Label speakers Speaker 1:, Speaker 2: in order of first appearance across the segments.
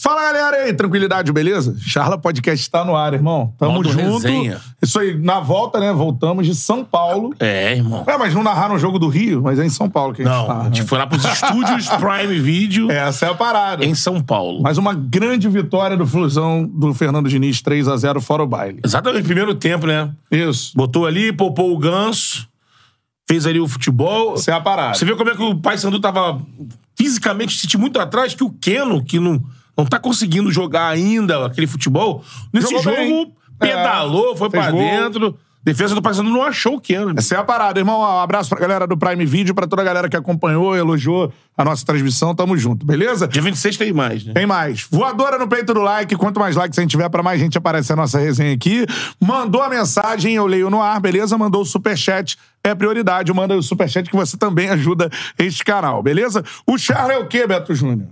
Speaker 1: Fala galera aí, tranquilidade, beleza? Charla Podcast está no ar, irmão. Tamo
Speaker 2: Modo
Speaker 1: junto.
Speaker 2: resenha.
Speaker 1: Isso aí, na volta, né? Voltamos de São Paulo.
Speaker 2: É, irmão.
Speaker 1: É, mas não narraram o jogo do Rio, mas é em São Paulo que a gente
Speaker 2: Não,
Speaker 1: tá.
Speaker 2: a gente
Speaker 1: né?
Speaker 2: foi lá pros estúdios Prime Video
Speaker 1: Essa é a parada.
Speaker 2: em São Paulo.
Speaker 1: Mas uma grande vitória do Flusão do Fernando Diniz, 3 a 0 fora o baile.
Speaker 2: Exatamente, primeiro tempo, né?
Speaker 1: Isso.
Speaker 2: Botou ali, poupou o ganso, fez ali o futebol.
Speaker 1: Essa é a parada.
Speaker 2: Você vê como é que o Paysandu tava fisicamente se sentiu muito atrás que o Keno, que não, não tá conseguindo jogar ainda aquele futebol, nesse
Speaker 1: Jogou
Speaker 2: jogo
Speaker 1: bem.
Speaker 2: pedalou,
Speaker 1: É,
Speaker 2: foi
Speaker 1: fez
Speaker 2: pra
Speaker 1: gol.
Speaker 2: dentro. Defesa do Paysandu não achou o Keno.
Speaker 1: Essa é a parada, irmão. Um abraço pra galera do Prime Video, pra toda a galera que acompanhou, elogiou a nossa transmissão. Tamo junto, beleza?
Speaker 2: Dia 26 tem mais, né?
Speaker 1: Tem mais. Voadora no peito do like. Quanto mais likes a gente tiver, pra mais gente aparecer a nossa resenha aqui. Mandou a mensagem, eu leio no ar, beleza? Mandou o superchat. É prioridade. Manda o superchat que você também ajuda este canal, beleza? O Charla é o quê, Beto Júnior?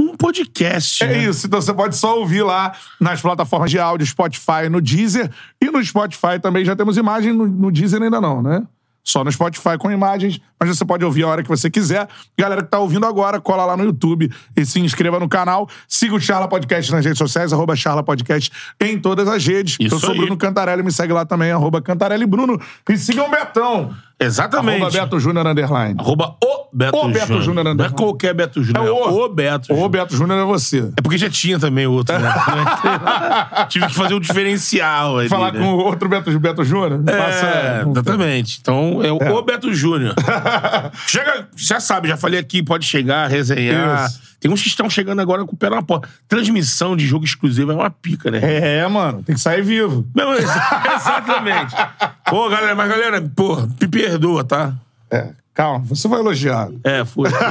Speaker 2: Um podcast.
Speaker 1: É
Speaker 2: né?
Speaker 1: isso, então você pode só ouvir lá nas plataformas de áudio, Spotify, no Deezer. E no Spotify também já temos imagem, no, no Deezer ainda não, né? Só no Spotify com imagens, mas você pode ouvir a hora que você quiser. Galera que tá ouvindo agora, cola lá no YouTube e se inscreva no canal. Siga o Charla Podcast nas redes sociais, arroba Charla Podcast em todas as redes.
Speaker 2: Isso
Speaker 1: Eu sou
Speaker 2: aí.
Speaker 1: Bruno Cantarelli, me segue lá também, arroba Cantarelli Bruno. E sigam o Betão,
Speaker 2: Exatamente.
Speaker 1: arroba Beto Júnior Underline.
Speaker 2: Arroba o Beto
Speaker 1: O Beto
Speaker 2: Júnior.
Speaker 1: Júnior,
Speaker 2: Não é
Speaker 1: Anderson.
Speaker 2: qualquer Beto Júnior,
Speaker 1: É
Speaker 2: é
Speaker 1: o.
Speaker 2: o, Beto
Speaker 1: Ô,
Speaker 2: Júnior.
Speaker 1: Beto Júnior é você.
Speaker 2: É porque já tinha também outro, né? Tive que fazer um diferencial ali,
Speaker 1: Falar
Speaker 2: né?
Speaker 1: com o outro Beto, Beto Júnior?
Speaker 2: É, exatamente. Então, é o o Beto Júnior. Chega, já sabe, já falei aqui, pode chegar, resenhar.
Speaker 1: Isso.
Speaker 2: Tem uns que estão chegando agora com o pé na porta. Transmissão de jogo exclusivo é uma pica, né?
Speaker 1: É, mano, tem que sair vivo.
Speaker 2: Não, ex- exatamente. Pô, galera, mas galera, porra, me perdoa, tá?
Speaker 1: É, calma, você foi elogiado.
Speaker 2: É, foi. foi.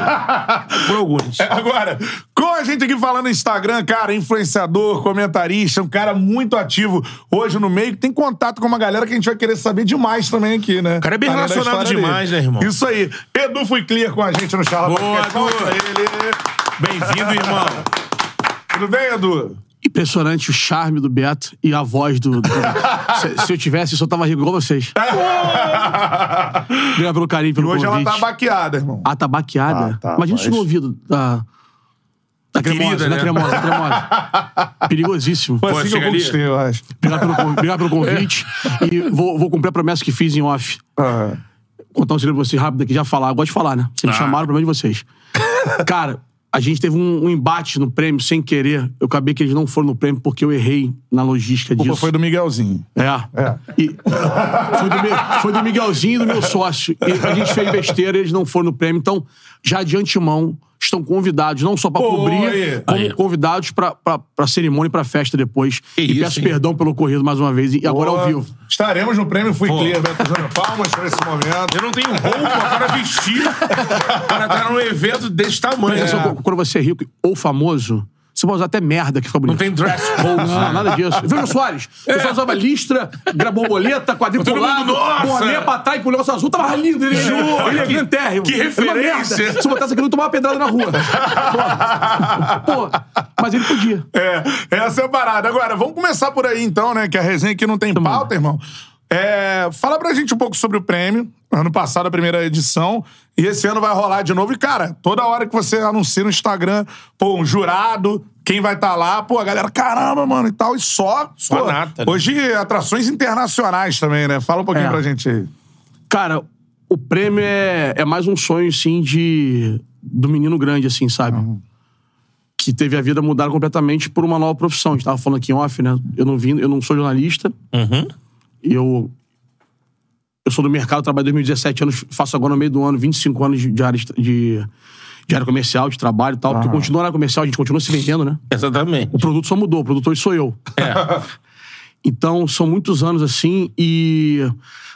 Speaker 2: Por alguns.
Speaker 1: É, agora, com a gente aqui falando no Instagram, cara, influenciador, comentarista, um cara muito ativo hoje no meio, que tem contato com uma galera que a gente vai querer saber demais também aqui, né? O
Speaker 2: cara é bem relacionado demais, né, irmão?
Speaker 1: Isso aí. Edu foi clear com a gente no Charla
Speaker 2: Boa,
Speaker 1: Podcast. Fala
Speaker 2: Edu.
Speaker 1: pra ele.
Speaker 2: Bem-vindo, irmão.
Speaker 1: Tudo bem, Edu?
Speaker 3: Impressionante o charme do Beto e a voz do. do- se, se eu tivesse, eu só tava rindo igual vocês. Obrigado pelo carinho,
Speaker 1: E
Speaker 3: pelo
Speaker 1: hoje ela
Speaker 3: convite.
Speaker 1: tá baqueada, irmão.
Speaker 3: Ah, tá baqueada.
Speaker 1: Ah, tá,
Speaker 3: Imagina
Speaker 1: mas-
Speaker 3: isso no ouvido da. Da
Speaker 2: querida,
Speaker 3: cremosa,
Speaker 2: né?
Speaker 3: da cremosa, da cremosa. Perigosíssimo.
Speaker 1: Foi
Speaker 2: Pô,
Speaker 1: assim que eu
Speaker 2: chega ali.
Speaker 1: conquistei, eu acho.
Speaker 3: Obrigado pelo, con- obrigado pelo convite. E vou, vou cumprir a promessa que fiz em off.
Speaker 1: Ah,
Speaker 3: Contar um segredo pra vocês rápido aqui, já falar. Eu gosto de falar, né? Vocês me
Speaker 2: Ah.
Speaker 3: chamaram, problema de vocês. Cara, a gente teve um, um embate no prêmio sem querer. Eu acabei que eles não foram no prêmio porque eu errei na logística
Speaker 1: a culpa
Speaker 3: disso.
Speaker 1: foi do Miguelzinho.
Speaker 3: É.
Speaker 1: É.
Speaker 3: E foi, do meu- foi do Miguelzinho e do meu sócio. E a gente fez besteira, eles não foram no prêmio. Então, já de antemão, estão convidados, não só pra
Speaker 1: Pô,
Speaker 3: cobrir,
Speaker 1: aí.
Speaker 3: como
Speaker 2: Aí.
Speaker 3: convidados pra, pra, pra cerimônia e pra festa depois.
Speaker 2: Que
Speaker 3: e
Speaker 2: isso,
Speaker 3: peço
Speaker 2: hein?
Speaker 3: perdão pelo ocorrido mais uma vez. E agora é ao vivo.
Speaker 1: Estaremos no prêmio Fui
Speaker 2: Pô.
Speaker 1: Clear, Beto Júnior. Palmas pra esse momento.
Speaker 2: Eu não tenho roupa para vestir para estar num evento desse tamanho. Uhum.
Speaker 3: Só que Quando você é rico ou famoso, você pode usar até merda que fica bonito.
Speaker 2: Não tem dress code. É.
Speaker 3: Não, nada disso. Veja o Soares. O pessoal usava listra, borboleta, quadril
Speaker 2: Todo
Speaker 3: colado,
Speaker 2: mundo, nossa!
Speaker 3: boné pra trás com o negócio azul. Tava lindo. Ele,
Speaker 2: Jura?
Speaker 3: ele é grantérrimo.
Speaker 2: Que referência!
Speaker 3: Se eu botasse aquilo, eu tomava uma pedrada na rua. Pô, Pô, mas ele podia.
Speaker 1: É, essa é a parada. Agora, vamos começar por aí então, né? Que a resenha aqui não tem pauta, irmão. É, fala pra gente um pouco sobre o prêmio. Ano passado, a primeira edição. E esse ano vai rolar de novo. E, cara, toda hora que você anuncia no Instagram, pô, um jurado, quem vai estar lá, pô, a galera, caramba, mano, e tal. E só.
Speaker 2: Só
Speaker 1: pô,
Speaker 2: nata, né?
Speaker 1: Hoje, atrações internacionais também, né? Fala um pouquinho
Speaker 3: É.
Speaker 1: pra gente aí.
Speaker 3: Cara, o prêmio é, é mais um sonho, sim, de, do menino grande, assim, sabe? Que teve a vida mudada completamente por uma nova profissão. A gente tava falando aqui em off, né? Eu não, vim, eu não sou jornalista. Eu, eu sou do mercado, trabalho 2017 anos, faço agora no meio do ano 25 anos de, de área, estra- de, de área comercial, de trabalho e tal. Porque continua na área comercial, a gente continua se vendendo, né?
Speaker 2: Exatamente.
Speaker 3: O produto só mudou, o produto hoje sou eu. Então, são muitos anos assim e.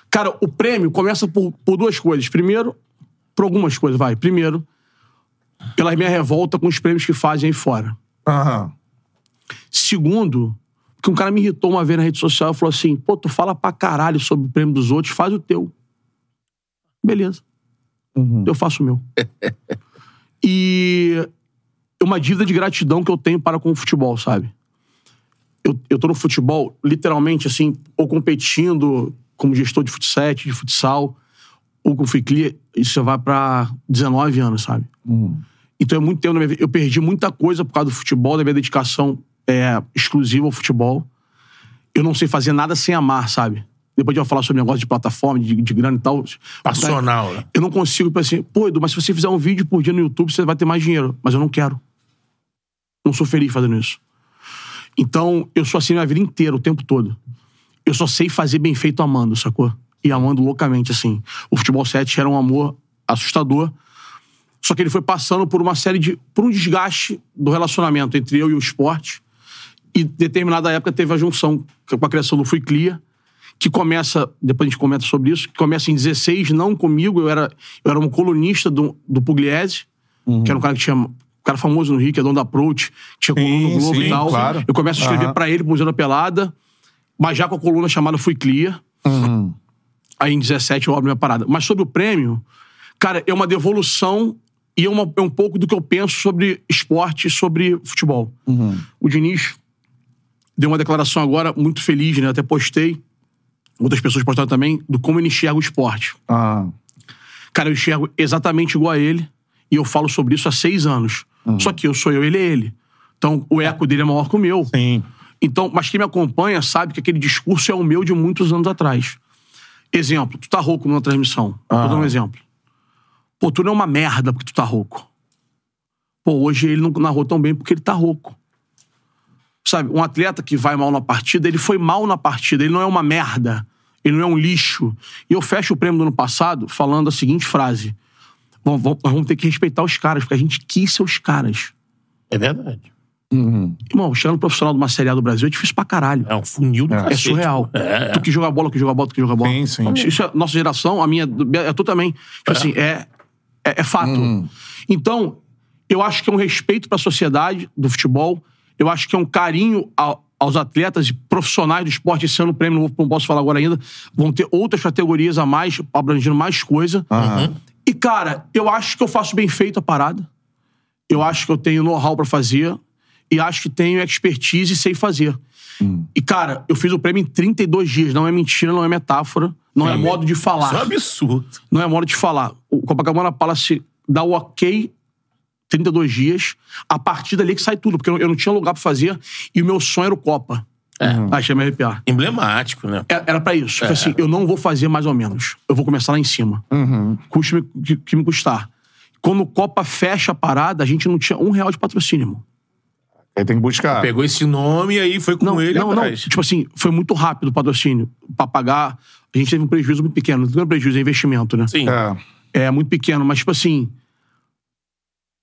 Speaker 3: Cara, o prêmio começa por, por duas coisas. Primeiro, por algumas coisas, vai. Primeiro, pela minha revolta com os prêmios que fazem aí fora.
Speaker 1: Aham.
Speaker 3: Segundo, que um cara me irritou uma vez na rede social e falou assim: pô, tu fala pra caralho sobre o prêmio dos outros, faz o teu. Beleza. Eu faço o meu. e é uma dívida de gratidão que eu tenho para com o futebol, sabe? Eu, eu tô no futebol, literalmente, assim, ou competindo como gestor de futsal, de
Speaker 1: Uhum.
Speaker 3: futsal, ou com o Ficli, isso já vai pra 19 anos, sabe? Então é muito tempo na minha vida. Eu perdi muita coisa por causa do futebol, da minha dedicação é, exclusiva ao futebol. Eu não sei fazer nada sem amar, sabe? Depois de eu falar sobre negócio de plataforma, de, de grana e tal.
Speaker 2: Passional, né?
Speaker 3: Eu não consigo, tipo assim, pô, Edu, mas se você fizer um vídeo por dia no YouTube, você vai ter mais dinheiro. Mas eu não quero. Não sou feliz fazendo isso. Então, eu sou assim a minha vida inteira, o tempo todo. Eu só sei fazer bem feito amando, sacou? E amando loucamente, assim. O futebol 7 era um amor assustador. Só que ele foi passando por uma série de. por um desgaste do relacionamento entre eu e o esporte. E determinada época teve a junção com a criação do Fui Clear, que começa, depois a gente comenta sobre isso, que começa em 16, não comigo, eu era, eu era um colunista do, do Pugliese,
Speaker 1: Uhum.
Speaker 3: que era um cara que tinha. Um cara famoso no Rio, que é dono da Approach, tinha coluna no
Speaker 1: Sim,
Speaker 3: Globo
Speaker 1: sim,
Speaker 3: e tal.
Speaker 1: claro.
Speaker 3: Eu começo a escrever
Speaker 1: Aham.
Speaker 3: pra ele, pro Museu da Pelada, mas já com a coluna chamada Fui Clear. Aí em 17 eu abro minha parada. Mas sobre o prêmio, cara, é uma devolução e é, uma- é um pouco do que eu penso sobre esporte e sobre futebol. O Diniz deu uma declaração agora muito feliz, né? Até postei, outras pessoas postaram também, do como ele enxerga o esporte.
Speaker 1: Ah,
Speaker 3: Cara, eu enxergo exatamente igual a ele e eu falo sobre isso há seis anos. Só que eu sou eu, ele é ele. Então o eco dele é maior que o meu.
Speaker 2: Sim.
Speaker 3: Então, mas quem me acompanha sabe que aquele discurso é o meu de muitos anos atrás. Exemplo, tu tá rouco numa transmissão. Vou dar um exemplo. Pô, tu não é uma merda porque tu tá rouco. Pô, hoje ele não narrou tão bem porque ele tá rouco. Sabe, um atleta que vai mal na partida, ele foi mal na partida, ele não é uma merda, ele não é um lixo. E eu fecho o prêmio do ano passado falando a seguinte frase: Bom, vamos- nós vamos ter que respeitar os caras, porque a gente quis ser os caras.
Speaker 2: É verdade.
Speaker 3: Irmão, chegar no profissional de uma Série A do Brasil é difícil pra caralho.
Speaker 2: É um funil do
Speaker 3: É
Speaker 2: cacete.
Speaker 3: surreal.
Speaker 2: É.
Speaker 3: Tu que joga bola, tu que joga bola, tu que joga bola.
Speaker 1: Sim, sim.
Speaker 3: Isso é nossa geração, a minha, a tu também. Tipo assim, é, é, é fato. Então, eu acho que é um respeito pra sociedade do futebol, eu acho que é um carinho ao- aos atletas e profissionais do esporte. Esse ano o prêmio, não vou- não posso falar agora ainda, vão ter outras categorias a mais, abrangindo mais coisa.
Speaker 1: Aham.
Speaker 3: E, cara, eu acho que eu faço bem feito a parada. Eu acho que eu tenho know-how pra fazer. E acho que tenho expertise e sei fazer. E, cara, eu fiz o prêmio em 32 dias. Não é mentira, não é metáfora. Não é modo de
Speaker 2: Isso é um
Speaker 3: falar.
Speaker 2: absurdo.
Speaker 3: Não é modo de falar. O Copacabana Palace dá o ok 32 dias. A partir dali que sai tudo. Porque eu eu não tinha lugar pra fazer. E o meu sonho era o Copa. Achei me arrepiar.
Speaker 2: Emblemático, né?
Speaker 3: Era era pra isso. Tipo
Speaker 2: é.
Speaker 3: assim, eu não vou fazer mais ou menos. Eu vou começar lá em cima.
Speaker 2: Uhum.
Speaker 3: Custe me- que, que me custar. Quando o Copa fecha a parada, a gente não tinha um real de patrocínio, irmão.
Speaker 1: Aí tem que buscar.
Speaker 2: Pegou esse nome e aí foi com ele
Speaker 3: Ah. não,
Speaker 2: atrás.
Speaker 3: Tipo assim, foi muito rápido o patrocínio. Pra pagar, a gente teve um prejuízo muito pequeno. Não é prejuízo, é investimento, né?
Speaker 2: Sim.
Speaker 1: É.
Speaker 3: É, muito pequeno. Mas, tipo assim,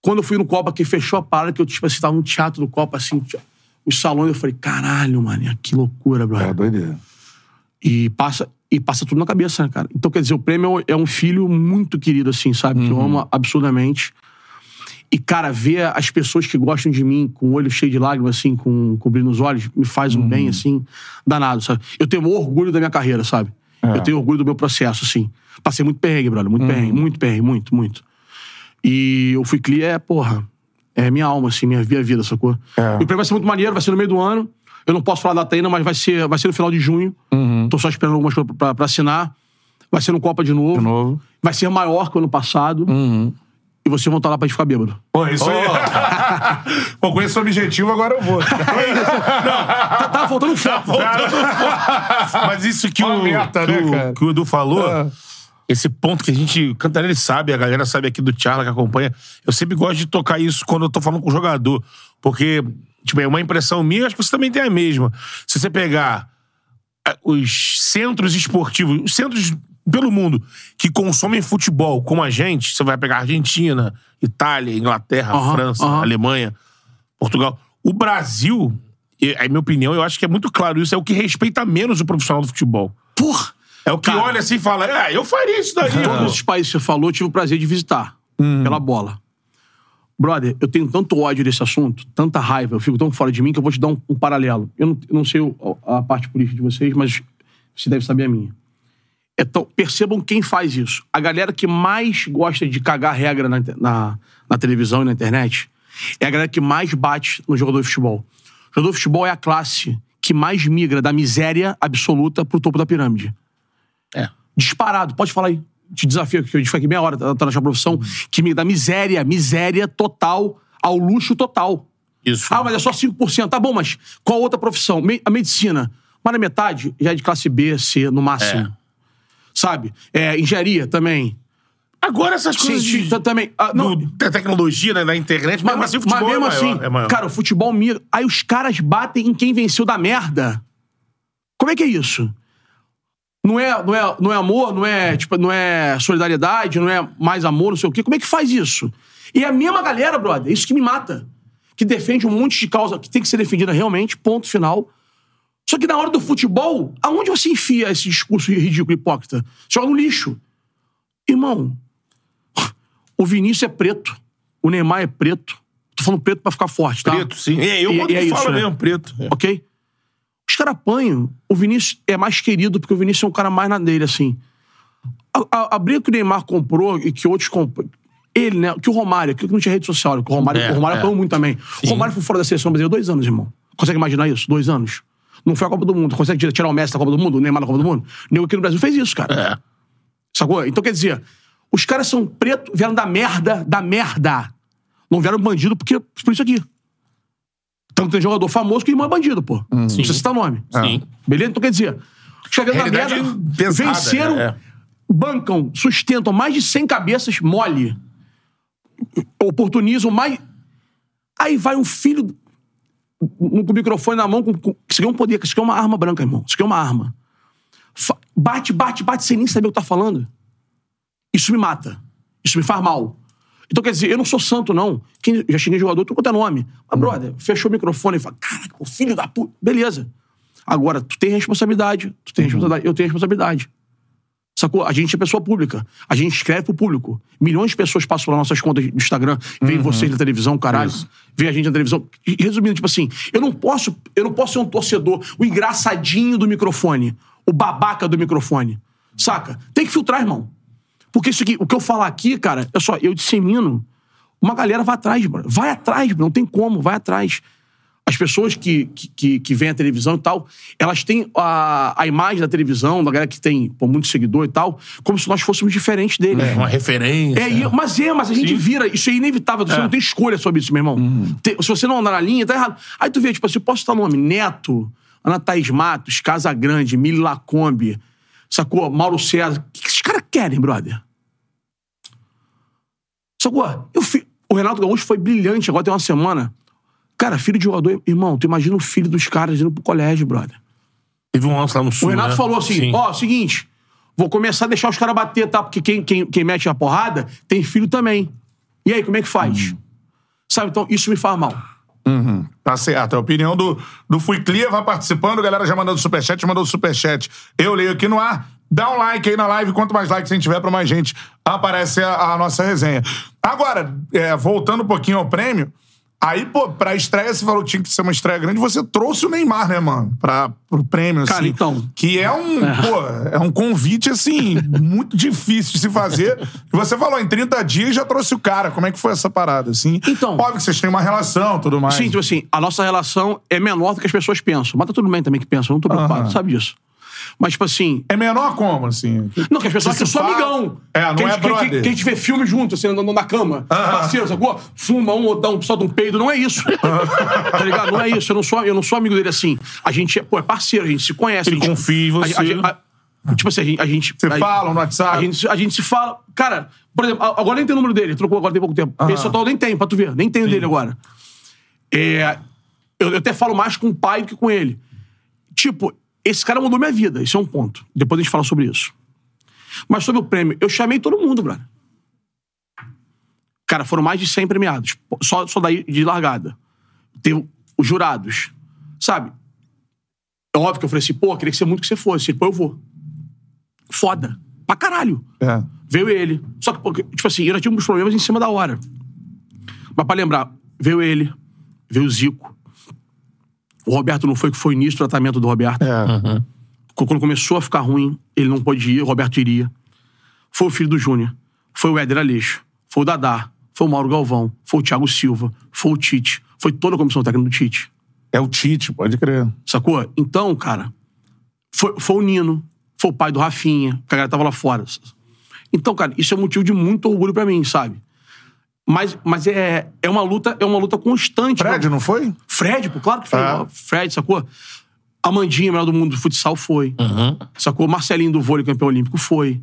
Speaker 3: quando eu fui no Copa, que fechou a parada, que eu, tipo assim, tava no teatro do Copa, assim, tia- os salões, eu falei, caralho, mano, que loucura, brother.
Speaker 1: É doideira.
Speaker 3: E passa, e passa tudo na cabeça, né, cara? Então, quer dizer, o prêmio é um filho muito querido, assim, sabe? Que eu amo absurdamente. E, cara, ver as pessoas que gostam de mim com o olho cheio de lágrimas, assim, com, com brilho nos olhos, me faz um bem, assim, danado, sabe? Eu tenho o maior orgulho da minha carreira, sabe? Eu tenho orgulho do meu processo, assim. Passei muito perrengue, brother. Muito perrengue, muito perrengue, muito, muito. E eu fui clear, é, porra, é minha alma, assim, minha via vida, sacou?
Speaker 1: É.
Speaker 3: E o prêmio vai ser muito maneiro, vai ser no meio do ano. Eu não posso falar da data ainda, mas vai ser, vai ser no final de junho.
Speaker 1: Uhum.
Speaker 3: Tô só esperando algumas coisas pra, pra assinar. Vai ser no Copa de novo.
Speaker 1: De novo. Uhum.
Speaker 3: Vai ser maior que o ano passado. E vocês vão estar lá pra gente ficar bêbado.
Speaker 1: Pô, isso aí. Pô, com esse objetivo, agora eu vou.
Speaker 3: Tá, tá faltando um foco.
Speaker 2: Mas isso que,
Speaker 1: Uma
Speaker 2: o,
Speaker 1: meta,
Speaker 2: que,
Speaker 1: né,
Speaker 2: o-
Speaker 1: cara?
Speaker 2: que o Edu falou,
Speaker 1: É.
Speaker 2: esse ponto que a gente, o Cantarelli sabe, a galera sabe aqui do Charla que acompanha, eu sempre gosto de tocar isso quando eu tô falando com o jogador, porque, tipo, é uma impressão minha, acho que você também tem a mesma. Se você pegar ah, os centros esportivos, os centros pelo mundo que consomem futebol como a gente, você vai pegar Argentina, Itália, Inglaterra,
Speaker 3: Aham,
Speaker 2: França,
Speaker 3: aham.
Speaker 2: Alemanha, Portugal. O Brasil, e- é minha opinião, eu acho que é muito claro isso, é o que respeita menos o profissional do futebol.
Speaker 3: Porra!
Speaker 2: É o que
Speaker 3: Cara.
Speaker 2: olha assim e fala, é, eu faria isso daí.
Speaker 3: Todos
Speaker 2: mano."
Speaker 3: esses países que você falou, eu tive o prazer de visitar. Pela bola. Brother, eu tenho tanto ódio desse assunto, tanta raiva, eu fico tão fora de mim que eu vou te dar um, um paralelo. Eu não, eu não sei o- a parte política de vocês, mas você deve saber a minha. Então, percebam quem faz isso. A galera que mais gosta de cagar regra na, inter- na- na televisão e na internet é a galera que mais bate no jogador de futebol. O jogador de futebol é a classe que mais migra da miséria absoluta pro topo da pirâmide.
Speaker 2: É.
Speaker 3: Disparado, pode falar aí. te desafio, que eu disse aqui meia hora, tá tá na sua profissão, que me dá miséria, miséria total, ao luxo total.
Speaker 2: Isso.
Speaker 3: Ah, mas é só 5%. Tá bom, mas qual outra profissão? Me- A medicina. Mas na metade já é de classe B, C, no máximo.
Speaker 2: É.
Speaker 3: Sabe? É, engenharia também.
Speaker 2: Agora essas coisas de,
Speaker 3: Cientista também. Ah, não,
Speaker 2: do- da tecnologia, né, na internet, mas, mesmo assim o futebol
Speaker 3: mas mesmo
Speaker 2: é maior.
Speaker 3: assim,
Speaker 2: é maior.
Speaker 3: cara, o futebol mira. Aí os caras batem em quem venceu da merda. Como é que é isso? Não é, não é, não é amor, não é, tipo, não é solidariedade, não é mais amor, não sei o quê. Como é que faz isso? E é a mesma galera, brother, isso que me mata. Que defende um monte de causa que tem que ser defendida realmente, ponto final. Só que na hora do futebol, aonde você enfia esse discurso ridículo, hipócrita? Joga no lixo. Irmão, o Vinícius é preto. O Neymar é preto. Tô falando preto pra ficar forte, tá?
Speaker 2: preto, sim. É, eu
Speaker 3: E-
Speaker 2: quando
Speaker 3: e é
Speaker 2: falo
Speaker 3: isso, né?
Speaker 2: mesmo, preto. É.
Speaker 3: Ok? Os caras apanham. O Vinícius é mais querido, porque o Vinícius é um cara mais na dele, assim. A, a, a briga que o Neymar comprou e que outros compraram. Ele, né? Que o Romário, que não tinha rede social, né, que o Romário,
Speaker 2: É,
Speaker 3: o Romário
Speaker 2: é.
Speaker 3: apanhou muito também. O Romário foi fora da seleção brasileira dois anos, irmão. Consegue imaginar isso? Dois anos. Não foi a Copa do Mundo. Consegue tirar- tirar o Messi da Copa do Mundo, o Neymar da Copa do Mundo? O nego aqui no Brasil fez isso, cara.
Speaker 2: É.
Speaker 3: Sacou? Então quer dizer, os caras são pretos, vieram da merda, da merda. Não vieram bandido porque, por isso aqui. Tanto tem jogador famoso que irmão é bandido, pô. Não precisa citar nome.
Speaker 2: Sim.
Speaker 3: Beleza? Então quer dizer, os caras vieram da merda,
Speaker 2: Realidade pesada,
Speaker 3: venceram,
Speaker 2: né? É.
Speaker 3: bancam, sustentam mais de 100 cabeças mole. Oportunizam mais. Aí vai um filho no- com o microfone na mão, com, com, isso aqui é um poder, isso aqui é uma arma branca, irmão. Isso aqui é uma arma. Fa- bate, bate, bate sem nem saber o que tá falando. Isso me mata. Isso me faz mal. Então, quer dizer, eu não sou santo, não. Quem já xinguei jogador, tu conta é nome. Mas, brother, fechou o microfone e fala: caraca, o filho da puta. Beleza. Agora, tu tem responsabilidade. Tu tem responsabilidade. Eu tenho responsabilidade. Sacou? A gente é pessoa pública. A gente escreve pro público. Milhões de pessoas passam pelas nossas contas do Instagram, veem vocês na televisão, caralho. Vê a gente na televisão. E, Resumindo, tipo assim, eu não posso, eu não posso ser um torcedor, o engraçadinho do microfone, o babaca do microfone. Saca? Tem que filtrar, irmão. Porque isso aqui, o que eu falar aqui, cara, é só, eu dissemino, uma galera vai atrás, mano. Vai atrás, mano. não tem como, vai atrás. As pessoas que, que, que, que veem a televisão e tal, elas têm a, a imagem da televisão, da galera que tem pô, muito seguidor e tal, como se nós fôssemos diferentes deles.
Speaker 2: É, Uma referência.
Speaker 3: É, e- mas é, mas a gente vira. Isso é inevitável. Você
Speaker 2: É.
Speaker 3: não tem escolha sobre isso, meu irmão. Te- se você não andar na linha, tá errado. Aí tu vê, tipo assim, posso citar nome? Neto, Ana Thaís Matos, Casa Grande, Mili Lacombe, sacou? Mauro César. O que, que esses caras querem, brother? Sacou? Eu fi- O Renato Gaúcho foi brilhante agora tem uma semana. Cara, filho de jogador, irmão, tu imagina o filho dos caras indo pro colégio, brother.
Speaker 2: Teve um lance lá no
Speaker 3: O
Speaker 2: sul.
Speaker 3: Renato
Speaker 2: né?
Speaker 3: falou assim:
Speaker 2: Sim.
Speaker 3: ó, seguinte, vou começar a deixar os caras bater, tá? Porque quem, quem, quem mete a porrada tem filho também. E aí, como é que faz?
Speaker 2: Hum.
Speaker 3: Sabe, então isso me faz mal.
Speaker 1: Tá certo. É a opinião do, do Fui Clear. Vai participando, galera já mandando superchat, mandou superchat. Eu leio aqui no ar. Dá um like aí na live. Quanto mais likes a gente tiver, pra mais gente aparece a, a nossa resenha. Agora, é, voltando um pouquinho ao prêmio. Aí, pô, pra estreia, você falou que tinha que ser uma estreia grande. Você trouxe o Neymar, né, mano? Pra, pro prêmio,
Speaker 3: Cara,
Speaker 1: assim.
Speaker 3: então.
Speaker 1: Que é um, pô, é um convite, assim, muito difícil de se fazer. E você falou, em 30 dias já trouxe o cara. Como é que foi essa parada, assim?
Speaker 3: Então.
Speaker 1: Óbvio que vocês têm uma relação, tudo mais.
Speaker 3: Sim, tipo assim, a nossa relação é menor do que as pessoas pensam. Mas tá tudo bem também que pensam, não tô preocupado,
Speaker 1: Aham.
Speaker 3: sabe disso. Mas, tipo assim.
Speaker 1: É menor como, assim?
Speaker 3: Não, que as pessoas
Speaker 1: Se
Speaker 3: acham que eu sou
Speaker 1: fala-
Speaker 3: amigão.
Speaker 1: É, não
Speaker 3: que a
Speaker 1: é
Speaker 3: gente, que-
Speaker 1: brother.
Speaker 3: Que, que a gente vê filme junto, assim, andando na cama. Parceiro, sacou? Fuma um, ou dá um, solta um peido. Não é isso. tá ligado? Não é isso. Eu não sou, eu não sou amigo dele assim. A gente é, pô, é parceiro, a gente se conhece. a
Speaker 2: Ele
Speaker 3: gente-
Speaker 2: confia em
Speaker 3: a- a-
Speaker 2: você.
Speaker 3: a- tipo assim, a gente... A gente
Speaker 1: Você
Speaker 3: a-
Speaker 1: fala no
Speaker 3: A
Speaker 1: WhatsApp.
Speaker 3: gente, se- a gente se fala... Cara, por exemplo, a- agora nem tem o número dele. Trocou agora tem pouco tempo. Esse total nem tem, pra tu ver. Nem tem o dele agora. É, eu, eu até falo mais com o pai do que com ele. Tipo, esse cara mudou minha vida. Isso é um ponto. Depois a gente fala sobre isso. Mas sobre o prêmio, eu chamei todo mundo, brother. Cara, foram mais de 100 premiados. Pô, Só, só daí de largada. Teve os jurados. Sabe? É óbvio que eu falei assim, pô, queria que você muito que você fosse. Ele, pô, eu vou. Foda. Pra caralho.
Speaker 1: É.
Speaker 3: Veio ele. Só que, porque, tipo assim, eu já tive uns problemas em cima da hora. Mas pra lembrar, veio ele, veio o Zico. O Roberto não foi que foi início do tratamento do Roberto.
Speaker 1: É.
Speaker 3: Co- Quando começou a ficar ruim, ele não pôde ir, o Roberto iria. Foi o filho do Júnior, foi o Éder Aleixo, foi o Dadá, foi o Mauro Galvão, foi o Thiago Silva, foi o Tite, foi toda a comissão técnica do Tite.
Speaker 1: É o Tite, pode crer.
Speaker 3: Sacou? Então, cara, foi, foi o Nino, foi o pai do Rafinha, que a galera tava lá fora. Então, cara, isso é motivo de muito orgulho pra mim, sabe? Mas, mas é, é uma luta, é uma luta constante.
Speaker 1: Prédio, não foi?
Speaker 3: Fred, pô, claro que foi.
Speaker 1: Ah.
Speaker 3: Fred, sacou? Amandinha, melhor do mundo do futsal, foi.
Speaker 2: Uhum.
Speaker 3: Sacou? Marcelinho do vôlei, campeão olímpico, foi.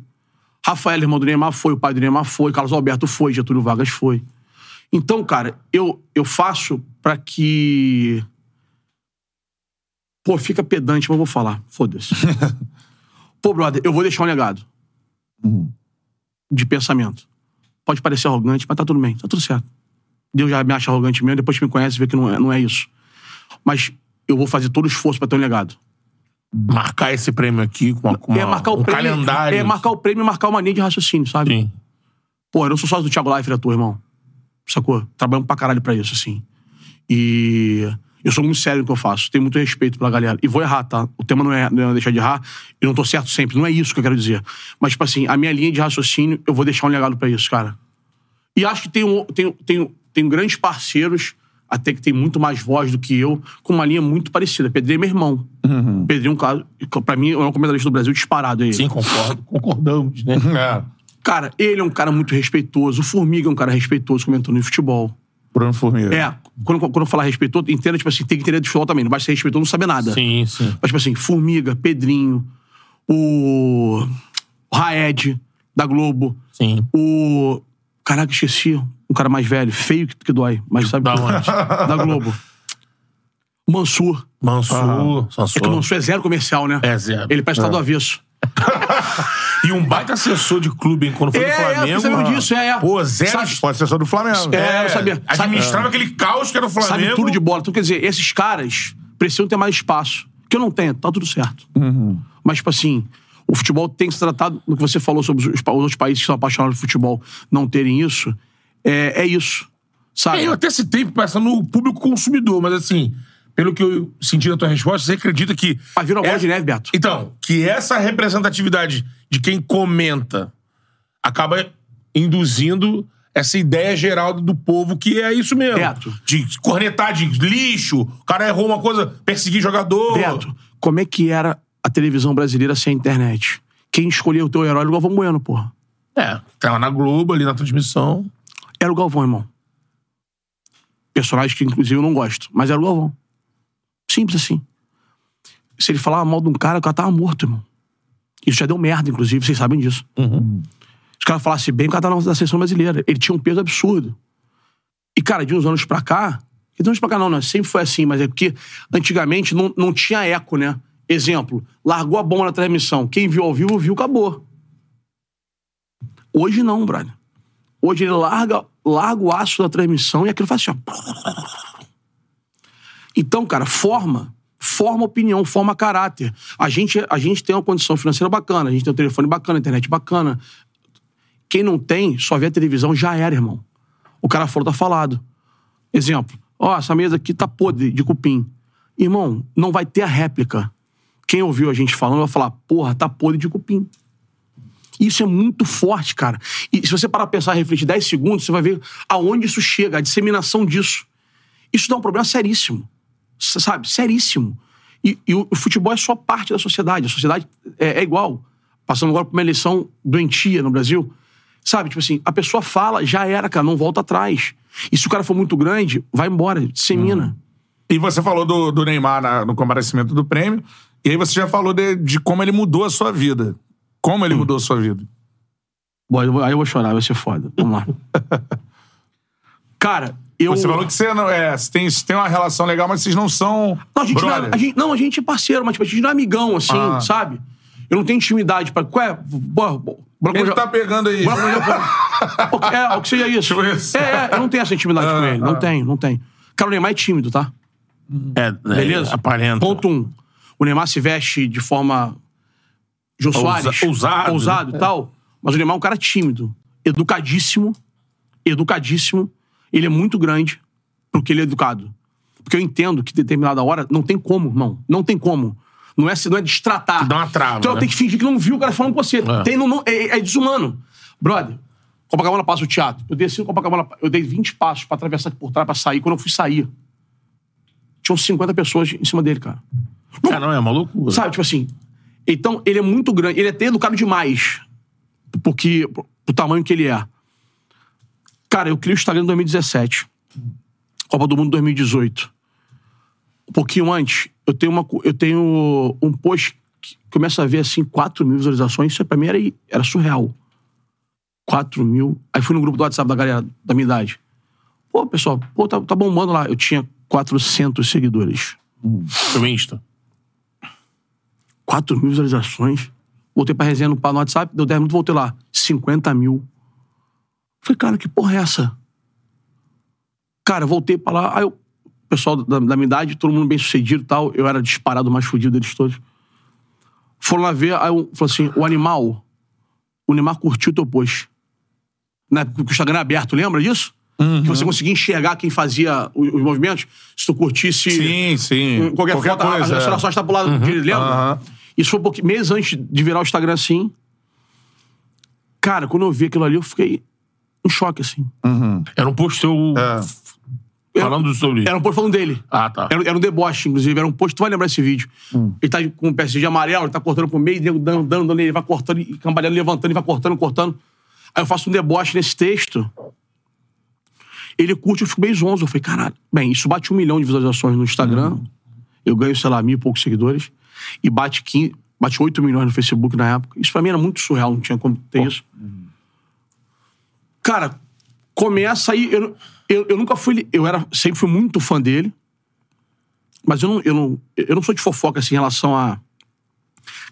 Speaker 3: Rafael, irmão do Neymar, foi. O pai do Neymar foi. Carlos Alberto foi. Getúlio Vargas foi. Então, cara, eu, eu faço pra que. Pô, fica pedante, mas eu vou falar. Foda-se. Pô, brother, eu vou deixar um legado. De pensamento. Pode parecer arrogante, mas tá tudo bem, tá tudo certo. Deus já me acha arrogante mesmo, depois que me conhece vê que não é, não é isso. Mas eu vou fazer todo o esforço pra ter um legado.
Speaker 2: Marcar esse prêmio aqui com, uma, com uma-
Speaker 3: é marcar o
Speaker 2: um
Speaker 3: prêmio.
Speaker 2: calendário.
Speaker 3: É marcar o prêmio e marcar uma linha de raciocínio, sabe?
Speaker 2: Sim.
Speaker 3: Pô, eu não sou sócio do Thiago Leifert à toa, irmão. Sacou? Trabalhamos pra caralho pra isso, assim. E eu sou muito sério no que eu faço. Tenho muito respeito pela galera. E vou errar, tá? O tema não é, não é deixar de errar. Eu não tô certo sempre. Não é isso que eu quero dizer. Mas, tipo assim, a minha linha de raciocínio, eu vou deixar um legado pra isso, cara. E acho que um, tenho, tenho, tenho, tenho grandes parceiros, até que tem muito mais voz do que eu, com uma linha muito parecida. Pedrinho é meu irmão.
Speaker 2: Uhum.
Speaker 3: Pedrinho, é um caso, pra mim, é o comentarista do Brasil disparado é aí.
Speaker 2: Sim, concordo. Concordamos, né?
Speaker 1: É.
Speaker 3: Cara, ele é um cara muito respeitoso. O Formiga é um cara respeitoso comentando de futebol.
Speaker 1: Bruno Formiga.
Speaker 3: É, quando, quando eu falar respeitoso, entenda, tipo assim, tem que entender de futebol também. Não basta ser respeitoso, não saber nada.
Speaker 2: Sim, sim.
Speaker 3: Mas, tipo assim, Formiga, Pedrinho, o. o Raed, da Globo.
Speaker 2: Sim.
Speaker 3: O. Caraca, esqueci. Um cara mais velho, feio que, que dói, mas sabe
Speaker 2: Da
Speaker 3: que-
Speaker 2: onde?
Speaker 3: Da Globo. Mansur.
Speaker 2: Mansur,
Speaker 3: É que o
Speaker 2: Sansur.
Speaker 3: Mansur é zero comercial, né?
Speaker 2: É zero.
Speaker 3: Ele parece estar do avesso.
Speaker 2: E um baita assessor de clube, hein? Quando foi do
Speaker 3: é, eu
Speaker 2: Flamengo. ah.
Speaker 3: sabia
Speaker 2: mano.
Speaker 3: disso, é, é.
Speaker 2: Pô, zero
Speaker 3: Sabe-
Speaker 1: Pode ser só do Flamengo.
Speaker 3: É. eu sabia. Sabe- é.
Speaker 2: Administrava aquele caos que era o Flamengo.
Speaker 3: sabe tudo de bola. Então, quer dizer, esses caras precisam ter mais espaço. Que eu não tenho, tá tudo certo. Mas, tipo assim, o futebol tem que ser tratado. No que você falou sobre os, pa- os outros países que são apaixonados por futebol não terem isso, é, é isso. Sabe?
Speaker 2: É, eu até citei pensando no público consumidor, mas assim, pelo que eu senti da tua resposta, você acredita que.
Speaker 3: Vai virar uma Ah, bola
Speaker 2: é-
Speaker 3: de neve, Beto.
Speaker 2: Então, que essa representatividade de quem comenta acaba induzindo essa ideia geral do povo que é isso mesmo.
Speaker 3: Beto.
Speaker 2: De cornetar de lixo, o cara errou uma coisa, perseguir jogador.
Speaker 3: Beto, como é que era a televisão brasileira sem a internet? Quem escolheu o teu herói era o Galvão Bueno, porra.
Speaker 2: É, tava na Globo ali na transmissão.
Speaker 3: Era o Galvão, irmão. Personagem que, inclusive, eu não gosto, mas era o Galvão. Simples assim. Se ele falava mal de um cara, o cara tava morto, irmão. Isso já deu merda, inclusive, vocês sabem disso. Se o cara falasse bem, o cara tava na seleção brasileira. Ele tinha um peso absurdo. E, cara, de uns anos pra cá. E de uns anos pra cá, não, né? Sempre foi assim, mas é porque antigamente não, não tinha eco, né? Exemplo, largou a bomba na transmissão. Quem viu ao vivo, viu, acabou. Hoje não, brother. Hoje ele larga, larga o aço da transmissão e aquilo faz assim, ó. Então, cara, forma. Forma opinião, forma caráter. A gente, a gente tem uma condição financeira bacana, a gente tem um telefone bacana, internet bacana. Quem não tem, só vê a televisão, já era, irmão. O cara falou, tá falado. Exemplo, ó, essa mesa aqui tá podre de cupim. Irmão, não vai ter a réplica. Quem ouviu a gente falando vai falar, porra, tá podre de cupim. Isso é muito forte, cara. E se você parar pra pensar e refletir 10 segundos, você vai ver aonde isso chega, a disseminação disso. Isso dá um problema seríssimo. S- Sabe? Seríssimo. E, e o, o futebol é só parte da sociedade. A sociedade é, é igual. Passando agora por uma eleição doentia no Brasil. Sabe? Tipo assim, a pessoa fala, já era, cara, não volta atrás. E se o cara for muito grande, vai embora, dissemina.
Speaker 1: E você falou do, do Neymar na- no comparecimento do prêmio. E aí você já falou de, de como ele mudou a sua vida. Como
Speaker 3: Hum.
Speaker 1: ele mudou a sua vida.
Speaker 3: Bom, eu vou- aí eu vou chorar, vai ser foda. Vamos lá. cara, eu.
Speaker 1: Você falou que você não, é, você tem, você tem uma relação legal, mas vocês não são.
Speaker 3: Não, a gente não, é-
Speaker 1: brother.
Speaker 3: a gente, não, a gente é parceiro, mas tipo, a gente não é amigão, assim,
Speaker 1: Ah.
Speaker 3: sabe? Eu não tenho intimidade pra. Qual é? Bo- bo- Broca
Speaker 1: Ele
Speaker 3: já-
Speaker 1: tá pegando aí.
Speaker 3: Broca já- O que- É, o que seja isso.
Speaker 1: Tipo isso. Ah,
Speaker 3: É, é, eu não tenho essa intimidade com ele. Não tenho, não tenho. Cara, o Neymar é tímido, tá?
Speaker 2: É,
Speaker 3: Beleza?
Speaker 2: Beleza? Aparenta.
Speaker 3: Ponto um. O Neymar se veste de forma. Jô
Speaker 2: Ousa-
Speaker 3: Soares.
Speaker 2: ousado, né?
Speaker 3: Ousado e tal. Mas o Neymar é um cara tímido. Educadíssimo. Educadíssimo. Ele é muito grande pro que ele é educado. Porque eu entendo que determinada hora não tem como, irmão. Não tem como. Não é, se- não é destratar.
Speaker 2: Dá uma trava,
Speaker 3: Então eu
Speaker 2: né?
Speaker 3: tenho que fingir que não viu o cara falando com você.
Speaker 2: É.
Speaker 3: Tem, não, não- é, é desumano. Brother, Copacabana passa o teatro. Eu desci no Copacabana, eu dei 20 passos pra atravessar por trás pra sair. Quando eu fui sair, tinham 50 pessoas em cima dele, cara.
Speaker 2: Cara, não é uma loucura.
Speaker 3: Sabe, tipo assim. Então, ele é muito grande. Ele é até educado demais. porque, pro tamanho que ele é. Cara, eu criei o Instagram em 2017. Copa do Mundo 2018. Um pouquinho antes, eu tenho, uma, co- eu tenho um post que começa a ver assim 4 mil visualizações. Isso pra mim era, era surreal. 4 mil. Aí fui no grupo do WhatsApp da galera da minha idade. Pô, pessoal, pô, tá, tá bombando lá. Eu tinha 400 seguidores.
Speaker 2: Pro Insta.
Speaker 3: 4 mil visualizações. Voltei pra resenha no, pa- no WhatsApp, deu 10 minutos, voltei lá. 50 mil. Falei, cara, que porra é essa? Cara, eu voltei pra lá. Aí eu, o pessoal da, da minha idade, todo mundo bem sucedido e tal. Eu era disparado o mais fudido deles todos. Foram lá ver, aí eu, falou assim: o animal, o Neymar curtiu teu post. Na época que o Instagram era aberto, lembra disso? Que você conseguia enxergar quem fazia o- os, movimentos. Se tu curtisse
Speaker 1: Sim, sim.
Speaker 3: qualquer, foto,
Speaker 1: coisa,
Speaker 3: a, a
Speaker 1: é.
Speaker 3: senhora só está pro lado direito, lembra?
Speaker 1: Aham.
Speaker 3: Isso foi um pouquinho, meses antes de virar o Instagram assim. Cara, quando eu vi aquilo ali, eu fiquei em choque, assim.
Speaker 1: Hum.
Speaker 2: Era um post seu
Speaker 1: É.
Speaker 2: falando sobre isso.
Speaker 3: Era um post falando dele.
Speaker 2: Ah, tá.
Speaker 3: Era, era um deboche, inclusive. Era um post, tu vai lembrar esse vídeo. Ele tá com um PSG de amarelo, ele tá cortando pro meio, nego dando, dando, dando, ele vai cortando, e cambalhando, levantando, ele vai cortando, cortando. Aí eu faço um deboche nesse texto. Ele curte, eu fico bem zonzo. Eu falei, caralho. Bem, isso bate um milhão de visualizações no Instagram. Eu ganho, sei lá, mil e poucos seguidores. E bate 15, bate 8 milhões no Facebook na época. Isso pra mim era muito surreal, não tinha como ter isso. Cara, começa aí. Eu, eu, eu nunca fui. Eu era, sempre fui muito fã dele. Mas eu não, eu não, eu não sou de fofoca assim, em relação a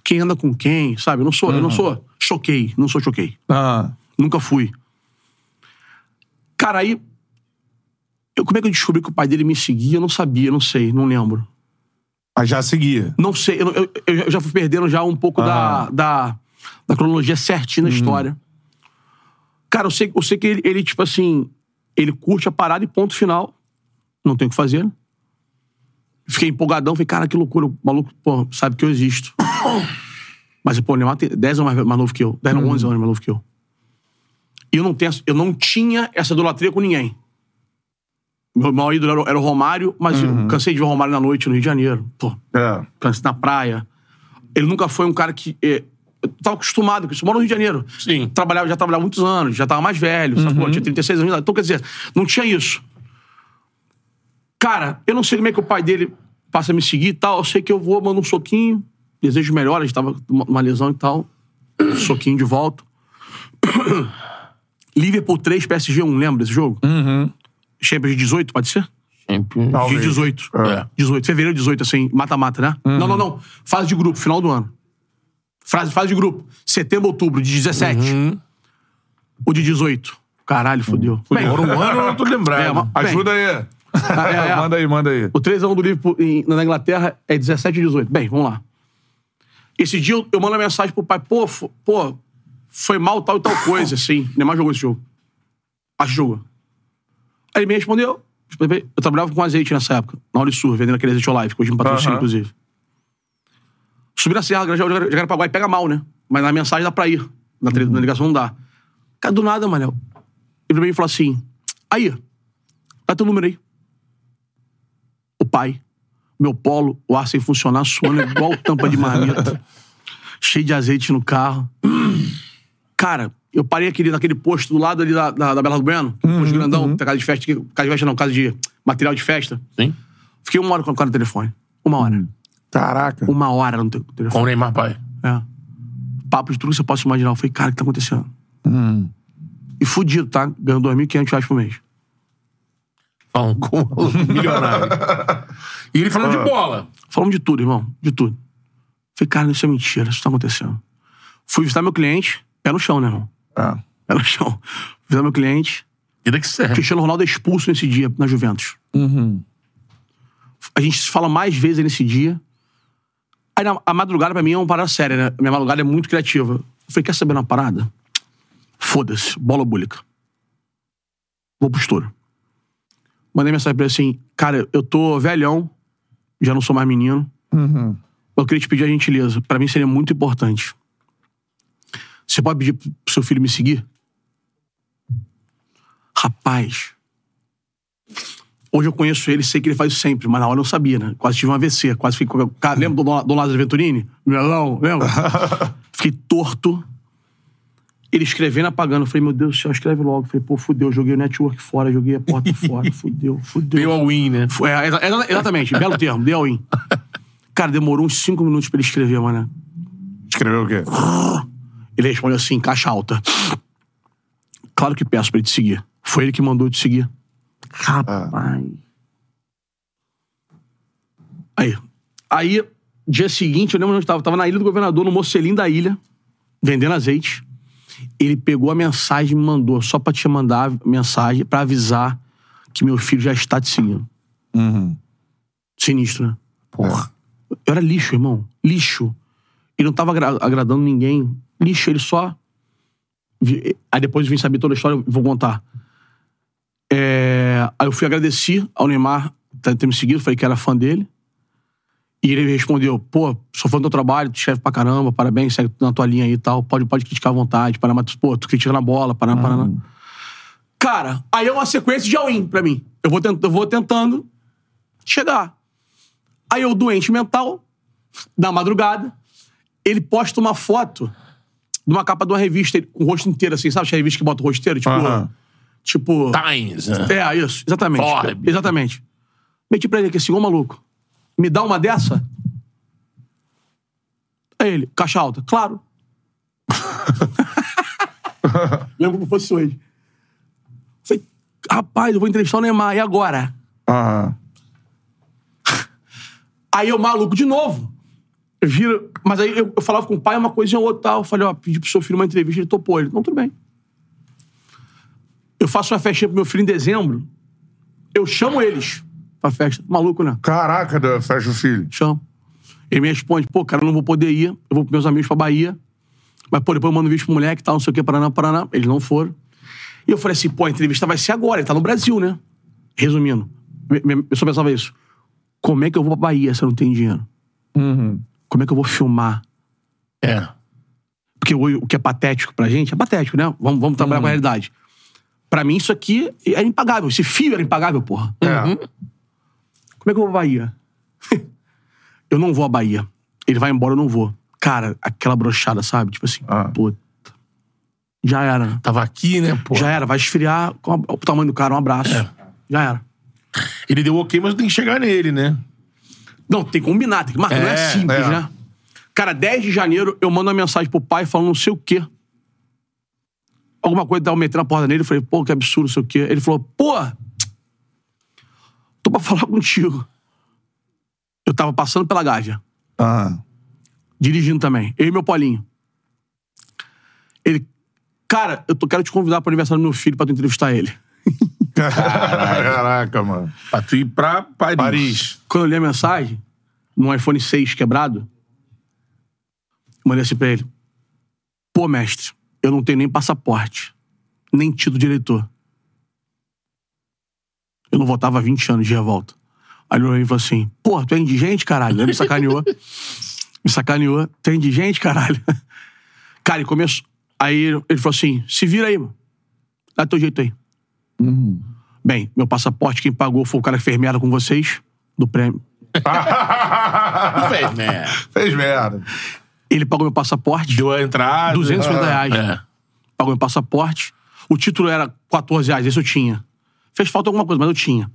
Speaker 3: quem anda com quem, sabe? Eu não sou, eu não sou choquei, não sou choquei.
Speaker 1: Ah.
Speaker 3: Nunca fui. Cara, aí. Eu, como é que eu descobri que o pai dele me seguia? Eu não sabia, não sei, não lembro.
Speaker 1: Mas já seguia.
Speaker 3: Não sei, eu, não- eu- eu já fui perdendo já um pouco da, da, da cronologia certinha da história. Cara, eu sei, eu sei que ele, ele, tipo assim, ele curte a parada e ponto final. Não tem o que fazer. né? Fiquei empolgadão, falei, cara, que loucura, o maluco, pô, sabe que eu existo. Mas, pô, é o Neymar tem 10 anos mais, mais novo que eu, 10 não, 11 anos mais novo que eu. E eu não, tenho, essa- eu não tinha essa idolatria com ninguém. Meu maior ídolo era, o- era o Romário, mas eu cansei de ver o Romário na noite no Rio de Janeiro. Pô,
Speaker 1: É.
Speaker 3: câncer na praia. Ele nunca foi um cara que. eh, eu tava acostumado com isso. Eu moro no Rio de Janeiro.
Speaker 2: Sim.
Speaker 3: Trabalhava, já trabalhava muitos anos, já tava mais velho, sacou? Tinha 36 anos. de idade. Então, quer dizer, não tinha isso. Cara, eu não sei como é que o pai dele passa a me seguir e tal. Eu sei que eu vou, mando um soquinho, desejo melhor, a gente tava com uma- uma lesão e tal. soquinho de volta. Liverpool 3, PSG 1, lembra desse jogo? Uhum. Champions 18, pode ser? De 18.
Speaker 2: É.
Speaker 3: 18. Fevereiro de 18, assim, mata-mata, né? Não, não, não. Fase de grupo, final do ano. Fase, fase de grupo. Setembro, outubro, de 17. Ou de 18. Caralho, fodeu. Bem,
Speaker 2: Agora um ano eu não tô lembrado.
Speaker 3: É, mas- Bem.
Speaker 1: Ajuda aí. Ah,
Speaker 3: é, é.
Speaker 1: manda aí, manda aí.
Speaker 3: o 3x1 do Liverpool em- na Inglaterra é 17 e 18. Bem, vamos lá. Esse dia eu, eu mando uma mensagem pro pai, pô, fo- pô, foi mal tal e tal coisa, assim. Neymar jogou esse jogo. Acho que jogou. Aí ele me respondeu. Eu trabalhava com azeite nessa época, na Unisur, vendendo aquele azeite Olive, que hoje me patrocina,
Speaker 1: Aham.
Speaker 3: inclusive. Subi na Serra, Granja de Jarapaguá e pega mal, né? Mas na mensagem dá pra ir. Na, tele- na ligação não dá. Cara, do nada, Manel. Ele veio e falou assim: aí, dá teu número aí. O pai, meu polo, o ar sem funcionar, suando igual tampa de marmita. Cheio de azeite no carro. Cara, eu parei aquele, naquele posto do lado ali da, da, da Bela do Bueno, um posto grandão, tem casa de festa, que- casa de festa não, casa de material de festa.
Speaker 2: Sim.
Speaker 3: Fiquei uma hora com o cara no telefone. Uma hora.
Speaker 1: Caraca.
Speaker 3: Uma hora no te- telefone.
Speaker 2: Com o Neymar pai.
Speaker 3: É. Papo de tudo que você possa imaginar. Eu falei, cara, o que tá acontecendo? E fudido, tá? Ganhando 2.500 reais por mês.
Speaker 2: Falando com o maluco milionário. E ele falando de bola.
Speaker 3: Falamos de tudo, irmão. De tudo. Falei, cara, isso é mentira. Isso tá acontecendo. Fui visitar meu cliente. Pé no chão, né, irmão?
Speaker 1: Ah.
Speaker 3: Pé no chão. Fui visitar meu cliente.
Speaker 2: Vida que serve.
Speaker 3: Cristiano Ronaldo é expulso nesse dia, na Juventus. A gente se fala mais vezes nesse dia. Aí na- a madrugada, pra mim, é uma parada séria, né? Minha madrugada é muito criativa. Eu falei, quer saber uma parada? Foda-se, bola búlica. Vou pro estouro. Mandei mensagem pra ele assim, cara, eu tô velhão, já não sou mais menino. Eu queria te pedir a gentileza. Pra mim seria muito importante. Você pode pedir pro seu filho me seguir? Rapaz. Hoje eu conheço ele, sei que ele faz isso sempre, mas na hora eu não sabia, né? Quase tive um AVC, quase fiquei. com- Cara, lembra do Dom- Dom Lázaro Venturini? Melão, lembra? fiquei torto. Ele escrevendo, apagando. Eu falei, meu Deus do céu, escreve logo. Eu falei, pô, fudeu, joguei o network fora, joguei a porta fora, fudeu, fudeu.
Speaker 2: Deu all in, né?
Speaker 3: Foi, é, exa- exa- exatamente, belo termo, deu in. Cara, demorou uns cinco minutos pra ele escrever, mano.
Speaker 1: Escreveu o quê?
Speaker 3: Ele respondeu assim, caixa alta. Claro que peço pra ele te seguir. Foi ele que mandou eu te seguir. Rapaz. Aí. Aí, dia seguinte, eu lembro onde eu tava. Tava na ilha do governador, no Mocelim da ilha, vendendo azeite. Ele pegou a mensagem e me mandou, só pra te mandar a mensagem, pra avisar que meu filho já está te seguindo.
Speaker 1: Uhum.
Speaker 3: Sinistro, né?
Speaker 1: Porra.
Speaker 3: Eu era lixo, irmão. Lixo. Ele não tava agra- agradando ninguém. Lixo, ele só. vi- Aí depois eu vim saber toda a história, eu vou contar. É, Aí eu fui agradecer ao Neymar ter ter me seguido, falei que era fã dele. E ele respondeu: pô, sou fã do teu trabalho, tu chefe pra caramba, parabéns, segue na tua linha aí e tal. Pode, pode criticar à vontade, Paraná, mas, pô, tu critica na bola, Paraná, Paraná. Cara, aí é uma sequência de all-in pra mim. Eu vou, tent- eu vou tentando chegar. Aí eu, doente mental, da madrugada, ele posta uma foto de uma capa de uma revista ele- com o rosto inteiro, assim, sabe? Tinha revista que bota o rosto inteiro? Tipo.
Speaker 1: Aham.
Speaker 3: Tipo.
Speaker 2: Times. né?
Speaker 3: É, isso, exatamente.
Speaker 2: Forbes.
Speaker 3: Exatamente. Meti pra ele aqui assim, ô maluco, me dá uma dessa? Aí ele, caixa alta, claro. Lembro como fosse hoje. Falei, rapaz, eu vou entrevistar o Neymar, e agora?
Speaker 1: Aham.
Speaker 3: Aí eu, maluco, de novo. Eu viro. Mas aí eu, eu falava com o pai uma coisa e outra. tal. Eu falei, ó, pedi pro seu filho uma entrevista, ele topou. Ele, não, tudo bem. Eu faço uma festinha pro meu filho em dezembro. Eu chamo eles pra festa. Maluco, né?
Speaker 1: Caraca, da Fecha o Filho.
Speaker 3: Chamo. Ele me responde, pô, cara, eu não vou poder ir. Eu vou com meus amigos pra Bahia. Mas, pô, depois eu mando vídeo pro moleque e tal, não sei o que, Paraná, Paraná. Eles não foram. E eu falei assim, pô, a entrevista vai ser agora. Ele tá no Brasil, né? Resumindo, me- me- eu só pensava isso. Como é que eu vou pra Bahia se eu não tenho dinheiro? Como é que eu vou filmar?
Speaker 2: É.
Speaker 3: Porque hoje o que é patético pra gente é patético, né? Vamos, vamos trabalhar com a realidade. Pra mim, isso aqui era impagável. Esse fio era impagável, porra.
Speaker 1: É.
Speaker 2: Uhum.
Speaker 3: Como é que eu vou à Bahia? eu não vou à Bahia. Ele vai embora, eu não vou. Cara, aquela brochada, sabe? Tipo assim,
Speaker 1: Ah.
Speaker 3: puta. Já era. né?
Speaker 2: Tava aqui, né, pô?
Speaker 3: Já era, vai esfriar. Com a- o tamanho do cara, um abraço.
Speaker 1: É.
Speaker 3: Já era.
Speaker 2: Ele deu ok, mas tem que chegar nele, né?
Speaker 3: Não, tem que combinar, tem que marcar. não é
Speaker 2: É,
Speaker 3: simples,
Speaker 1: é.
Speaker 3: né? Cara, 10 de janeiro, eu mando uma mensagem pro pai falando não sei o quê. Alguma coisa, eu meti na porta dele, eu falei, pô, que absurdo, não sei o quê. Ele falou, pô, tô pra falar contigo. Eu tava passando pela Gávea,
Speaker 1: Aham.
Speaker 3: dirigindo também, eu e meu Paulinho. Ele, cara, eu tô, quero te convidar pro aniversário do meu filho pra tu entrevistar ele.
Speaker 1: Caraca, mano.
Speaker 2: Pra tu ir pra Paris.
Speaker 1: Paris.
Speaker 3: Quando eu li a mensagem, no iPhone 6 quebrado, eu mandei assim pra ele: Pô, mestre, eu não tenho nem passaporte, nem título de eleitor. Eu não votava há 20 anos de revolta. Aí ele olhou pra mim e falou assim: Pô, tu é indigente, caralho? Aí me sacaneou. me sacaneou. Tu é indigente, caralho? Cara, ele começou. Aí ele falou assim: Se vira aí, mano. Dá teu jeito aí. Bem, meu passaporte, quem pagou foi o cara que fez merda com vocês, do prêmio.
Speaker 2: Fez, né?
Speaker 1: Fez merda.
Speaker 3: Ele pagou meu passaporte,
Speaker 2: Deu a entrada.
Speaker 3: 250 reais.
Speaker 2: É.
Speaker 3: Pagou meu passaporte. O título era 14 reais, esse eu tinha. Fez falta alguma coisa, mas eu tinha.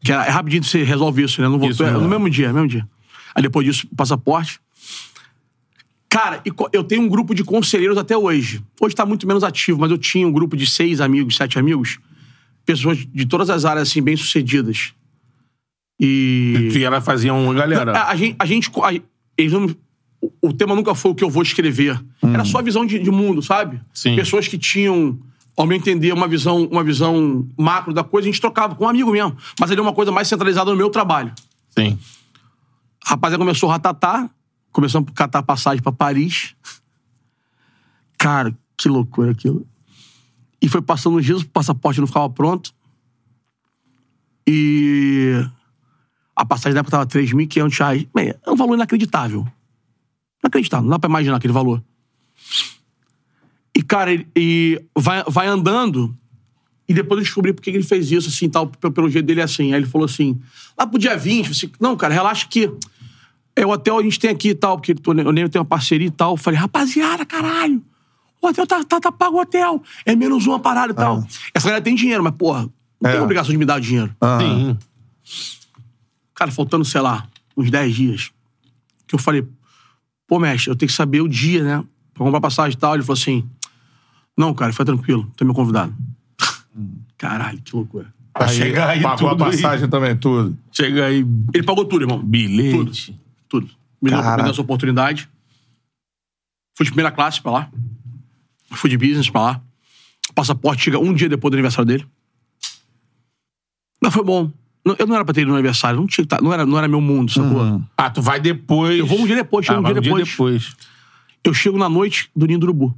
Speaker 3: Que era, é rapidinho você resolve isso, né? Não voltou.
Speaker 2: Isso,
Speaker 3: é,
Speaker 2: é.
Speaker 3: no mesmo dia, mesmo dia. Aí depois disso, passaporte. Cara, e co- eu tenho um grupo de conselheiros até hoje. Hoje tá muito menos ativo, mas eu tinha um grupo de seis amigos, sete amigos. Pessoas de todas as áreas, assim, bem-sucedidas. E...
Speaker 2: E Ah. ela fazia uma galera.
Speaker 3: É, A, a gente. A gente a- eles não- o, o tema nunca foi o que eu vou escrever. Era só a visão de, de mundo, sabe?
Speaker 2: Sim.
Speaker 3: Pessoas que tinham, ao meu entender, uma visão, uma visão macro da coisa, a gente trocava com um amigo mesmo. Mas ele é uma coisa mais centralizada no meu trabalho.
Speaker 2: Sim.
Speaker 3: A rapaziada começou a ratatá, começamos a catar passagem pra Paris. Cara, que loucura aquilo. E foi passando os dias, o passaporte não ficava pronto. E a passagem na época tava 3.500 reais. Bem, é um valor inacreditável. Inacreditável, não dá pra imaginar aquele valor. E, cara, ele- e vai, vai andando. E depois eu descobri por que que ele fez isso, assim, tal, pelo, pelo jeito dele é assim. Aí ele falou assim: lá pro dia 20, assim, não, cara, relaxa que é o hotel a gente tem aqui e tal, porque tu- eu nem tenho uma parceria e tal. Eu falei, rapaziada, caralho, O hotel tá, tá, tá pago o hotel. É menos uma parada e tal. Essa galera tem dinheiro, mas, porra, não tem
Speaker 1: É.
Speaker 3: obrigação de me dar o dinheiro.
Speaker 2: Sim.
Speaker 3: Cara, faltando, sei lá, uns 10 dias, que eu falei, pô, mestre, eu tenho que saber o dia, né? Pra comprar passagem e tal. Ele falou assim: Não, cara, foi tranquilo, tu é meu convidado. Hum. Caralho, que loucura.
Speaker 2: Pra chegar aí
Speaker 1: Pagou
Speaker 2: tudo
Speaker 1: a
Speaker 2: aí.
Speaker 1: passagem também, tudo.
Speaker 2: Chega aí,
Speaker 3: Ele pagou tudo, irmão.
Speaker 2: bilhete.
Speaker 3: Tudo. Me deu, me
Speaker 1: Caraca.
Speaker 3: deu essa oportunidade. Fui de primeira classe pra lá. Fui de business pra lá. O passaporte chega um dia depois do aniversário dele. Mas foi bom. Não- Eu não era pra ter ido no aniversário. Não, tinha, que tá- não, era, não era meu mundo, sacou?
Speaker 2: Ah, tu vai depois.
Speaker 3: Eu vou um dia depois,
Speaker 2: ah,
Speaker 3: chego um
Speaker 2: vai
Speaker 3: dia depois.
Speaker 2: depois.
Speaker 3: Eu chego na noite do Ninho do Urubu.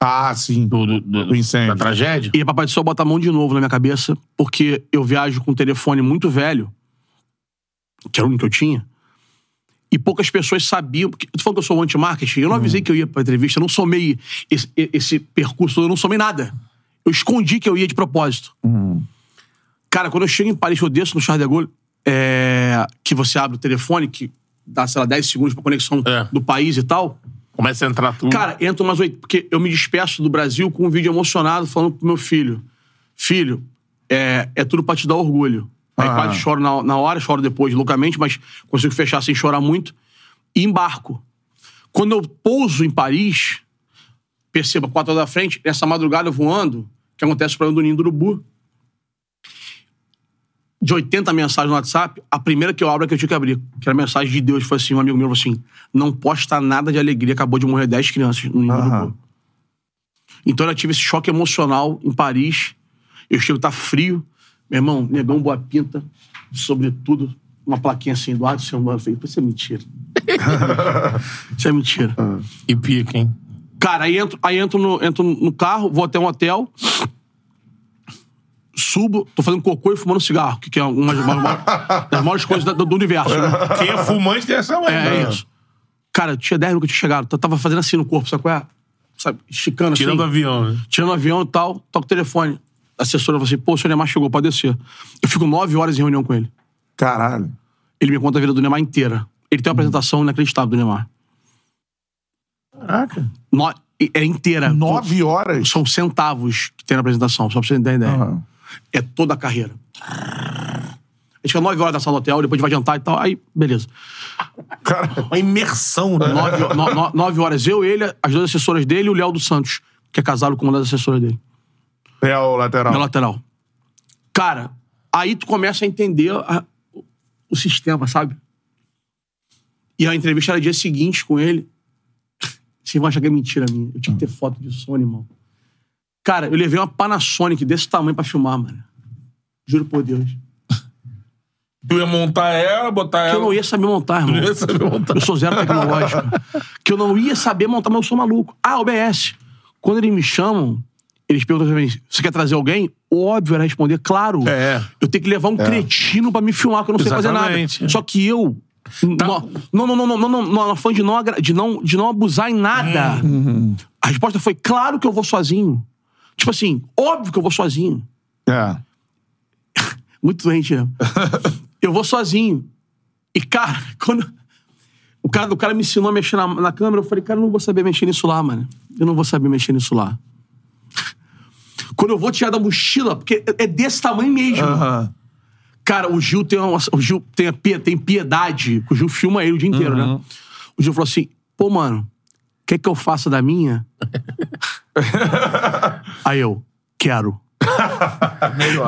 Speaker 1: Ah, sim.
Speaker 2: Do, do, do-
Speaker 1: Do incêndio.
Speaker 2: Da tragédia?
Speaker 3: E Papai do Sol bota a mão de novo na minha cabeça, porque eu viajo com um telefone muito velho, que era o único que eu tinha, e poucas pessoas sabiam. Porque, tu falou que eu sou anti-marketing, eu não avisei que eu ia pra entrevista, eu não somei esse, esse percurso, eu não somei nada. Eu escondi que eu ia de propósito. Cara, quando eu chego em Paris, eu desço no Charles de Gaulle, é, que você abre o telefone, que dá, sei lá, 10 segundos pra conexão
Speaker 2: É.
Speaker 3: do país e tal.
Speaker 2: Começa a entrar tudo.
Speaker 3: Cara, entram umas oito. Porque eu me despeço do Brasil com um vídeo emocionado falando pro meu filho: Filho, é, é tudo pra te dar orgulho. Aí
Speaker 1: Ah.
Speaker 3: quase choro na, na hora, choro depois loucamente, mas consigo fechar sem chorar muito. E embarco. Quando eu pouso em Paris, perceba, quatro horas da frente, nessa madrugada voando, que acontece o problema do Ninho do Urubu. De 80 mensagens no WhatsApp, a primeira que eu abro é que eu tinha que abrir, que era a mensagem de Deus. Foi assim, um amigo meu falou assim: não posta nada de alegria, acabou de morrer 10 crianças no Ninho do
Speaker 1: Aham.
Speaker 3: Urubu. Então eu tive esse choque emocional em Paris. Eu chego, tá frio. Meu irmão, negão boa pinta, sobretudo, uma plaquinha assim, Eduardo Silvano. Eu falei, isso é mentira. isso é mentira.
Speaker 2: E pica, hein?
Speaker 3: Cara, aí entro, aí entro, no, entro no carro, vou até um hotel, subo, tô fazendo cocô e fumando cigarro, que que é uma, uma- uma das maiores coisas da- do, do universo. Né?
Speaker 2: Quem é fumante tem essa mãe.
Speaker 3: É,
Speaker 2: né?
Speaker 3: isso. Cara, eu tinha 10 minutos que eu tinha chegado, eu tava fazendo assim no corpo, sabe qual é? Sabe, esticando assim.
Speaker 2: Tirando o avião, né?
Speaker 3: Tirando o avião e tal, toca o telefone. A assessora fala assim, pô, o seu Neymar chegou, pode descer. Eu fico 9 horas em reunião com ele.
Speaker 1: Caralho.
Speaker 3: Ele me conta a vida do Neymar inteira. Ele tem uma apresentação inacreditável do Neymar.
Speaker 2: Caraca.
Speaker 3: No- é inteira.
Speaker 1: Nove horas?
Speaker 3: São centavos que tem na apresentação, só pra você ter ideia.
Speaker 1: Ah.
Speaker 3: É toda a carreira. A gente fica 9 horas na sala do hotel, depois a gente vai jantar e tal. Aí, beleza.
Speaker 1: Cara,
Speaker 2: Uma imersão, né?
Speaker 3: 9 horas, eu, ele, as duas assessoras dele e o Léo dos Santos, que é casado com uma das assessoras dele,
Speaker 1: é o lateral.
Speaker 3: na lateral. Cara, aí tu começa a entender a- o- o sistema, sabe? E a entrevista era dia seguinte com ele. Vocês vão achar que é mentira minha. Eu tinha que ter foto de Sony, irmão. Cara, eu levei uma Panasonic desse tamanho pra filmar, mano. Juro por Deus.
Speaker 2: Tu ia montar ela, botar
Speaker 3: Que eu
Speaker 2: ela.
Speaker 3: não ia saber montar, irmão.
Speaker 2: ia saber montar.
Speaker 3: Eu sou zero tecnológico. que eu não ia saber montar, mas eu sou maluco. Ah, OBS. Quando eles me chamam, eles perguntam pra mim: você quer trazer alguém? Óbvio era responder, claro.
Speaker 2: É.
Speaker 3: Eu tenho que levar um cretino pra me filmar, que eu não sei fazer
Speaker 2: Exatamente. Tá.
Speaker 3: nada. Só que eu. Não, não, não, não, não, não, não, fã de não, agra- de não, de não abusar em nada.
Speaker 2: Uhum.
Speaker 3: A resposta foi: claro que eu vou sozinho. Tipo assim, óbvio que eu vou sozinho.
Speaker 1: É.
Speaker 3: Muito doente, né? eu vou sozinho. E, cara, quando. O cara, o cara me ensinou a mexer na, na câmera, eu falei, cara, eu não vou saber mexer nisso lá, mano. Eu não vou saber mexer nisso lá. Quando eu vou tirar da mochila, porque é- é desse tamanho mesmo.
Speaker 1: Aham.
Speaker 3: Cara, o Gil tem uma, o Gil tem, a pie- tem piedade. O Gil filma ele o dia inteiro,
Speaker 1: Uhum.
Speaker 3: né? O Gil falou assim: pô, mano, quer que eu faça da minha? Aí eu, quero.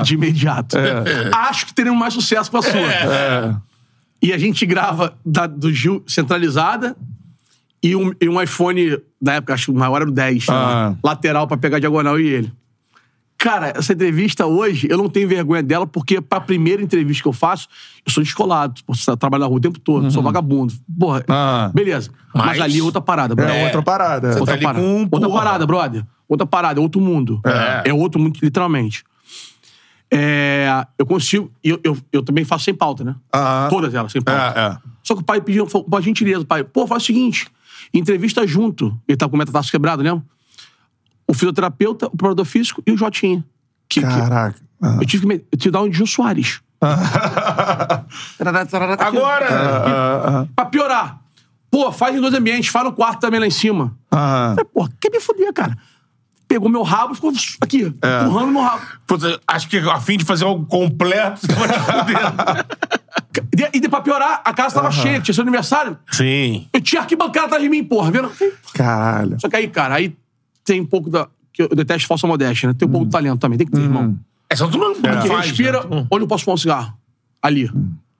Speaker 3: De imediato.
Speaker 1: É.
Speaker 3: Acho que teremos mais sucesso com a sua. E a gente grava da- do Gil centralizada e um, e um iPhone, na época, acho que o maior era o 10, né?
Speaker 1: Ah.
Speaker 3: lateral pra pegar diagonal e ele. Cara, essa entrevista hoje, eu não tenho vergonha dela, porque pra primeira entrevista que eu faço, eu sou descolado. pô, eu Trabalho na rua o tempo todo, sou vagabundo. Porra,
Speaker 1: Uhum. Ah.
Speaker 3: beleza. Mas...
Speaker 2: Mas-
Speaker 3: ali é outra parada,
Speaker 1: É,
Speaker 3: brother.
Speaker 1: outra parada.
Speaker 2: Você tá
Speaker 3: Outra,
Speaker 2: ali
Speaker 3: parada.
Speaker 2: com um,
Speaker 3: outra
Speaker 2: porra.
Speaker 3: parada, brother. Outra parada, outro mundo.
Speaker 2: É.
Speaker 3: É, outro mundo, literalmente. É, eu consigo. e Eu, eu, eu também faço sem pauta, né?
Speaker 1: Aham.
Speaker 3: Todas elas, sem pauta.
Speaker 1: É, é.
Speaker 3: Só que o pai pediu, falou, por gentileza, pai, pô, faz o seguinte, entrevista junto. Ele tava com o metatarso quebrado, né? O fisioterapeuta, o preparador físico e o Jotinha. Que, que-
Speaker 1: Caraca. Ah.
Speaker 3: eu tive que me- eu tive que dar um de Gil Soares. Tarará, tarará, tá aqui, ó.
Speaker 2: Agora!
Speaker 1: Ah, ah, ah.
Speaker 3: Pra piorar, Pô, faz em dois ambientes, faz no quarto também lá em cima.
Speaker 1: Aham.
Speaker 3: Falei, pô, quer me fuder, cara? Pegou meu rabo e ficou aqui, empurrando meu rabo.
Speaker 2: Puta, acho que a fim de fazer algo completo, você pode foder.
Speaker 3: E, e pra piorar, a casa tava cheia, tinha seu aniversário.
Speaker 2: Sim.
Speaker 3: Eu tinha arquibancada atrás de mim, porra, vendo?
Speaker 1: Caralho.
Speaker 3: Só que aí, cara, aí tem um pouco da. Que eu detesto falsa modéstia, né? Tem um pouco do talento também, tem que ter, irmão.
Speaker 2: É só tu não
Speaker 3: Que
Speaker 2: faz,
Speaker 3: respira,
Speaker 2: né?
Speaker 3: onde eu posso fumar um cigarro? Ali.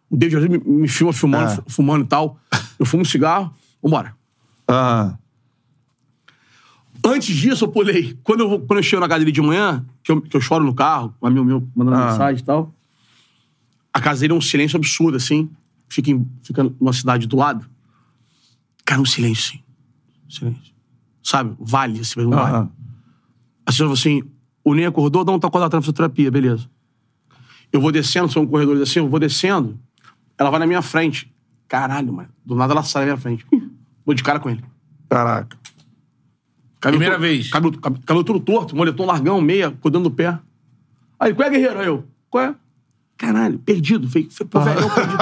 Speaker 3: O David às vezes me, me filma fumando,
Speaker 1: Hum. É.
Speaker 3: fu- fumando e tal. Eu fumo um cigarro, vambora.
Speaker 1: Aham.
Speaker 3: Antes disso, eu pulei. Quando eu, vou- quando eu chego na casa dele de manhã, que eu, que eu choro no carro, um amigo meu mandando
Speaker 1: Ah.
Speaker 3: mensagem e tal, a casa dele é um silêncio absurdo, assim. Fica, em, fica numa cidade do lado. Cara, um silêncio, assim. Silêncio. Sabe? Vale, assim, mas
Speaker 1: ah,
Speaker 3: um vale.
Speaker 1: Aham.
Speaker 3: A senhora falou assim: o Ney acordou, não, tá acordado pra terapia, beleza. Eu vou descendo, são corredores assim, eu vou descendo, ela vai na minha frente. Caralho, mano. Do nada ela sai na minha frente. Vou de cara com ele.
Speaker 1: Caraca.
Speaker 3: Cabelo
Speaker 2: Primeira
Speaker 3: to-
Speaker 2: vez.
Speaker 3: Cabelo, cab- cabelo tudo torto, moletom largão, meia, cuidando do pé. Aí, qual é, guerreiro? Aí eu, qual é? Caralho, perdido. Falei, falei, pô, velho, eu perdido.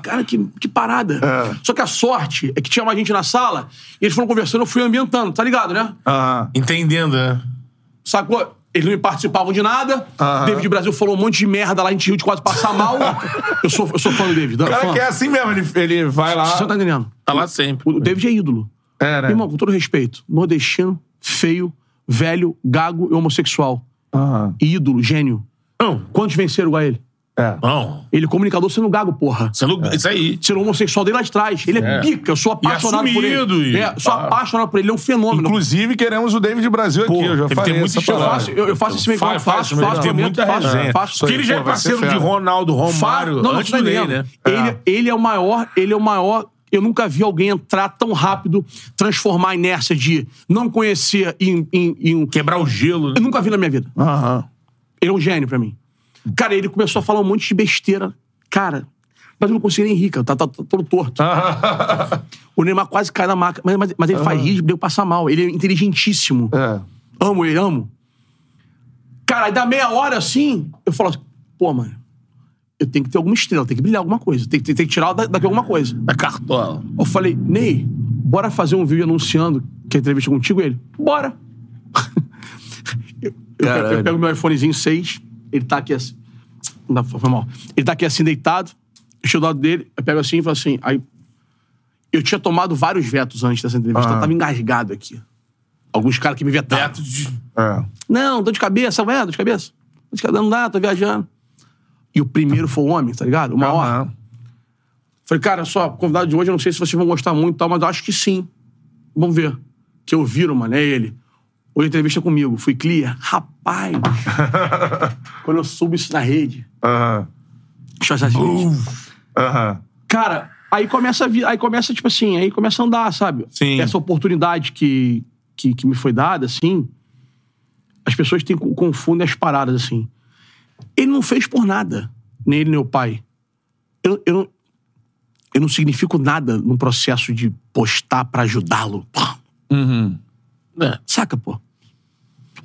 Speaker 3: Cara, que, que parada. Só que a sorte é que tinha mais gente na sala, e eles foram conversando, eu fui ambientando, tá ligado, né?
Speaker 1: Aham.
Speaker 2: Entendendo, né?
Speaker 3: Sacou? Eles não me participavam de nada.
Speaker 1: Aham.
Speaker 3: David Brasil falou um monte de merda lá, a gente riu de quase passar mal. eu, sou, eu sou fã do David.
Speaker 1: O
Speaker 3: fã.
Speaker 1: cara que é assim mesmo, ele, ele vai lá.
Speaker 3: Você não tá entendendo?
Speaker 2: Tá lá sempre.
Speaker 3: O David é ídolo.
Speaker 1: É, né?
Speaker 3: Irmão, com todo respeito, nordestino, feio, velho, gago e homossexual.
Speaker 1: Aham.
Speaker 3: E ídolo, gênio.
Speaker 2: Não,
Speaker 3: Quantos venceram igual a ele?
Speaker 1: É.
Speaker 2: não.
Speaker 3: Ele é comunicador sendo gago, porra.
Speaker 2: Você não- Isso aí.
Speaker 3: Sendo homossexual dele lá atrás. Ele é,
Speaker 2: É.
Speaker 3: pica, eu sou apaixonado por
Speaker 2: assumido,
Speaker 3: ele.
Speaker 2: e-
Speaker 3: É, sou
Speaker 2: Ah.
Speaker 3: apaixonado por ele, ele é um fenômeno.
Speaker 1: Inclusive, queremos o David Brasil aqui.
Speaker 2: Pô,
Speaker 1: eu já
Speaker 2: ele
Speaker 1: falei
Speaker 2: tem muito
Speaker 1: essa
Speaker 2: estilo.
Speaker 3: eu,
Speaker 1: parada.
Speaker 3: faço, eu, eu faço esse meio faço, faço,
Speaker 2: mesmo.
Speaker 3: faço,
Speaker 2: Tem muita
Speaker 3: faço,
Speaker 2: resenha.
Speaker 3: faço.
Speaker 2: Porque ele já é
Speaker 1: Pô, vai ser
Speaker 2: parceiro de
Speaker 1: fera.
Speaker 2: Ronaldo, Romário,
Speaker 3: Não, não,
Speaker 2: antes
Speaker 3: tá
Speaker 2: do Ney, né?
Speaker 3: entendendo. Ele, ele é o maior, ele é o maior. Eu nunca vi alguém entrar tão rápido, transformar a inércia de não conhecer em. em- em um-
Speaker 2: Quebrar o gelo, né?
Speaker 3: Eu nunca vi na minha vida.
Speaker 1: Aham.
Speaker 3: Ele é um gênio pra mim. Cara, ele começou a falar um monte de besteira. Cara, mas eu não consegui nem rir, cara. Tá, tá- tá todo torto.
Speaker 1: ah.
Speaker 3: O Neymar quase cai na maca. Mas, mas- mas ele faz rir, deu passar mal. Ele é inteligentíssimo.
Speaker 1: É.
Speaker 3: Amo ele, amo. Cara, aí dá meia hora assim, eu falo assim, pô, mano, eu tenho que ter alguma estrela, tem que brilhar alguma coisa, tem, que- tem que tirar da- daqui alguma coisa.
Speaker 2: É cartola.
Speaker 3: Eu falei, Ney, bora fazer um vídeo anunciando que a entrevista é contigo? Ele, bora. eu, eu pego- eu
Speaker 1: Caralho.
Speaker 3: pego meu iPhonezinho 6, ele tá aqui assim. Não dá, foi mal. Ele tá aqui assim, deitado, eu chego do lado dele, eu pego assim e falo assim. Aí, eu tinha tomado vários vetos antes dessa entrevista,
Speaker 1: Ah.
Speaker 3: eu tava engasgado aqui. Alguns caras que me vetaram.
Speaker 2: Teto de-
Speaker 1: É.
Speaker 3: Não, dor de cabeça, vai, dor de cabeça. Dor de cabeça, não dá, tô viajando. E o primeiro foi o homem, tá ligado? Uma hora.
Speaker 1: Aham.
Speaker 3: Falei, cara, só, convidado de hoje, eu não sei se vocês vão gostar muito e tal, mas eu acho que sim. Vamos ver. Que eu viro, mano, é ele. Hoje entrevista é comigo, fui clear. Rapaz! quando eu subo isso na rede,
Speaker 1: Aham.
Speaker 3: deixa eu achar as redes.
Speaker 1: Aham.
Speaker 3: Cara, aí começa a vir, aí começa, tipo assim, aí começa a andar, sabe?
Speaker 1: Sim.
Speaker 3: Essa oportunidade que, que, que me foi dada, assim, as pessoas têm, confundem as paradas, assim. Ele não fez por nada, nem ele, nem o pai. Eu, eu, não- eu não significo nada num processo de postar pra ajudá-lo. Pá,
Speaker 2: É.
Speaker 3: Saca, pô?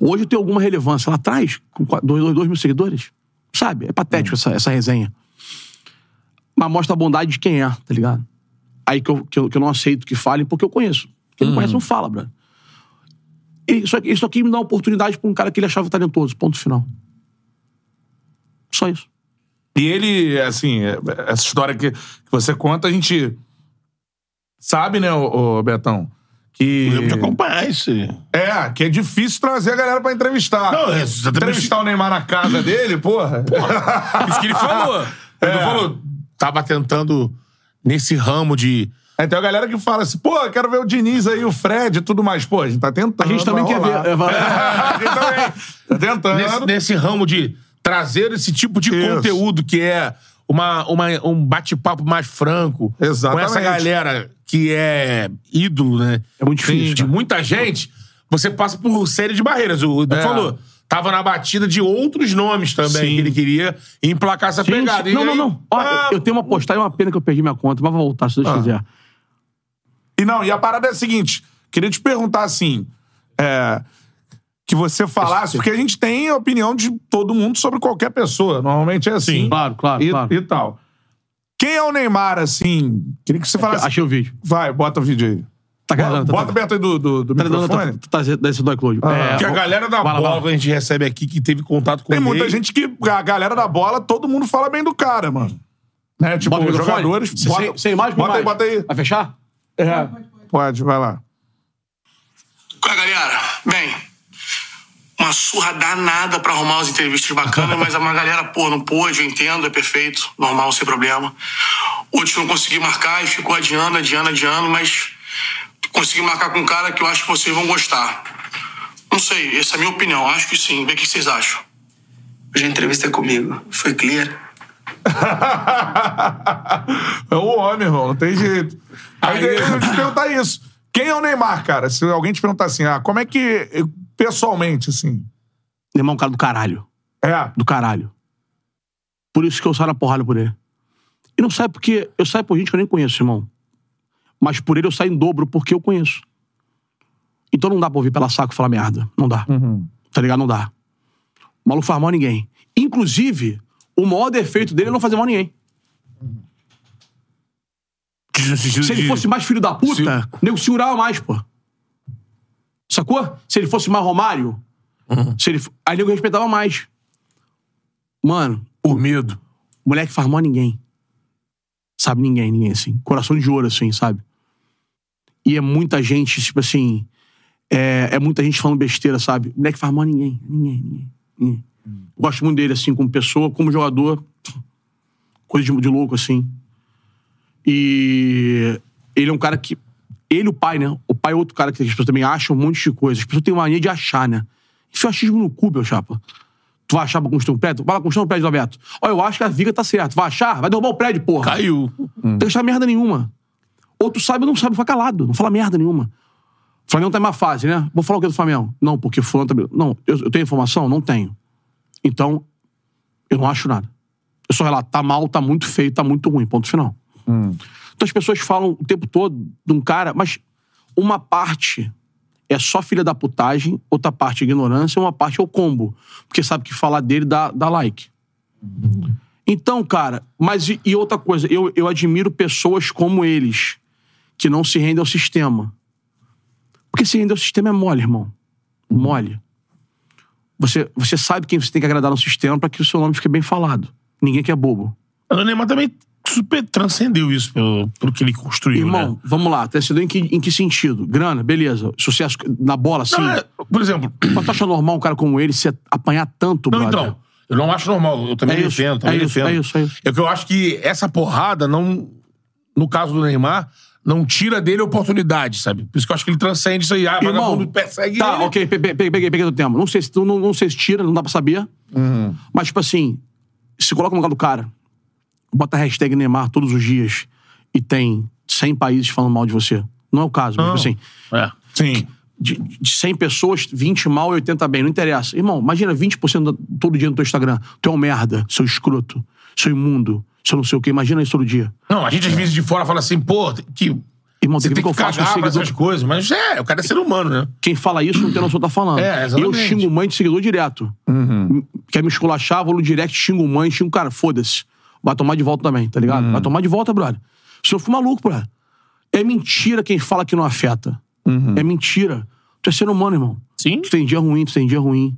Speaker 3: Hoje eu tenho alguma relevância lá atrás, com 2 mil seguidores. Sabe? É patético essa, essa resenha. Mas mostra a bondade de quem é, tá ligado? Aí que eu, que eu, que eu não aceito que falem, porque eu conheço. Quem não conhece não fala, brother. Ele- Isso aqui, isso aqui me dá uma oportunidade pra um cara que ele achava talentoso. Ponto final. Só isso.
Speaker 1: E ele, assim, é- essa história que, que você conta, a gente sabe, né, ô, ô Betão? Que.
Speaker 2: Eu lembro de acompanhar isso.
Speaker 1: É, que é difícil trazer a galera pra entrevistar.
Speaker 2: Não, é exatamente isso
Speaker 1: Entrevistar o Neymar na casa dele, porra. É.
Speaker 2: isso que ele falou. Ele não falou, tava tentando nesse ramo de.
Speaker 1: Aí tem a galera que fala assim, pô, eu quero ver o Diniz aí, o Fred e tudo mais. Pô, a gente tá tentando.
Speaker 3: A gente também
Speaker 1: vai
Speaker 3: quer
Speaker 1: rolar.
Speaker 3: ver. é,
Speaker 1: a gente também. Tá tentando.
Speaker 2: Nesse, nesse ramo de trazer esse tipo de
Speaker 1: Isso.
Speaker 2: conteúdo que é uma, uma- um bate-papo mais franco.
Speaker 1: Exatamente.
Speaker 2: Com essa galera que é ídolo, né?
Speaker 3: É muito difícil,
Speaker 2: De
Speaker 3: cara.
Speaker 2: muita gente, você passa por série de barreiras. O Edu
Speaker 1: É.
Speaker 2: falou. Tava na batida de outros nomes também
Speaker 1: Sim.
Speaker 2: que ele queria emplacar essa
Speaker 3: Gente,
Speaker 2: pegada. E
Speaker 3: não, não,
Speaker 2: aí-
Speaker 3: não. Ó,
Speaker 2: Ah,
Speaker 3: eu- eu tenho uma postagem, é uma pena que eu perdi minha conta, mas vou voltar se
Speaker 1: Ah.
Speaker 3: Deus quiser.
Speaker 1: E não, e a parada é a seguinte: queria te perguntar assim. é, que você falasse, porque a gente tem a opinião de todo mundo sobre qualquer pessoa. Normalmente é assim.
Speaker 3: Claro, claro,
Speaker 1: e,
Speaker 3: claro.
Speaker 1: e tal. Quem é o Neymar, assim? Queria
Speaker 2: É
Speaker 1: que você falasse.
Speaker 3: Achei o vídeo.
Speaker 1: Vai, bota o vídeo aí.
Speaker 3: Tá
Speaker 1: Bota,
Speaker 3: carregando. tá-
Speaker 1: bota perto aí do, do, do
Speaker 3: Tá dando, tá,
Speaker 1: microfone.
Speaker 3: tá, tá descendo do iCloud.
Speaker 1: É,
Speaker 2: Porque a galera da
Speaker 3: Fala,
Speaker 2: bola
Speaker 3: fala.
Speaker 2: que a gente recebe aqui que teve contato com
Speaker 1: Tem muita
Speaker 2: ele,
Speaker 1: gente que. A galera da bola, todo mundo fala bem do cara, mano. Né? Tipo,
Speaker 3: Bota o
Speaker 1: os
Speaker 3: microfone.
Speaker 1: jogadores.
Speaker 3: Sem-
Speaker 1: bota-
Speaker 3: sem, sem é imagem, com
Speaker 1: Bota aí,
Speaker 3: imagem?
Speaker 1: bota aí. É.
Speaker 3: Vai fechar?
Speaker 1: Pode, vai lá.
Speaker 4: Qual é, galera? Bem, uma surra danada pra arrumar as entrevistas bacanas, mas é uma galera, pô, não pôde, eu entendo, é perfeito, normal, sem problema. Outros não consegui marcar e ficou adiando, adiando, adiando, mas consegui marcar com um cara que eu acho que vocês vão gostar. Não sei, essa é a minha opinião, acho que sim, vê o que vocês acham.
Speaker 5: Hoje a entrevista é comigo. Foi clear?
Speaker 1: é o homem, irmão, não tem jeito. Aí eu ia te perguntar isso. Quem é o Neymar, cara? Se alguém te perguntar assim, ah, como é que. Pessoalmente, assim.
Speaker 3: Neymar é um cara do caralho.
Speaker 1: É.
Speaker 3: do caralho. Por isso que eu saio na porrada por ele. E não sai porque eu saio por gente que eu nem conheço, irmão. Mas por ele eu saio em dobro porque eu conheço. Então não dá pra ouvir pela saco falar merda. Não dá. Tá ligado? Não dá. O maluco faz mal a ninguém. Inclusive, o maior defeito dele é não fazer mal a ninguém.
Speaker 2: no sentido
Speaker 3: Se ele
Speaker 2: de-
Speaker 3: fosse mais filho da puta,
Speaker 2: Se-
Speaker 3: o nego segurava mais, pô. Sacou? Se ele fosse mais Romário, se ele... fo- aí o nego respeitava mais. Mano,
Speaker 2: por medo.
Speaker 3: Moleque faz mal a ninguém. Sabe ninguém, ninguém, assim. Coração de ouro, assim, sabe? E é muita gente, tipo assim. É, é muita gente falando besteira, sabe? Moleque faz mal a ninguém. Ninguém, ninguém. ninguém. Gosto muito dele, assim, como pessoa, como jogador. Coisa de, de louco, assim. E ele é um cara que. Ele, e o pai, né? O pai é outro cara que as pessoas também acham um monte de coisa. As pessoas têm mania de achar, né? Enfia achismo no cu, meu chapa. Tu vai achar pra construir um prédio? Vai lá construir um prédio, Alberto. Ó, eu acho que a viga tá certa. Vai achar? Vai derrubar o prédio, porra.
Speaker 2: Caiu.
Speaker 3: Não tem que achar merda nenhuma. Ou tu sabe ou não sabe, fica calado. Não fala merda nenhuma. O Flamengo tá em má fase, né? Vou falar o que do Flamengo? Não, porque fulano também. Não, eu, eu tenho informação? Não tenho. Então, eu não acho nada. Eu só relato, tá mal, tá muito feio, tá muito ruim, ponto final. Então as pessoas falam o tempo todo de um cara, mas uma parte é só filha da putagem, outra parte é ignorância, uma parte é o combo. Porque sabe que falar dele dá, dá like. Então, cara, mas e, e outra coisa, eu, eu admiro pessoas como eles, que não se rendem ao sistema. Porque se render ao sistema é mole, irmão. Mole. Você, você sabe quem você tem que agradar no sistema pra que o seu nome fique bem falado. Ninguém que é bobo.
Speaker 2: O Neymar também super transcendeu isso pelo, pelo que ele construiu,
Speaker 3: Irmão,
Speaker 2: né?
Speaker 3: vamos lá, transcendeu em que, em que sentido? Grana, beleza. Sucesso na bola, sim.
Speaker 2: Não, é- por exemplo,
Speaker 3: Mas tu acha normal um cara como ele se apanhar tanto,
Speaker 2: não,
Speaker 3: brother?
Speaker 2: então, eu não acho normal, eu também
Speaker 3: É isso,
Speaker 2: defendo, também
Speaker 3: é isso,
Speaker 2: defendo.
Speaker 3: é isso, é isso.
Speaker 2: que eu acho que essa porrada não no caso do Neymar não tira dele a oportunidade, sabe? Por isso que eu acho que ele transcende isso aí. Ah, vagabundo persegue
Speaker 3: tá,
Speaker 2: ele.
Speaker 3: ok, pe- pe- peguei, peguei, peguei do tema. Não sei se tu- não, não sei se tira, não dá pra saber. Mas, tipo assim, se coloca no lugar do cara, bota a hashtag Neymar todos os dias e tem 100 países falando mal de você. Não é o caso, mas, tipo assim,
Speaker 2: É.
Speaker 1: Sim.
Speaker 3: de, de 100 pessoas, 20 mal e 80 bem, não interessa. Irmão, imagina 20% do, todo dia no teu Instagram. Tu é um merda, seu escroto, seu imundo, seu não sei o quê. Imagina isso todo dia.
Speaker 2: Não, a gente às vezes de fora fala assim, pô, tem que
Speaker 3: Irmão,
Speaker 2: você
Speaker 3: tem que ver
Speaker 2: tem
Speaker 3: o que
Speaker 2: que
Speaker 3: eu faço um com
Speaker 2: cagar pra
Speaker 3: seguidor.
Speaker 2: essas coisas, mas é, o cara é ser humano, né?
Speaker 3: Quem fala isso não tem noção do que tá falando.
Speaker 2: É,
Speaker 3: E eu
Speaker 2: exatamente.
Speaker 3: xingo mãe de seguidor direto. Quer me esculachar, vou no direct, xingo mãe, xingo cara, foda-se. Vai tomar de volta também, tá ligado? Vai tomar de volta, brother. Se eu for maluco, brother. É mentira quem fala que não afeta. É mentira. Tu é ser humano, irmão.
Speaker 2: Sim.
Speaker 3: Tu tem dia ruim, tu tem dia ruim.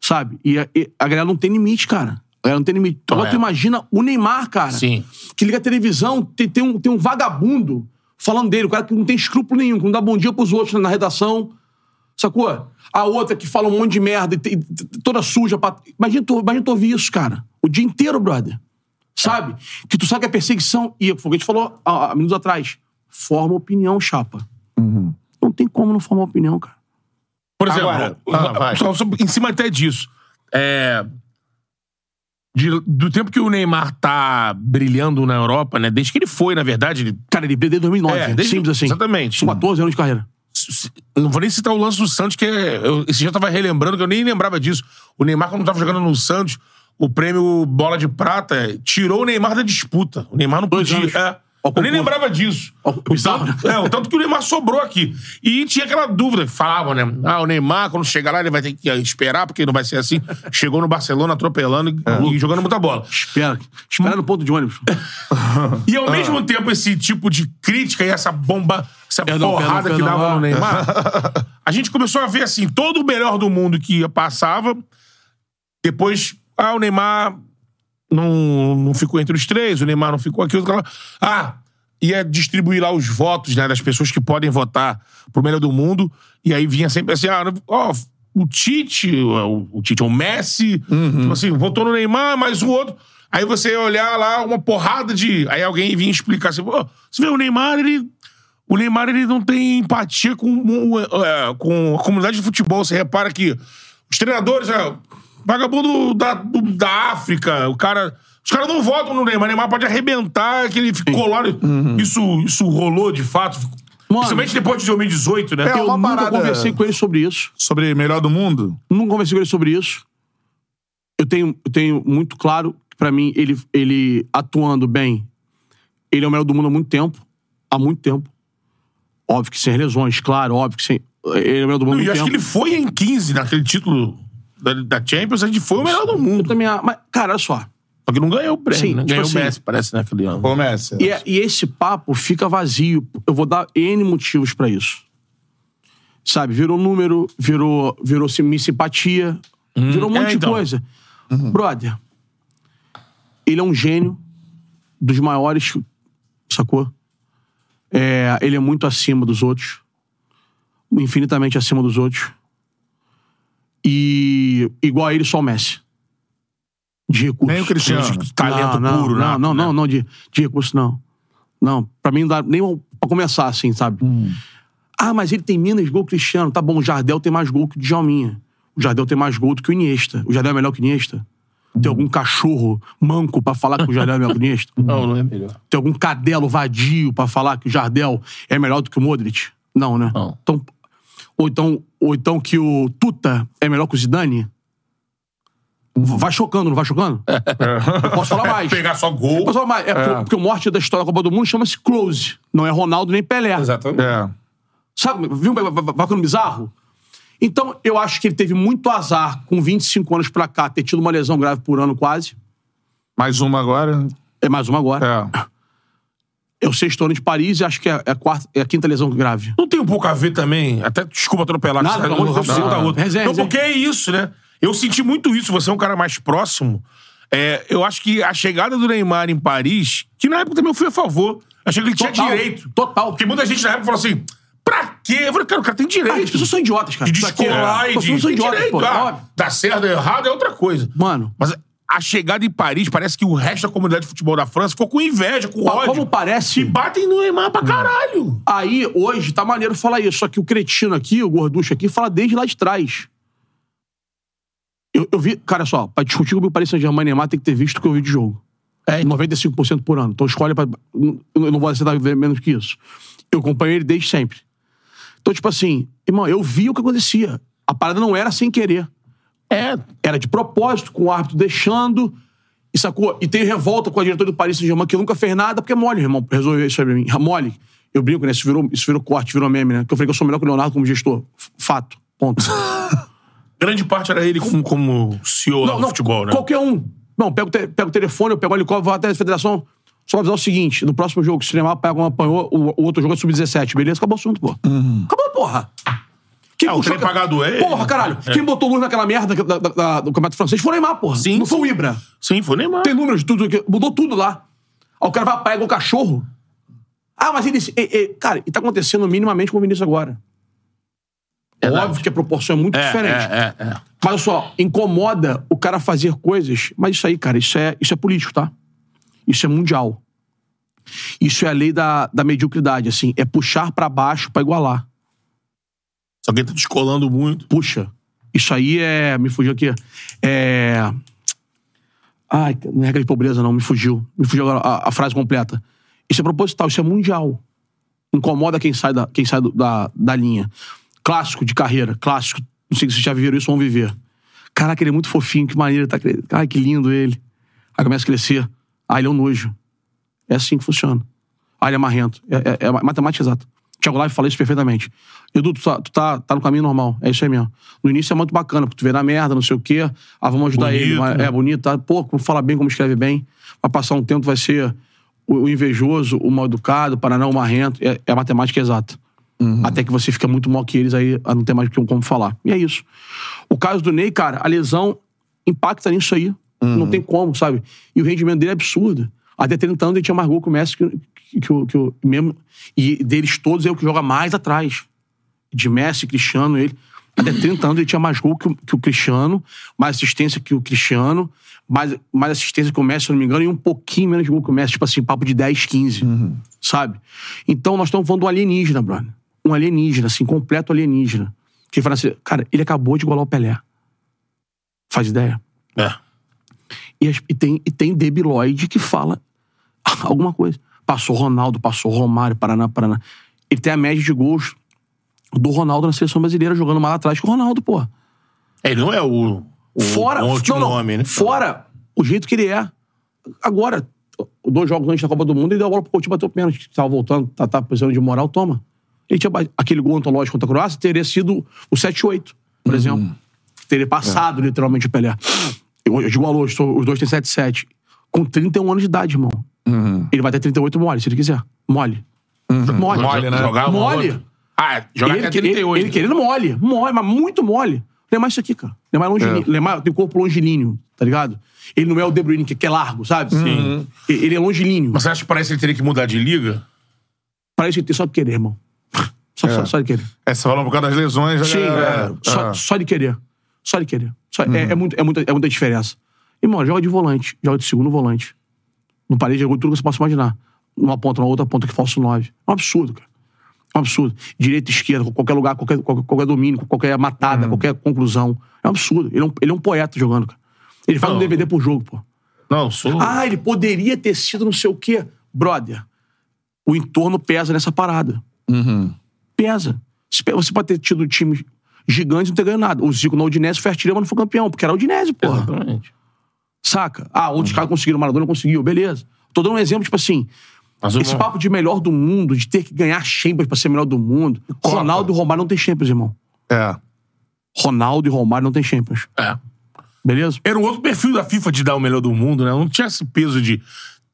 Speaker 3: Sabe? E a, e a galera não tem limite, cara. A galera não tem limite. Agora
Speaker 2: é.
Speaker 3: tu imagina o Neymar, cara.
Speaker 2: Sim.
Speaker 3: né? Que liga a televisão, tem, tem um, tem um vagabundo falando dele, o cara que não tem escrúpulo nenhum, que não dá bom dia pros outros na redação. Sacou? A outra que fala um monte de merda, e tem- toda suja. Pra... Imagina, tu, imagina tu ouvir isso, cara. O dia inteiro, brother. Sabe? Que tu sabe que é perseguição. E foi o que a gente falou há, há minutos atrás. Forma opinião, chapa. Não tem como não formar opinião, cara.
Speaker 2: Por exemplo,
Speaker 1: Agora- Ah, vai.
Speaker 2: só, só em cima até disso, é, de- do tempo que o Neymar tá brilhando na Europa, né? Desde que ele foi, na verdade, ele,
Speaker 3: Cara, ele brilha desde 2009.
Speaker 2: É, desde-
Speaker 3: simples assim.
Speaker 2: exatamente.
Speaker 3: São 14 anos de carreira.
Speaker 2: eu não vou nem citar o lance do Santos, que é, eu, esse dia eu tava relembrando, que eu nem lembrava disso. O Neymar, quando tava jogando no Santos, o prêmio Bola de Prata eh, tirou o é, Neymar da disputa. O Neymar não
Speaker 3: Dois
Speaker 2: podia.
Speaker 3: anos.
Speaker 2: é.
Speaker 3: Ó,
Speaker 2: Eu nem
Speaker 3: concurso.
Speaker 2: lembrava disso.
Speaker 3: Ó, bizarro, né?
Speaker 2: É, o tanto que o Neymar sobrou aqui. E tinha aquela dúvida, falavam, né? Ah, o Neymar, quando chegar lá, ele vai ter que esperar, porque não vai ser assim. Chegou no Barcelona atropelando e-
Speaker 3: É.
Speaker 2: e jogando muita bola.
Speaker 3: Espera. Espera no ponto de ônibus.
Speaker 2: E
Speaker 3: Ah.
Speaker 2: ao mesmo tempo, esse tipo de crítica e essa bomba, essa
Speaker 3: Perdão,
Speaker 2: porrada
Speaker 3: perdão, ah.
Speaker 2: que
Speaker 3: perdão.
Speaker 2: dava no Neymar, a gente começou a ver assim, todo o melhor do mundo que passava, depois, ah, o Neymar não, não ficou entre os três, o Neymar não ficou aqui, o outro lá. Ah, ia distribuir lá os votos né, das pessoas que podem votar pro melhor do mundo, e aí vinha sempre assim, ah, ó, o Tite, o, o Tite, o Messi, tipo assim, votou no Neymar, mas o outro. Aí você ia olhar lá uma porrada de. Aí alguém vinha explicar assim, pô, você vê o Neymar, ele. O Neymar ele não tem empatia com, o- é, com a comunidade de futebol. Você repara que os treinadores, é, vagabundo da, do- da África, o cara. Os caras não votam no Neymar. O Neymar pode arrebentar, que ele ficou lá. né?
Speaker 1: Uhum.
Speaker 2: Isso, isso rolou de fato.
Speaker 3: Mano.
Speaker 2: Principalmente depois de 2018, né?
Speaker 1: É,
Speaker 2: Eu-
Speaker 1: uma
Speaker 3: Eu nunca
Speaker 1: parada-
Speaker 3: conversei com ele sobre isso.
Speaker 1: Sobre melhor do mundo?
Speaker 3: Nunca conversei com ele sobre isso. Eu tenho, eu tenho muito claro que, pra mim, ele, ele atuando bem, ele é o melhor do mundo há muito tempo. Há muito tempo. Óbvio que sem lesões, claro, óbvio que sem. Ele é o melhor do mundo há
Speaker 2: e
Speaker 3: muito
Speaker 2: acho
Speaker 3: tempo.
Speaker 1: um
Speaker 2: que ele foi em 15 naquele título da, da Champions. A gente foi é o melhor do
Speaker 3: Eu
Speaker 2: mundo.
Speaker 3: também. a- Mas, cara, olha só.
Speaker 2: Só que não ganhou o prêmio.
Speaker 3: Sim,
Speaker 2: né?
Speaker 3: tipo
Speaker 2: Ganhou
Speaker 3: assim-
Speaker 2: o Messi, parece, né, naquele ano.
Speaker 1: Ô, Messi.
Speaker 3: E, é- e esse papo fica vazio. Eu vou dar N motivos pra isso. Sabe, virou número, virou, virou sim- minha simpatia, virou um
Speaker 2: é,
Speaker 3: monte de
Speaker 2: então.
Speaker 3: coisa. Brother, ele é um gênio dos maiores, sacou? É, ele é muito acima dos outros. Infinitamente acima dos outros. E igual a ele, só o Messi. De recursos.
Speaker 1: Nem o Cristiano.
Speaker 2: Gente, talento
Speaker 3: Não, não,
Speaker 2: puro,
Speaker 3: não,
Speaker 2: nato,
Speaker 3: não,
Speaker 2: né?
Speaker 3: não, não, de, de recurso, não. Não, pra mim não dá nem pra começar assim, sabe?
Speaker 2: Hum.
Speaker 3: Ah, mas ele tem menos gol que o Cristiano. Tá bom, o Jardel tem mais gol que o Djalminha. O Jardel tem mais gol do que o Iniesta. O Jardel é melhor que o Iniesta? Tem
Speaker 2: Hum.
Speaker 3: algum cachorro manco pra falar que o Jardel é melhor que o Iniesta?
Speaker 2: Não, não é melhor.
Speaker 3: Tem algum cadelo vadio pra falar que o Jardel é melhor do que o Modric? Não, né?
Speaker 2: Não.
Speaker 3: Então, ou, então, ou então que o Tuta é melhor que o Zidane? V- Vai chocando, não vai chocando? Eu posso falar mais.
Speaker 2: Pegar só gol.
Speaker 3: Mas, ó, mas é por- porque o morte da história da Copa do Mundo chama-se Close. Não é Ronaldo nem Pelé.
Speaker 2: Exatamente.
Speaker 1: É.
Speaker 3: Sabe? Viu? Vai, vai, vai ficando bizarro? Então, eu acho que ele teve muito azar com 25 anos pra cá, ter tido uma lesão grave por ano quase.
Speaker 1: Mais uma agora.
Speaker 3: É mais uma agora.
Speaker 1: É.
Speaker 3: É, o sexto ano de Paris e acho que é, é a quarta, é a quinta lesão grave.
Speaker 2: Não tem um pouco a ver também, até desculpa atropelar,
Speaker 3: Nada,
Speaker 2: que tá
Speaker 3: pelo amor de Deus.
Speaker 2: da
Speaker 3: Não,
Speaker 2: outra.
Speaker 3: resenha,
Speaker 2: não,
Speaker 3: resenha.
Speaker 2: porque é isso, né? Eu senti muito isso, você é um cara mais próximo. É, eu acho que a chegada do Neymar em Paris, que na época também eu fui a favor, achei que ele tinha é direito.
Speaker 3: Total.
Speaker 2: Porque muita gente na época falou assim, pra quê? Eu falei, cara, o cara tem
Speaker 3: Ah, as
Speaker 2: direito.
Speaker 3: pessoas são idiotas, cara.
Speaker 2: de
Speaker 3: Isso aqui é-
Speaker 2: descolar e
Speaker 3: As
Speaker 2: de...
Speaker 3: pessoas são
Speaker 2: tem
Speaker 3: idiotas,
Speaker 2: direito,
Speaker 3: pô.
Speaker 2: ah,
Speaker 3: Óbvio.
Speaker 2: Tá certo, errado é outra coisa.
Speaker 3: Mano,
Speaker 2: Mas a chegada em Paris, parece que o resto da comunidade de futebol da França ficou com inveja, com
Speaker 3: pa-
Speaker 2: ódio.
Speaker 3: como Hum. parece...
Speaker 2: E batem no Neymar pra caralho.
Speaker 3: Aí, hoje, tá maneiro falar isso. Só que o cretino aqui, o gorducho aqui, fala desde lá de trás. Eu, eu vi, cara, só, pra discutir como o Paris Saint-Germain e Neymar tem que ter visto o que eu vi de jogo. É, 95% por ano. Então escolhe pra. Eu não vou aceitar ver menos que isso. Eu acompanhei ele desde sempre. Então, tipo assim, irmão, eu vi o que acontecia. A parada não era sem querer. É. Era de propósito, com o árbitro deixando. E sacou? E tem revolta com a diretora do Paris Saint-Germain, que nunca fez nada, porque é mole, irmão, resolver isso aí pra mim. É mole. Eu brinco, né? Isso virou, isso virou corte, virou meme, né? Que eu falei que eu sou melhor que o Leonardo como gestor. F- Fato. Ponto.
Speaker 2: Grande parte era ele como, como CEO lá do futebol, né?
Speaker 3: Qualquer um. Não, pega o, te- pega o telefone, eu pego o helicóptero, vou até a federação. Só avisar o seguinte: no próximo jogo, se o Neymar pega um apanhou, o, o outro jogo é sub-17. Beleza, acabou o assunto, pô. Acabou, porra. Quem
Speaker 2: É, o
Speaker 3: puxou
Speaker 2: trem
Speaker 3: que-
Speaker 2: pagado é ele.
Speaker 3: Porra, caralho. Quem botou luz naquela merda da- da- da- do campeonato francês foi o Neymar, porra.
Speaker 2: Sim,
Speaker 3: Não foi o
Speaker 2: sim.
Speaker 3: Ibra.
Speaker 2: Sim, foi o Neymar.
Speaker 3: Tem números de tudo. que- Mudou tudo lá. Aí o cara vai apanhar igual cachorro. Ah, mas ele. e- e- cara, e tá acontecendo minimamente com o Vinícius agora. É óbvio que a proporção é muito diferente.
Speaker 2: É, é, é.
Speaker 3: Mas olha só, incomoda o cara fazer coisas. Mas isso aí, cara, isso é, isso é político, tá? Isso é mundial. Isso é a lei da, da mediocridade, assim. É puxar pra baixo pra igualar.
Speaker 2: Só que ele tá descolando muito.
Speaker 3: Puxa. Isso aí é. Me fugiu aqui. É. Ai, não é regra de pobreza, não. Me fugiu. Me fugiu agora a, a frase completa. Isso é proposital, isso é mundial. Incomoda quem sai da, quem sai do- da, da linha. Clássico de carreira, clássico. Não sei se vocês já viveram isso ou vão viver. Caraca, ele é muito fofinho, que maneiro. Tá... cre- Ai, que lindo ele. Aí começa a crescer. Ah, ele é um nojo. É assim que funciona. Ah, ele é marrento. É, é- é matemática exata. Tiago Live fala isso perfeitamente. Edu, tu, tá, tu tá, tá no caminho normal. É isso aí mesmo. No início é muito bacana, porque tu vê na merda, não sei o quê. Ah, vamos ajudar
Speaker 2: Bonito,
Speaker 3: ele. mas-
Speaker 2: né?
Speaker 3: É bonito, tá? Pô, como fala bem, como escreve bem. Vai passar um tempo, vai ser o, o invejoso, o mal educado, o Paraná, o marrento. É, é matemática exata. Até que você fica muito mal que eles, aí não tem mais o que- como falar. E é isso. O caso do Ney, cara, a lesão impacta nisso aí. Não tem como, sabe? E o rendimento dele é absurdo. Até 30 anos ele tinha mais gol que o Messi, que, que, que, o- que o mesmo. E deles todos é o que joga mais atrás. De Messi, Cristiano, ele. Até 30 anos ele tinha mais gol que o, que o Cristiano, mais assistência que o Cristiano, mais, mais assistência que o Messi, se eu não me engano, e um pouquinho menos de gol que o Messi, tipo assim, papo de 10, 15. Sabe? Então nós estamos falando de um alienígena, brother. Um alienígena, assim, completo alienígena. Que fala assim, cara, ele acabou de igualar o Pelé. Faz ideia?
Speaker 2: É.
Speaker 3: E, as- e tem, e tem debilóide que fala alguma coisa. Passou Ronaldo, passou Romário, Paraná, Paraná. Ele tem a média de gols do Ronaldo na seleção brasileira, jogando mais atrás que o Ronaldo, pô.
Speaker 2: É, Ele não é o, o
Speaker 3: Fora,
Speaker 2: último
Speaker 3: não, não,
Speaker 2: homem, né?
Speaker 3: fora o jeito que ele é. Agora, dois jogos antes da Copa do Mundo, ele deu a bola pro Coutinho, bateu o pênalti. Tava voltando, tá, tá precisando de moral, toma. Ele tinha batido- aquele gol antológico contra a Croácia, teria sido o 7-8,
Speaker 2: Uhum.
Speaker 3: por exemplo. Teria
Speaker 2: É.
Speaker 3: passado, literalmente, o Pelé. Eu, eu igualou, os, to- os dois têm 7-7. Com 31 anos de idade, irmão.
Speaker 2: Uhum.
Speaker 3: Ele vai ter 38 mole, se ele quiser. Mole. Mole.
Speaker 2: Mole, né? Jogar uma
Speaker 3: Mole.
Speaker 2: outra. Ah, jogar
Speaker 3: Ele,
Speaker 2: até
Speaker 3: que- ele-
Speaker 2: 38.
Speaker 3: ele querendo mole, mole, mas muito mole. Lemar isso aqui, cara. Lemar é longilíneo. Lemar tem corpo longilíneo, tá ligado? Ele não é o De Bruyne, que que é largo, sabe? Sim. Ele é longilíneo.
Speaker 2: Mas você acha que parece que ele teria que mudar de liga?
Speaker 3: Parece que tem só de querer, irmão. Só, só- só de querer.
Speaker 1: É, você falou por causa das lesões.
Speaker 3: Sim,
Speaker 1: galera.
Speaker 3: é, só, só de querer. Só de querer. Só- é, é muito, é, muita, é muita diferença. Irmão, joga de volante, joga de segundo volante. No parede jogou tudo que você possa imaginar. Uma ponta, uma outra ponta que falso 9. É um absurdo, cara. É um absurdo. Direita, esquerda, qualquer lugar, qualquer, qualquer, qualquer domínio, qualquer matada, qualquer conclusão. É um absurdo. Ele é um, ele é um poeta jogando, cara. Ele faz um
Speaker 2: Não.
Speaker 3: DVD por jogo, pô.
Speaker 2: Não, sou.
Speaker 3: Ah, ele poderia ter sido não sei o quê. Brother, o entorno pesa nessa parada. Pesa. Se pe- Você pode ter tido times gigantes e não ter ganho nada. O Zico na Udinese foi artilheiro, mas não foi campeão, porque era Udinese, porra.
Speaker 2: Exatamente.
Speaker 3: Saca? Ah, outros caras conseguiram, o Maradona conseguiu, beleza. Tô dando um exemplo, tipo assim,
Speaker 2: Mas o-
Speaker 3: esse papo de melhor do mundo, de ter que ganhar Champions pra ser melhor do mundo. Ronaldo e Romário não tem Champions, irmão.
Speaker 1: É.
Speaker 3: Ronaldo e Romário não tem Champions.
Speaker 2: É.
Speaker 3: Beleza?
Speaker 2: Era um outro perfil da FIFA de dar o melhor do mundo, né? Não tinha esse peso de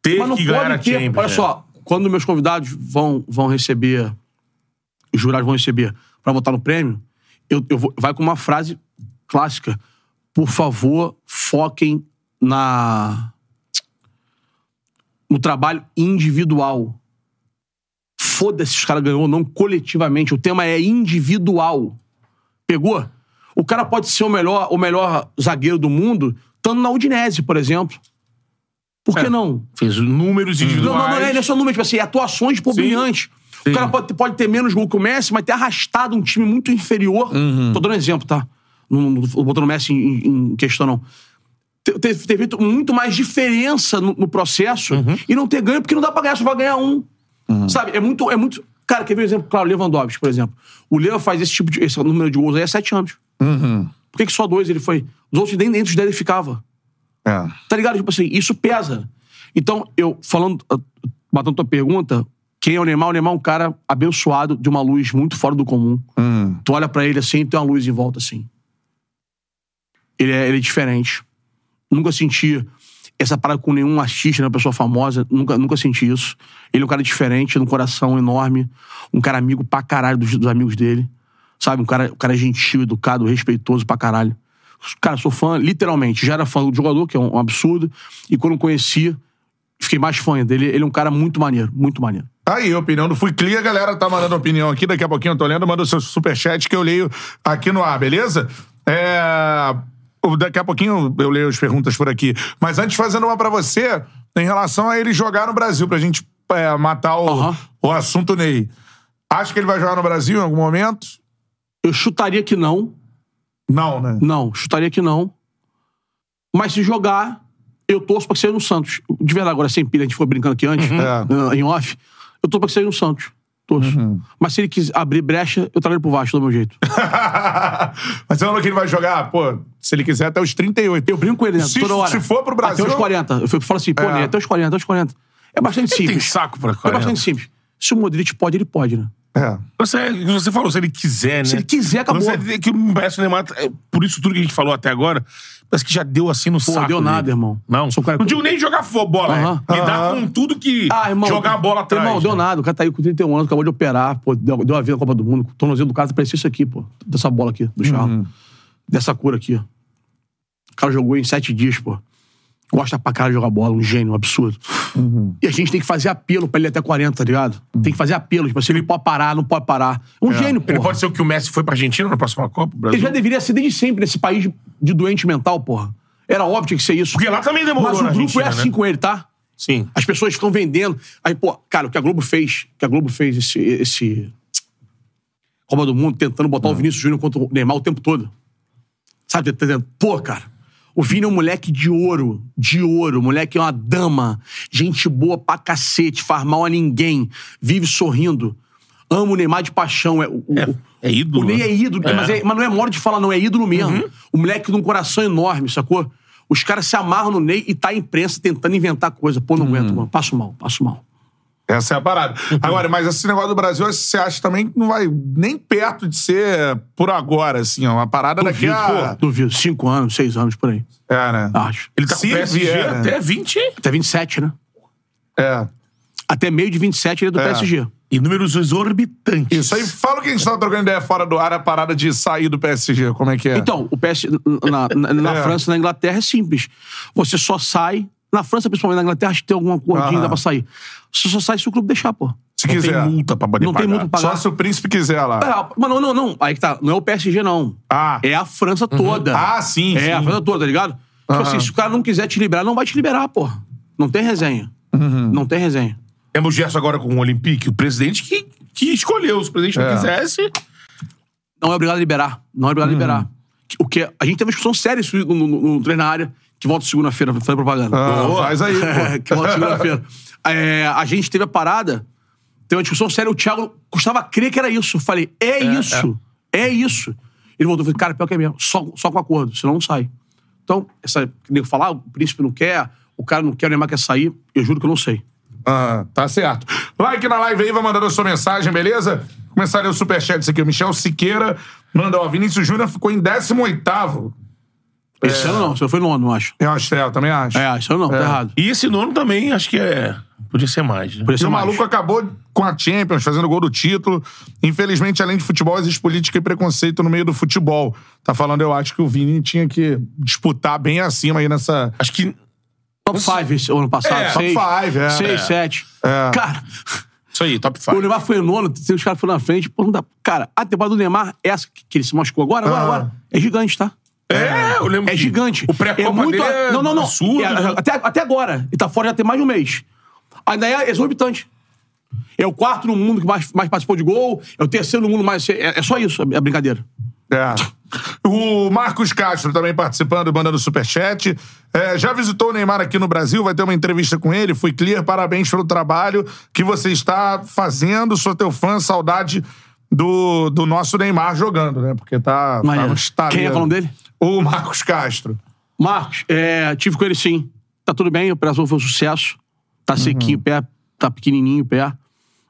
Speaker 2: ter
Speaker 3: Mas não
Speaker 2: que ganhar a
Speaker 3: pode ter.
Speaker 2: Champions.
Speaker 3: olha
Speaker 2: né?
Speaker 3: só, quando meus convidados vão, vão receber, os jurados vão receber pra votar no prêmio, eu, eu vou- vai com uma frase clássica. Por favor, foquem na no trabalho individual. Foda-se se os caras ganhou ou não coletivamente. O tema é individual. Pegou? O cara pode ser o melhor, o melhor zagueiro do mundo, estando na Udinese, por exemplo. Por
Speaker 2: É.
Speaker 3: que não?
Speaker 2: Fez números
Speaker 3: Não,
Speaker 2: individuais.
Speaker 3: não, não, não é só número, tipo assim, é atuações pô, brilhantes. O cara pode, pode ter menos gol que o Messi, mas ter arrastado um time muito inferior. Tô dando exemplo, tá? Não, não tô botando o Messi em, em questão, não. Ter, ter- ter feito muito mais diferença no, no processo e não ter ganho, porque não dá pra ganhar, só vai ganhar um. Sabe? É muito, é muito. Cara, quer ver um exemplo? Claro, Lewandowski, por exemplo. O Leva faz esse tipo de. esse número de gols aí há sete anos.
Speaker 1: Uhum.
Speaker 3: Por que, que só dois ele foi? Os outros nem dentro dos dez ele ficava.
Speaker 1: É.
Speaker 3: Tá ligado? Tipo assim, isso pesa. Então, eu, falando, ah, matando tua pergunta, quem é o Neymar? O Neymar é um cara abençoado de uma luz muito fora do comum.
Speaker 1: Uhum.
Speaker 3: Tu olha pra ele assim e tem uma luz em volta, assim. Ele é, ele é diferente. Nunca senti essa parada com nenhum artista, nenhuma pessoa famosa. Nunca, nunca senti isso. Ele é um cara diferente, um coração enorme. Um cara amigo pra caralho dos, dos amigos dele. Sabe? Um cara, um cara gentil, educado, respeitoso pra caralho. Cara, sou fã, literalmente. Já era fã do jogador, que é um, um absurdo. E quando conheci, fiquei mais fã dele. Ele é um cara muito maneiro, muito maneiro.
Speaker 1: Tá aí, a opinião do Fui Clear, a galera tá mandando opinião aqui, daqui a pouquinho eu tô lendo, manda o seu superchat que eu leio aqui no ar, beleza? É... o- Daqui a pouquinho eu leio as perguntas por aqui. Mas antes, fazendo uma pra você, em relação a ele jogar no Brasil, pra gente é, matar o,
Speaker 3: Aham.
Speaker 1: o assunto Ney. Acha que ele vai jogar no Brasil em algum momento?
Speaker 3: Eu chutaria que não.
Speaker 1: Não, né?
Speaker 3: Não, chutaria que não. Mas se jogar, eu torço pra que seja no Santos. De verdade, agora sem pilha, a gente foi brincando aqui antes,
Speaker 1: É.
Speaker 3: eh, em off. Eu torço pra que seja no Santos. Torço. Mas se ele quiser abrir brecha, eu trago ele pro Vasco, do meu jeito.
Speaker 1: Mas você falou que ele vai jogar, pô, se ele quiser, até os 38.
Speaker 3: Eu brinco com ele, né?
Speaker 1: Se-
Speaker 3: toda hora.
Speaker 1: se for pro Brasil-
Speaker 3: Até os 40. Eu fico- falo assim, pô,
Speaker 1: É.
Speaker 3: né? Até os 40, até os 40. É bastante
Speaker 2: Ele tem
Speaker 3: simples.
Speaker 2: saco pra
Speaker 3: É
Speaker 2: caramba.
Speaker 3: bastante simples. Se o Modric pode, ele pode, né?
Speaker 1: É.
Speaker 2: Você, você falou, se ele quiser, né?
Speaker 3: Se ele quiser, acabou.
Speaker 2: Você, que me parece o Neymar, é, por isso tudo que a gente falou até agora, parece que já deu assim no
Speaker 3: Pô,
Speaker 2: saco.
Speaker 3: deu nada,
Speaker 2: dele.
Speaker 3: irmão.
Speaker 2: Não.
Speaker 3: Sou um cara-
Speaker 2: Não digo nem jogar futebol, bola.
Speaker 3: Aham. Ah,
Speaker 2: é. Me dá
Speaker 1: Aham.
Speaker 2: com tudo que jogar a bola atrás.
Speaker 3: Irmão, deu
Speaker 2: né?
Speaker 3: nada. O cara tá aí com 31 anos, acabou de operar, pô, deu, deu a vida na Copa do Mundo. O tornozelo do cara parecia isso aqui, pô. Dessa bola aqui, do Charles.
Speaker 2: Uhum.
Speaker 3: Dessa cor aqui, ó. O cara jogou em sete dias, pô. Gosta pra cara de jogar bola, um gênio, um absurdo.
Speaker 2: Uhum.
Speaker 3: E a gente tem que fazer apelo pra ele até 40, tá ligado? Tem que fazer apelo, tipo, se ele pode parar, não pode parar. Um gênio, pô.
Speaker 2: É, Ele pode ser o que o Messi foi pra Argentina na próxima Copa, Brasil?
Speaker 3: Ele já deveria ser desde sempre nesse país de- de doente mental, porra. Era óbvio que tinha que ser isso.
Speaker 2: Porque lá também demorou
Speaker 3: Mas o
Speaker 2: na
Speaker 3: grupo é
Speaker 2: Argentina,
Speaker 3: assim
Speaker 2: né?
Speaker 3: com ele, tá?
Speaker 2: Sim.
Speaker 3: As pessoas estão vendendo. Aí, pô, cara, o que a Globo fez, o que a Globo fez esse. esse Copa do Mundo tentando botar o Vinícius Júnior contra o Neymar o tempo todo. Sabe? Tentando. Pô, cara, o Vini é um moleque de ouro. De ouro. O moleque é uma dama. Gente boa pra cacete. Faz mal a ninguém. Vive sorrindo. Amo o Neymar de paixão. É, o- o-
Speaker 2: É, é ídolo.
Speaker 3: o Ney
Speaker 2: né?
Speaker 3: é ídolo, Mas, é- mas não é mole de falar, não, é ídolo mesmo. O moleque tem um coração enorme, sacou? Os caras se amarram no Ney e tá a imprensa tentando inventar coisa. Pô, não aguento, mano. Passo mal, passo mal.
Speaker 1: Essa é a parada. Agora, mas esse negócio do Brasil, você acha também que não vai nem perto de ser por agora, assim, ó. Uma parada daqui a.
Speaker 3: Duvido. Cinco anos, seis anos, por aí.
Speaker 1: É, né?
Speaker 3: Acho.
Speaker 2: Ele tá com
Speaker 1: Se
Speaker 2: o PSG
Speaker 1: vier, né?
Speaker 2: até 20.
Speaker 3: Até 27, né?
Speaker 1: É.
Speaker 3: Até meio de 27 ele é do
Speaker 1: É.
Speaker 3: PSG.
Speaker 2: E números exorbitantes.
Speaker 1: Isso aí, fala o que a gente tava trocando ideia fora do ar, a parada de sair do PSG, como é que é?
Speaker 3: Então, o PSG na, na- na
Speaker 1: É.
Speaker 3: França e na Inglaterra é simples. Você só sai. Na França, principalmente na Inglaterra, acho que tem alguma cordinha
Speaker 1: Aham.
Speaker 3: que dá pra sair. Você só sai se o clube deixar, pô.
Speaker 1: se
Speaker 2: não
Speaker 1: quiser.
Speaker 2: tem multa pra poder
Speaker 3: Não tem
Speaker 2: pagar.
Speaker 3: multa pra pagar.
Speaker 1: Só se o príncipe quiser lá.
Speaker 3: Ah, mas não, não, não. Aí que tá. Não é o PSG, não.
Speaker 1: Ah.
Speaker 3: É a França toda.
Speaker 1: Ah, sim,
Speaker 3: É,
Speaker 1: sim.
Speaker 3: a França toda, tá ligado? Tipo assim, se o cara não quiser te liberar, não vai te liberar, porra. Não tem resenha.
Speaker 1: Uhum.
Speaker 3: Não tem resenha.
Speaker 2: Temos o gesto agora com o Olympique, o presidente que, que escolheu. Se o presidente
Speaker 1: É.
Speaker 2: não quisesse,
Speaker 3: Não é obrigado a liberar. Não é
Speaker 1: Hum.
Speaker 3: obrigado a liberar. Que- O que é- a gente teve uma discussão séria isso no, no, no treino na área, que volta segunda-feira pra fazer propaganda.
Speaker 1: Ah, faz aí, pô.
Speaker 3: que volta segunda-feira. É, a gente teve a parada, teve uma discussão séria, o Thiago custava crer que era isso. Eu falei, é, isso, é. isso. Ele voltou e falou, cara, pior que é mesmo, só, só com acordo, senão não sai. Então, essa que nego falar, ah, o príncipe não quer, o cara não quer, o Neymar quer sair, eu juro que eu não sei.
Speaker 1: Ah, tá certo. Like na live aí, vai mandando a sua mensagem, beleza? Começar a ler o superchat aqui. O Michel Siqueira manda, ó, Vinícius Júnior ficou em 18º.
Speaker 3: Esse ano não, esse ano foi nono, eu acho.
Speaker 1: Eu acho, é, eu também acho.
Speaker 3: É, esse ano não, tá errado.
Speaker 2: E esse nono também, acho que é. Podia ser mais. Né?
Speaker 3: Por isso
Speaker 1: E o
Speaker 3: é mais.
Speaker 1: maluco acabou com a Champions, fazendo gol do título. Infelizmente, além de futebol, existe política e preconceito no meio do futebol. Tá falando, eu acho que o Vini tinha que disputar bem acima aí nessa.
Speaker 2: Acho que.
Speaker 3: Top 5 esse ano passado.
Speaker 1: É, top
Speaker 3: seis,
Speaker 1: five, é.
Speaker 3: Seis, sete.
Speaker 2: É.
Speaker 3: Cara,
Speaker 2: Isso aí, top
Speaker 3: o
Speaker 2: 5.
Speaker 3: Neymar foi nono, tem os caras foram na frente. Pô, não dá. Cara, a temporada do Neymar, é essa que que ele se machucou agora, agora,
Speaker 1: Ah.
Speaker 3: agora, é gigante, tá?
Speaker 2: É, eu lembro.
Speaker 3: É
Speaker 2: que
Speaker 3: gigante.
Speaker 2: O pré-copa
Speaker 3: é muito.
Speaker 2: dele é
Speaker 3: não, não, não.
Speaker 2: absurdo.
Speaker 3: É,
Speaker 2: né?
Speaker 3: até, até agora. E tá fora já tem mais de um mês. Ainda é exorbitante. É o quarto no mundo que mais, mais participou de gol, é o terceiro no mundo mais. É, é só isso, é brincadeira.
Speaker 1: É. O Marcos Castro também participando, mandando superchat. É, já visitou o Neymar aqui no Brasil, vai ter uma entrevista com ele. Fui clear, parabéns pelo trabalho que você está fazendo. Sou teu fã, saudade do, do nosso Neymar jogando, né? Porque tá, tá
Speaker 3: Maneiro.
Speaker 1: um estaleiro.
Speaker 3: Quem é o nome dele?
Speaker 1: O Marcos Castro.
Speaker 3: Marcos, é, tive com ele sim. Tá tudo bem, a operação foi um sucesso.
Speaker 1: Uhum.
Speaker 3: Tá sequinho o pé, tá pequenininho o pé.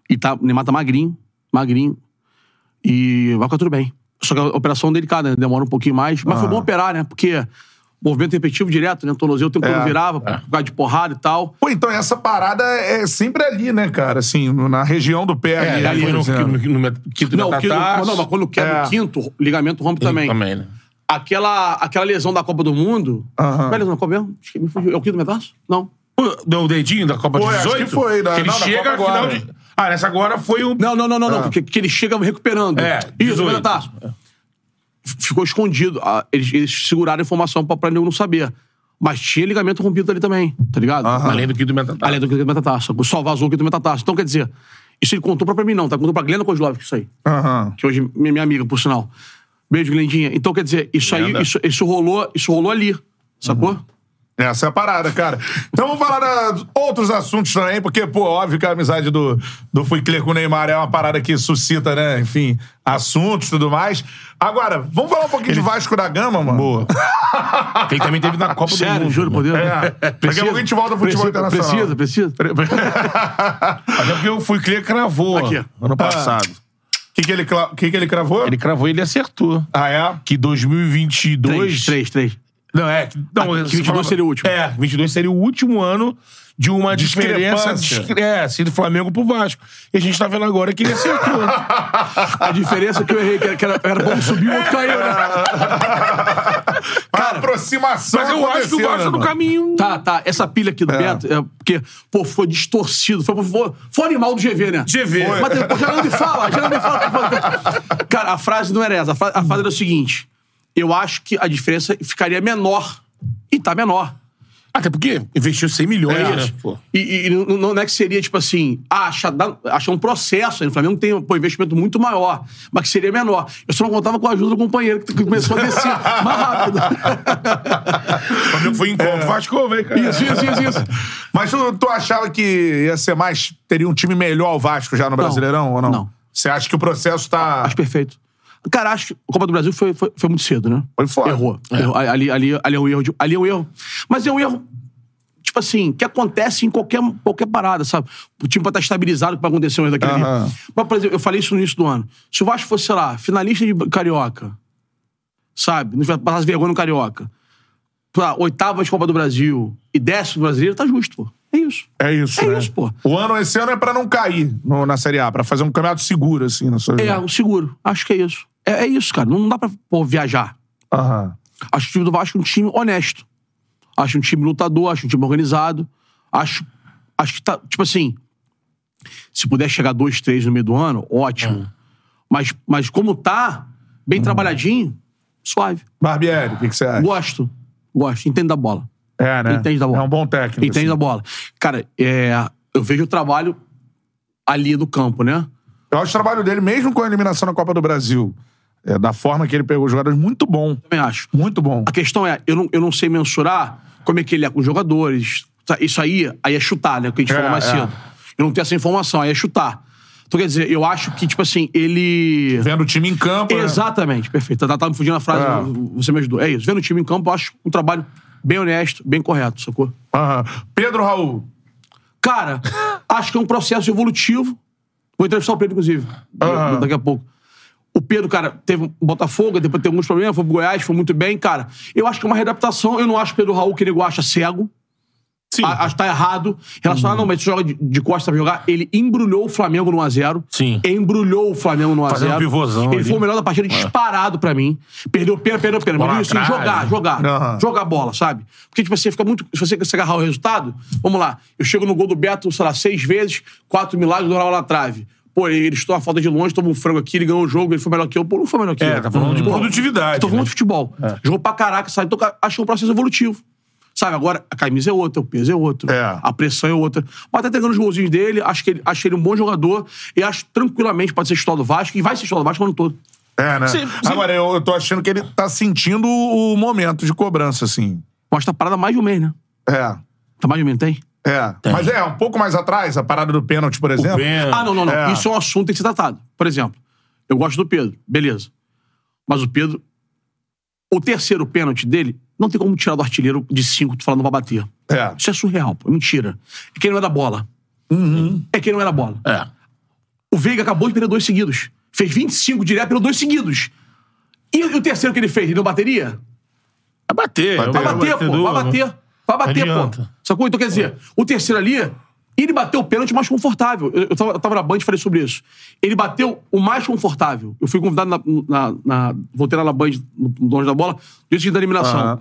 Speaker 3: E tá, o Neymar tá magrinho, magrinho. E vai ficar tudo bem. Só que a operação é delicada, né? demora um pouquinho mais. Mas
Speaker 1: Ah.
Speaker 3: foi bom operar, né? Porque movimento repetitivo direto, né? O tornozelo o tempo
Speaker 1: É,
Speaker 3: todo virava, por causa de porrada e tal.
Speaker 1: Pô, então essa parada é sempre ali, né, cara? Assim, na região do pé
Speaker 2: É,
Speaker 1: ali.
Speaker 2: ali
Speaker 1: por
Speaker 2: no,
Speaker 1: exemplo.
Speaker 2: no, no, met- quinto
Speaker 3: Não, que,
Speaker 2: metatarso.
Speaker 3: não, mas quando quebra
Speaker 1: tá É.
Speaker 3: o quinto, o ligamento rompe
Speaker 2: Ele
Speaker 3: também.
Speaker 2: Também, né?
Speaker 3: Aquela, aquela lesão da Copa do Mundo.
Speaker 1: Aham.
Speaker 3: Qual é a lesão da Copa mesmo? Acho que me fugiu. É o quinto metarso? Não.
Speaker 2: Pô, Deu o dedinho da Copa
Speaker 1: Foi,
Speaker 2: de
Speaker 1: acho
Speaker 2: 18?
Speaker 1: que foi, né?
Speaker 2: Que ele
Speaker 1: Não, da
Speaker 2: chega
Speaker 1: Copa
Speaker 2: final
Speaker 1: agora.
Speaker 2: de. Ah, nessa agora foi o.
Speaker 3: Não, não, não,
Speaker 1: Ah.
Speaker 3: não, não, porque que ele chega recuperando.
Speaker 2: É,
Speaker 3: Isso,
Speaker 2: 18.
Speaker 3: mas tá. F- Ficou escondido. Ah, Eles, eles seguraram a informação pra, pra eu não saber. Mas tinha ligamento rompido ali também, tá ligado? Mas-
Speaker 2: Além do quinto metatarso.
Speaker 3: Além do que do metatarso. Só vazou o que do metatarso. Então, quer dizer, isso ele contou pra, pra mim, não, tá? Contou pra Glenda Kozlovski isso aí
Speaker 1: Aham.
Speaker 3: que hoje é minha amiga, por sinal. Beijo, Glendinha. Então, quer dizer, isso aí,
Speaker 2: Glenda.
Speaker 3: isso, isso rolou, isso rolou ali. Sacou?
Speaker 1: Essa é a parada, cara. Então vamos falar de outros assuntos também, porque, pô, óbvio que a amizade do, do Fui Clear com o Neymar é uma parada que suscita, né, enfim, assuntos e tudo mais. Agora, vamos falar um pouquinho de Vasco da Gama, mano?
Speaker 2: Boa. Ele também teve na Copa do
Speaker 3: Sério,
Speaker 2: Mundo.
Speaker 3: juro por Deus.
Speaker 1: É. Daqui a pouco a gente volta ao futebol internacional.
Speaker 3: Precisa, precisa.
Speaker 2: Até é porque eu fui clear cravou
Speaker 3: Aqui,
Speaker 2: ó, Ah. ano passado.
Speaker 1: O que, que, ele cla- que, que ele cravou?
Speaker 2: Ele cravou e ele acertou.
Speaker 1: Ah, é?
Speaker 2: Que 2022...
Speaker 3: Três, três, três.
Speaker 2: Não, é. que- Não,
Speaker 3: Ah, que
Speaker 2: você
Speaker 3: 22 seria o último.
Speaker 2: É, 22 seria o último ano de uma diferença
Speaker 1: Discrepância.
Speaker 2: discre- é, assim, do Flamengo pro Vasco. E a gente tá vendo agora que ele acertou.
Speaker 3: A diferença é que eu errei, que era- que era, era bom subir, o outro caiu, né?
Speaker 1: a aproximação
Speaker 2: Mas eu acho que o
Speaker 1: aconteceu,
Speaker 2: Vasco tá
Speaker 1: né,
Speaker 2: no
Speaker 1: mano?
Speaker 2: caminho.
Speaker 3: Tá, tá. Essa pilha aqui do Beto é porque, pô, foi distorcido. Foi, foi, foi animal do GV, né?
Speaker 2: GV.
Speaker 3: Foi. Mas pô, já não me fala, já não me fala. Cara, a frase não era essa. A fra- a frase era o seguinte: eu acho que a diferença ficaria menor. E tá menor.
Speaker 2: Até porque investiu 100 milhões,
Speaker 3: É,
Speaker 2: né?
Speaker 3: isso.
Speaker 2: Pô.
Speaker 3: E, e- e não, não é que seria, tipo assim, ah, achar, dá- achar um processo. aí No Flamengo tem pô, investimento muito maior, mas que seria menor. Eu só não contava com a ajuda do companheiro que começou a descer mais rápido.
Speaker 2: O Flamengo foi em Copa. É. Vasco, vem, cara.
Speaker 3: Isso, isso, isso, isso.
Speaker 1: Mas tu, tu achava que ia ser mais. Teria um time melhor o Vasco já no Brasileirão ou não?
Speaker 3: Não.
Speaker 1: Você acha que o processo tá.
Speaker 3: Acho perfeito. Cara, acho que a Copa do Brasil foi, foi, foi muito cedo, né?
Speaker 1: Foi fora.
Speaker 3: Errou. Errou. Ali, ali, ali é um erro. de- ali é um erro. Mas é um erro, tipo assim, que acontece em qualquer, qualquer parada, sabe? O time pode estar estabilizado pra acontecer um erro daquele
Speaker 1: Aham.
Speaker 3: ali. Mas, por exemplo, eu falei isso no início do ano. Se o Vasco fosse, sei lá, finalista de Carioca, sabe? Não tivesse- passasse vergonha no Carioca, pra oitava de Copa do Brasil e décimo brasileiro, tá justo, pô. É isso.
Speaker 1: É isso.
Speaker 3: É
Speaker 1: né?
Speaker 3: isso, pô.
Speaker 1: O ano, esse ano é pra não cair no- na Série A, pra fazer um campeonato seguro, assim, na sua
Speaker 3: É,
Speaker 1: vida.
Speaker 3: o seguro. Acho que é isso. É, é isso, cara. Não dá pra pô, viajar.
Speaker 1: Aham.
Speaker 3: Acho o time do Vasco um time honesto. Acho um time lutador, acho um time organizado. Acho, acho que tá. Tipo assim. Se puder chegar dois, três no meio do ano, ótimo. Mas, mas como tá, bem trabalhadinho, suave.
Speaker 1: Barbieri, o que que você acha?
Speaker 3: Gosto. Gosto. Entendo da bola.
Speaker 1: É, né?
Speaker 3: Entende da bola.
Speaker 1: É um bom técnico.
Speaker 3: Entende tá
Speaker 1: assim.
Speaker 3: da bola. Cara, é, eu vejo o trabalho ali do campo, né?
Speaker 1: Eu acho o trabalho dele, mesmo com a eliminação na Copa do Brasil, é, da forma que ele pegou os jogadores, muito bom.
Speaker 3: Também acho.
Speaker 1: Muito bom.
Speaker 3: A questão é, eu não, eu não sei mensurar como é que ele é com os jogadores. Tá, Isso aí, aí é chutar, né? O que a gente
Speaker 1: É,
Speaker 3: falou mais
Speaker 1: é.
Speaker 3: cedo. Eu não tenho essa informação, aí é chutar. Então, quer dizer, eu acho que, tipo assim, ele.
Speaker 1: Vendo o time em campo. né?
Speaker 3: Exatamente, perfeito. Tá, tá me fugindo a frase,
Speaker 1: É.
Speaker 3: você me ajudou. É isso. Vendo o time em campo, eu acho um trabalho bem honesto, bem correto, sacou?
Speaker 1: Aham. Pedro Raul.
Speaker 3: Cara, acho que é um processo evolutivo. Vou entrevistar o Pedro, inclusive,
Speaker 1: Aham.
Speaker 3: da- daqui a pouco. O Pedro, cara, teve um Botafogo, depois teve alguns problemas, foi pro Goiás, foi muito bem, cara. Eu acho que é uma readaptação. Eu não acho o Pedro Raul que ele acha cego.
Speaker 2: Sim. Uhum.
Speaker 3: A- Acho que tá errado. Relacionado, não, mas você joga de, de costas pra jogar. Ele embrulhou o Flamengo no 1x0.
Speaker 2: Sim.
Speaker 3: Embrulhou o Flamengo no 1x0.
Speaker 2: Fazendo um pivôzão
Speaker 3: Ele
Speaker 2: ali. É.
Speaker 3: foi o melhor da partida disparado pra mim. Perdeu, perdeu, perdeu, perdeu.
Speaker 2: Bola
Speaker 3: Mas, assim,
Speaker 2: atrás,
Speaker 3: jogar,
Speaker 2: né?
Speaker 3: jogar.
Speaker 1: Aham.
Speaker 3: Jogar bola, sabe? Porque, tipo, você fica muito. Se você se agarrar o resultado, vamos lá. Eu chego no gol do Beto, sei lá, seis vezes, quatro milagres do Oral na trave. Pô, ele estoura a falta de longe, toma um frango aqui, ele ganhou o jogo, ele foi melhor que eu. Pô, não foi melhor que eu.
Speaker 2: É, tá falando de
Speaker 3: Pô,
Speaker 2: produtividade,
Speaker 3: Tô falando
Speaker 2: né?
Speaker 3: de futebol.
Speaker 1: É.
Speaker 3: Jogou pra caraca, sabe? Então, cara, acho que é um processo evolutivo. Sabe, agora a camisa é outra, o peso é outro,
Speaker 1: É.
Speaker 3: a pressão é outra. Mas tá pegando os golzinhos dele, acho que ele, acho ele um bom jogador e acho tranquilamente pode ser titular do Vasco e vai ser titular do Vasco o ano todo.
Speaker 1: É, né?
Speaker 2: Sim, sim.
Speaker 1: Agora, eu, eu tô achando que ele tá sentindo o momento de cobrança, assim.
Speaker 3: Mas tá parada há mais de um mês, né?
Speaker 1: É.
Speaker 3: Tá mais de um mês, não tem?
Speaker 1: É. Mas é, um pouco mais atrás, a parada do pênalti, por exemplo.
Speaker 2: Ben-
Speaker 3: Ah, não, não, não.
Speaker 1: É.
Speaker 3: Isso é um assunto que tem que ser tratado. Por exemplo, eu gosto do Pedro, beleza. Mas o Pedro, o terceiro pênalti dele, não tem como tirar do artilheiro de cinco, tu falando não vai bater.
Speaker 1: É.
Speaker 3: Isso é surreal, pô. Mentira. É que ele não era bola. É que ele não era bola.
Speaker 2: Uhum. É.
Speaker 3: O Veiga acabou de perder dois seguidos. Fez 25 direto, perdeu dois seguidos. E, o- e o terceiro que ele fez, ele não bateria?
Speaker 2: Vai bater.
Speaker 1: Vai
Speaker 2: é o
Speaker 3: Vai bater, pô.
Speaker 2: batedor,
Speaker 3: Vai
Speaker 2: né?
Speaker 3: bater. Vai bater, pô.
Speaker 2: adianta.
Speaker 3: Sacou? Então, quer dizer, o terceiro ali, ele bateu o pênalti mais confortável. Eu, eu, tava, eu tava na Band e falei sobre isso. Ele bateu o mais confortável. Eu fui convidado na. na, na voltei lá na Band, no no Dono da Bola, no dia seguinte da eliminação.
Speaker 1: Aham.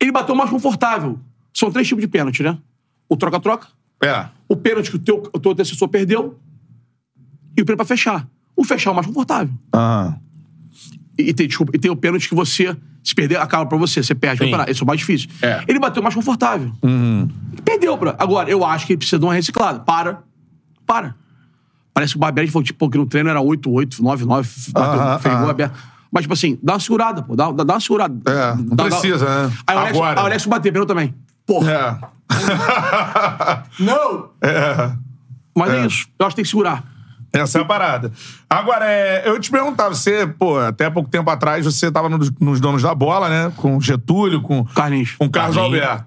Speaker 3: Ele bateu o mais confortável. São três tipos de pênalti, né? O troca-troca,
Speaker 1: É.
Speaker 3: o pênalti que o teu, o teu antecessor perdeu e o pênalti pra fechar. O fechar é o mais confortável.
Speaker 1: Aham.
Speaker 3: E, e tem, desculpa, e tem o pênalti que você, se perder, acaba pra você. Você perde. vai
Speaker 2: Sim.
Speaker 3: parar. Esse é o mais difícil.
Speaker 2: É.
Speaker 3: Ele bateu mais confortável.
Speaker 1: Uhum.
Speaker 3: E Perdeu, bro. Agora, eu acho que ele precisa de uma reciclada. Para. Para. Parece que o Barbieri falou, tipo, que no treino era 8, 8, 9, 9. Bateu,
Speaker 1: Aham,
Speaker 3: fez gol
Speaker 1: aham.
Speaker 3: aberto. Mas, tipo assim, dá uma segurada, pô. Dá, dá, dá uma segurada.
Speaker 1: É, não
Speaker 3: Dá- dá-
Speaker 1: precisa, né?
Speaker 3: Aí o Alex,
Speaker 1: Agora.
Speaker 3: aí o Alex bateu, perdeu também. Porra.
Speaker 1: É.
Speaker 3: Não! Mas é. isso. Eu acho que tem que segurar.
Speaker 1: Essa é a parada. Agora, é, eu te perguntava, você, pô, até há pouco tempo atrás você tava nos, nos donos da bola, né? Com Getúlio, com,
Speaker 3: Carlinhos.
Speaker 1: com Carlos Alberto.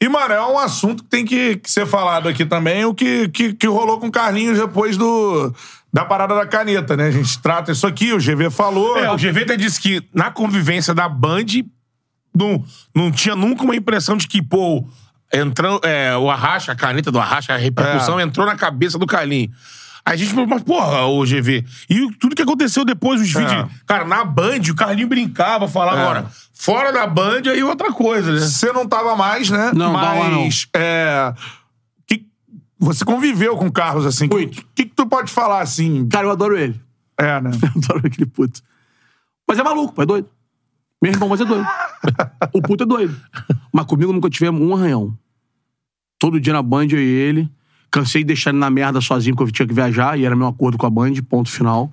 Speaker 1: E, mano, é um assunto que tem que, que ser falado aqui também, o que, que, que rolou com o Carlinhos depois do, da parada da caneta, né? A gente trata isso aqui, o GV falou.
Speaker 2: É, o GV até disse que na convivência da Band não, não tinha nunca uma impressão de que, pô, entrou, é, o Arracha, a caneta do Arracha, a repercussão
Speaker 1: É.
Speaker 2: entrou na cabeça do Carlinhos. A gente falou, mas porra, o GV. E o- tudo que aconteceu depois, os
Speaker 1: É.
Speaker 2: vídeos. Cara, na Band, o Carlinhos brincava, falava,
Speaker 1: É.
Speaker 2: agora, fora da Band, aí outra coisa, né?
Speaker 1: Você não tava mais, né?
Speaker 3: Não,
Speaker 1: Mas,
Speaker 3: tava lá não.
Speaker 1: é, que, você conviveu com o Carlos, assim.
Speaker 3: Muito.
Speaker 1: O que, que tu pode falar, assim?
Speaker 3: Cara, eu adoro ele.
Speaker 1: É, né?
Speaker 3: Eu adoro aquele puto. Mas é maluco, pô, é doido. Meu irmão, mas é doido. O puto é doido. Mas comigo nunca tivemos um arranhão. Todo dia na Band, eu e ele. Cansei de deixar ele na merda sozinho, porque eu tinha que viajar, e era meu acordo com a Band, ponto final.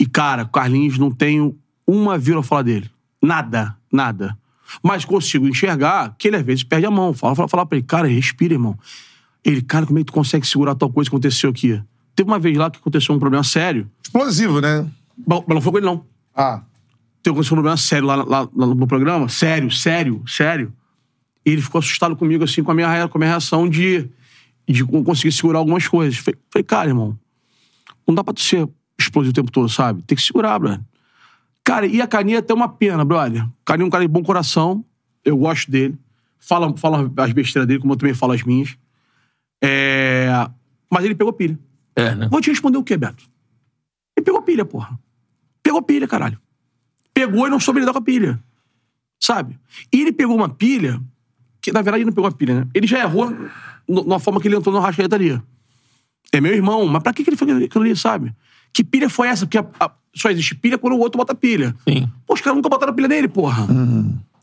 Speaker 3: E, cara, Carlinhos, não tenho uma vírgula a falar dele. Nada, nada. Mas consigo enxergar que ele, às vezes, perde a mão. Fala, fala, fala pra ele, cara, respira, irmão. Ele, cara, como é que tu consegue segurar tal coisa que aconteceu aqui? Teve uma vez lá que aconteceu um problema sério.
Speaker 1: Explosivo, né?
Speaker 3: Bom, mas não foi com ele, não.
Speaker 1: Ah.
Speaker 3: Teve um problema sério lá, lá- lá no programa. Sério, sério, sério. E ele ficou assustado comigo, assim, com a minha, rea- com a minha reação de, de co- conseguir segurar algumas coisas. Falei, falei, cara, irmão, não dá pra tu ser explosivo o tempo todo, sabe? Tem que segurar, brother. Cara, e a caneta é uma pena, brother. O Carinha é um cara de bom coração. Eu gosto dele. Fala, fala as besteiras dele, como eu também falo as minhas. É... Mas ele pegou pilha.
Speaker 2: É, né?
Speaker 3: Vou te responder o quê, Beto? Ele pegou pilha, porra. Pegou pilha, caralho. Pegou e não soube lidar com a pilha. Sabe? E ele pegou uma pilha, que na verdade ele não pegou a pilha, né? Ele já errou no- na forma que ele entrou no rascaeta ali. É meu irmão, mas pra que, que ele fez aquilo ali, sabe? Que pilha foi essa? Porque a- a- só existe pilha quando o outro bota pilha.
Speaker 2: Sim.
Speaker 3: Pô, os caras nunca botaram pilha nele, porra.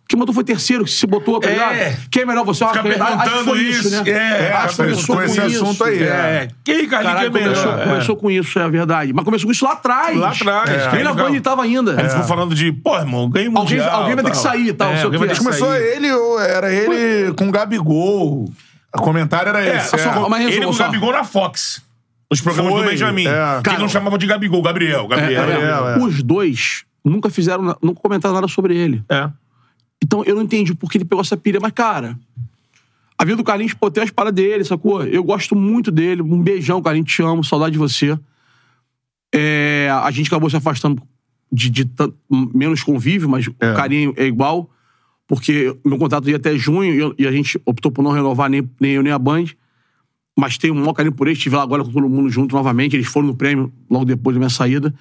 Speaker 3: Que botou foi terceiro, que se botou, tá
Speaker 2: É.
Speaker 3: ligado? Quem é melhor você?
Speaker 2: Fica
Speaker 3: Acho que- acho que
Speaker 2: perguntando
Speaker 3: foi
Speaker 2: isso. É,
Speaker 1: É,
Speaker 3: acho que
Speaker 1: foi- foi
Speaker 3: começou com
Speaker 1: esse
Speaker 3: isso.
Speaker 1: assunto aí, é.
Speaker 2: É. Quem, Carlinhos, que é
Speaker 3: Caralho, começou,
Speaker 2: melhor? É.
Speaker 3: começou com isso, é verdade. Mas começou com isso lá atrás.
Speaker 2: Lá atrás,
Speaker 3: É.
Speaker 2: que
Speaker 3: Nem na
Speaker 2: legal. É.
Speaker 3: Band ele tava ainda.
Speaker 2: Ele ficou falando de, pô, irmão, ganhei mundial.
Speaker 3: É.
Speaker 2: É,
Speaker 3: Alguém- alguém vai ter que sair, tal, não sei o
Speaker 2: alguém
Speaker 3: quê.
Speaker 2: vai ter que
Speaker 1: Começou
Speaker 2: sair.
Speaker 1: ele, ou era ele com o Gabigol. O comentário era
Speaker 2: É,
Speaker 1: esse.
Speaker 2: só-
Speaker 1: é.
Speaker 3: mas
Speaker 2: ele
Speaker 3: resumo
Speaker 2: com o
Speaker 3: só.
Speaker 2: Gabigol na Fox. Os programas
Speaker 1: Foi,
Speaker 2: do Benjamin.
Speaker 1: é.
Speaker 2: Que ele não chamava de Gabigol, Gabriel.
Speaker 3: É,
Speaker 2: Gabriel.
Speaker 3: tá vendo?
Speaker 1: Gabriel, é.
Speaker 3: Os dois nunca fizeram, na- nunca comentaram nada sobre ele.
Speaker 2: É.
Speaker 3: Então eu não entendi por que ele pegou essa pilha, mas, cara. A vida do Carlinhos, pô, tem as paradas dele, sacou? Eu gosto muito dele. Um beijão, Carlinhos, te amo, saudade de você. É, a gente acabou se afastando de, de tan- menos convívio, mas o carinho é igual, porque meu contrato ia até junho e, eu- e a gente optou por não renovar nem, nem eu nem a Band. Mas tenho um maior carinho por ele, estive lá agora com todo mundo junto novamente. Eles foram no prêmio logo depois da minha saída.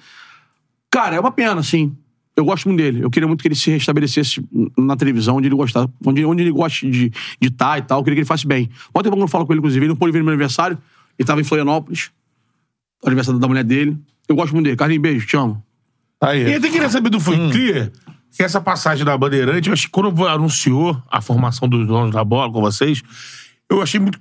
Speaker 3: Cara, é uma pena, assim. Eu gosto muito dele. Eu queria muito que ele se restabelecesse na televisão, onde ele gostar, onde, onde ele gosta de de estar e tal. Eu queria que ele faça bem. Ontem eu não falo com ele, inclusive, ele não pôde vir no meu aniversário. Ele tava em Florianópolis, aniversário da mulher dele. Eu gosto muito dele. Carlinhos, beijo, te amo.
Speaker 2: E
Speaker 1: Tá Aí.
Speaker 2: até queria saber do Foi Clear que essa passagem da Bandeirante, eu acho que quando anunciou a formação dos donos da bola com vocês, eu achei muito.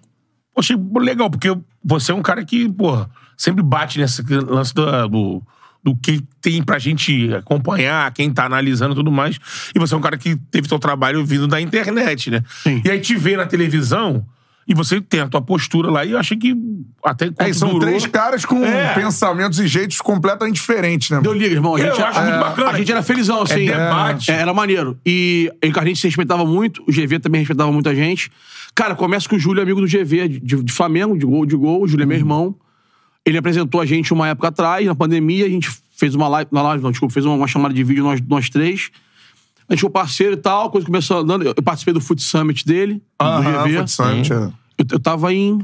Speaker 2: eu Achei legal, porque você é um cara que, porra, sempre bate nesse lance da- do, do que tem pra gente acompanhar, quem tá analisando e tudo mais. E você é um cara que teve seu trabalho vindo da internet, né?
Speaker 3: Sim.
Speaker 2: E aí te vê na televisão e você tem a tua postura lá, e eu achei que até quando
Speaker 1: É, são
Speaker 2: durou-
Speaker 1: três caras com
Speaker 2: É.
Speaker 1: pensamentos e jeitos completamente diferentes, né?
Speaker 3: Deu liga, irmão. A
Speaker 2: Eu
Speaker 3: gente,
Speaker 2: acho
Speaker 3: é,
Speaker 2: muito bacana.
Speaker 3: A gente era felizão, assim.
Speaker 2: debate.
Speaker 3: É, era maneiro. E e o Carlinhos se respeitava muito, o GV também respeitava muito a gente. Cara, começa com o Júlio, amigo do GV, de- de, de Flamengo, de gol, de gol. O Júlio
Speaker 1: Uhum.
Speaker 3: é meu irmão. Ele apresentou a gente uma época atrás, na pandemia, a gente fez uma live, na live, não, desculpa, fez uma, uma chamada de vídeo nós, nós três. A gente ficou parceiro e tal, a coisa começou andando. Eu eu participei do Foot Summit dele, do
Speaker 1: Aham,
Speaker 3: GV.
Speaker 1: Foot Summit, é.
Speaker 3: Eu, eu tava em.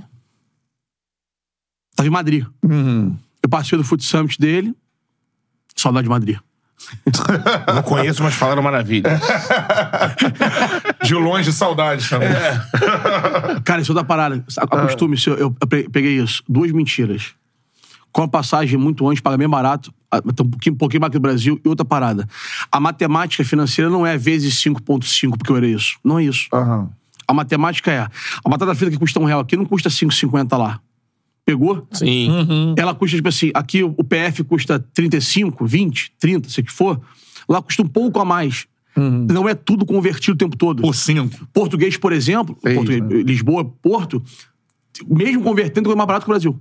Speaker 3: Tava em Madrid.
Speaker 1: Uhum.
Speaker 3: Eu participei do Foot Summit dele. Saudade de Madrid.
Speaker 2: Não conheço, mas falaram maravilha.
Speaker 1: De longe, saudades também.
Speaker 2: É.
Speaker 3: Cara, isso é outra parada. Acostume, se eu, eu pe- peguei isso. Duas mentiras. Com a passagem muito antes, paga bem barato, ah, tá um pouquinho, um pouquinho mais que o Brasil, e outra parada. A matemática financeira não é vezes 5,5, porque eu era isso. Não é isso.
Speaker 1: Aham.
Speaker 3: A matemática é. A batata frita que custa um real aqui não custa 5,50 lá. pegou,
Speaker 2: Sim.
Speaker 3: ela custa, tipo assim, aqui o PF custa 35, 20, 30, se que for. Lá custa um pouco a mais. Não é tudo convertido o tempo todo.
Speaker 1: Por cinco.
Speaker 3: Português, por exemplo, português, Lisboa, Porto, mesmo convertendo, é mais barato que o Brasil.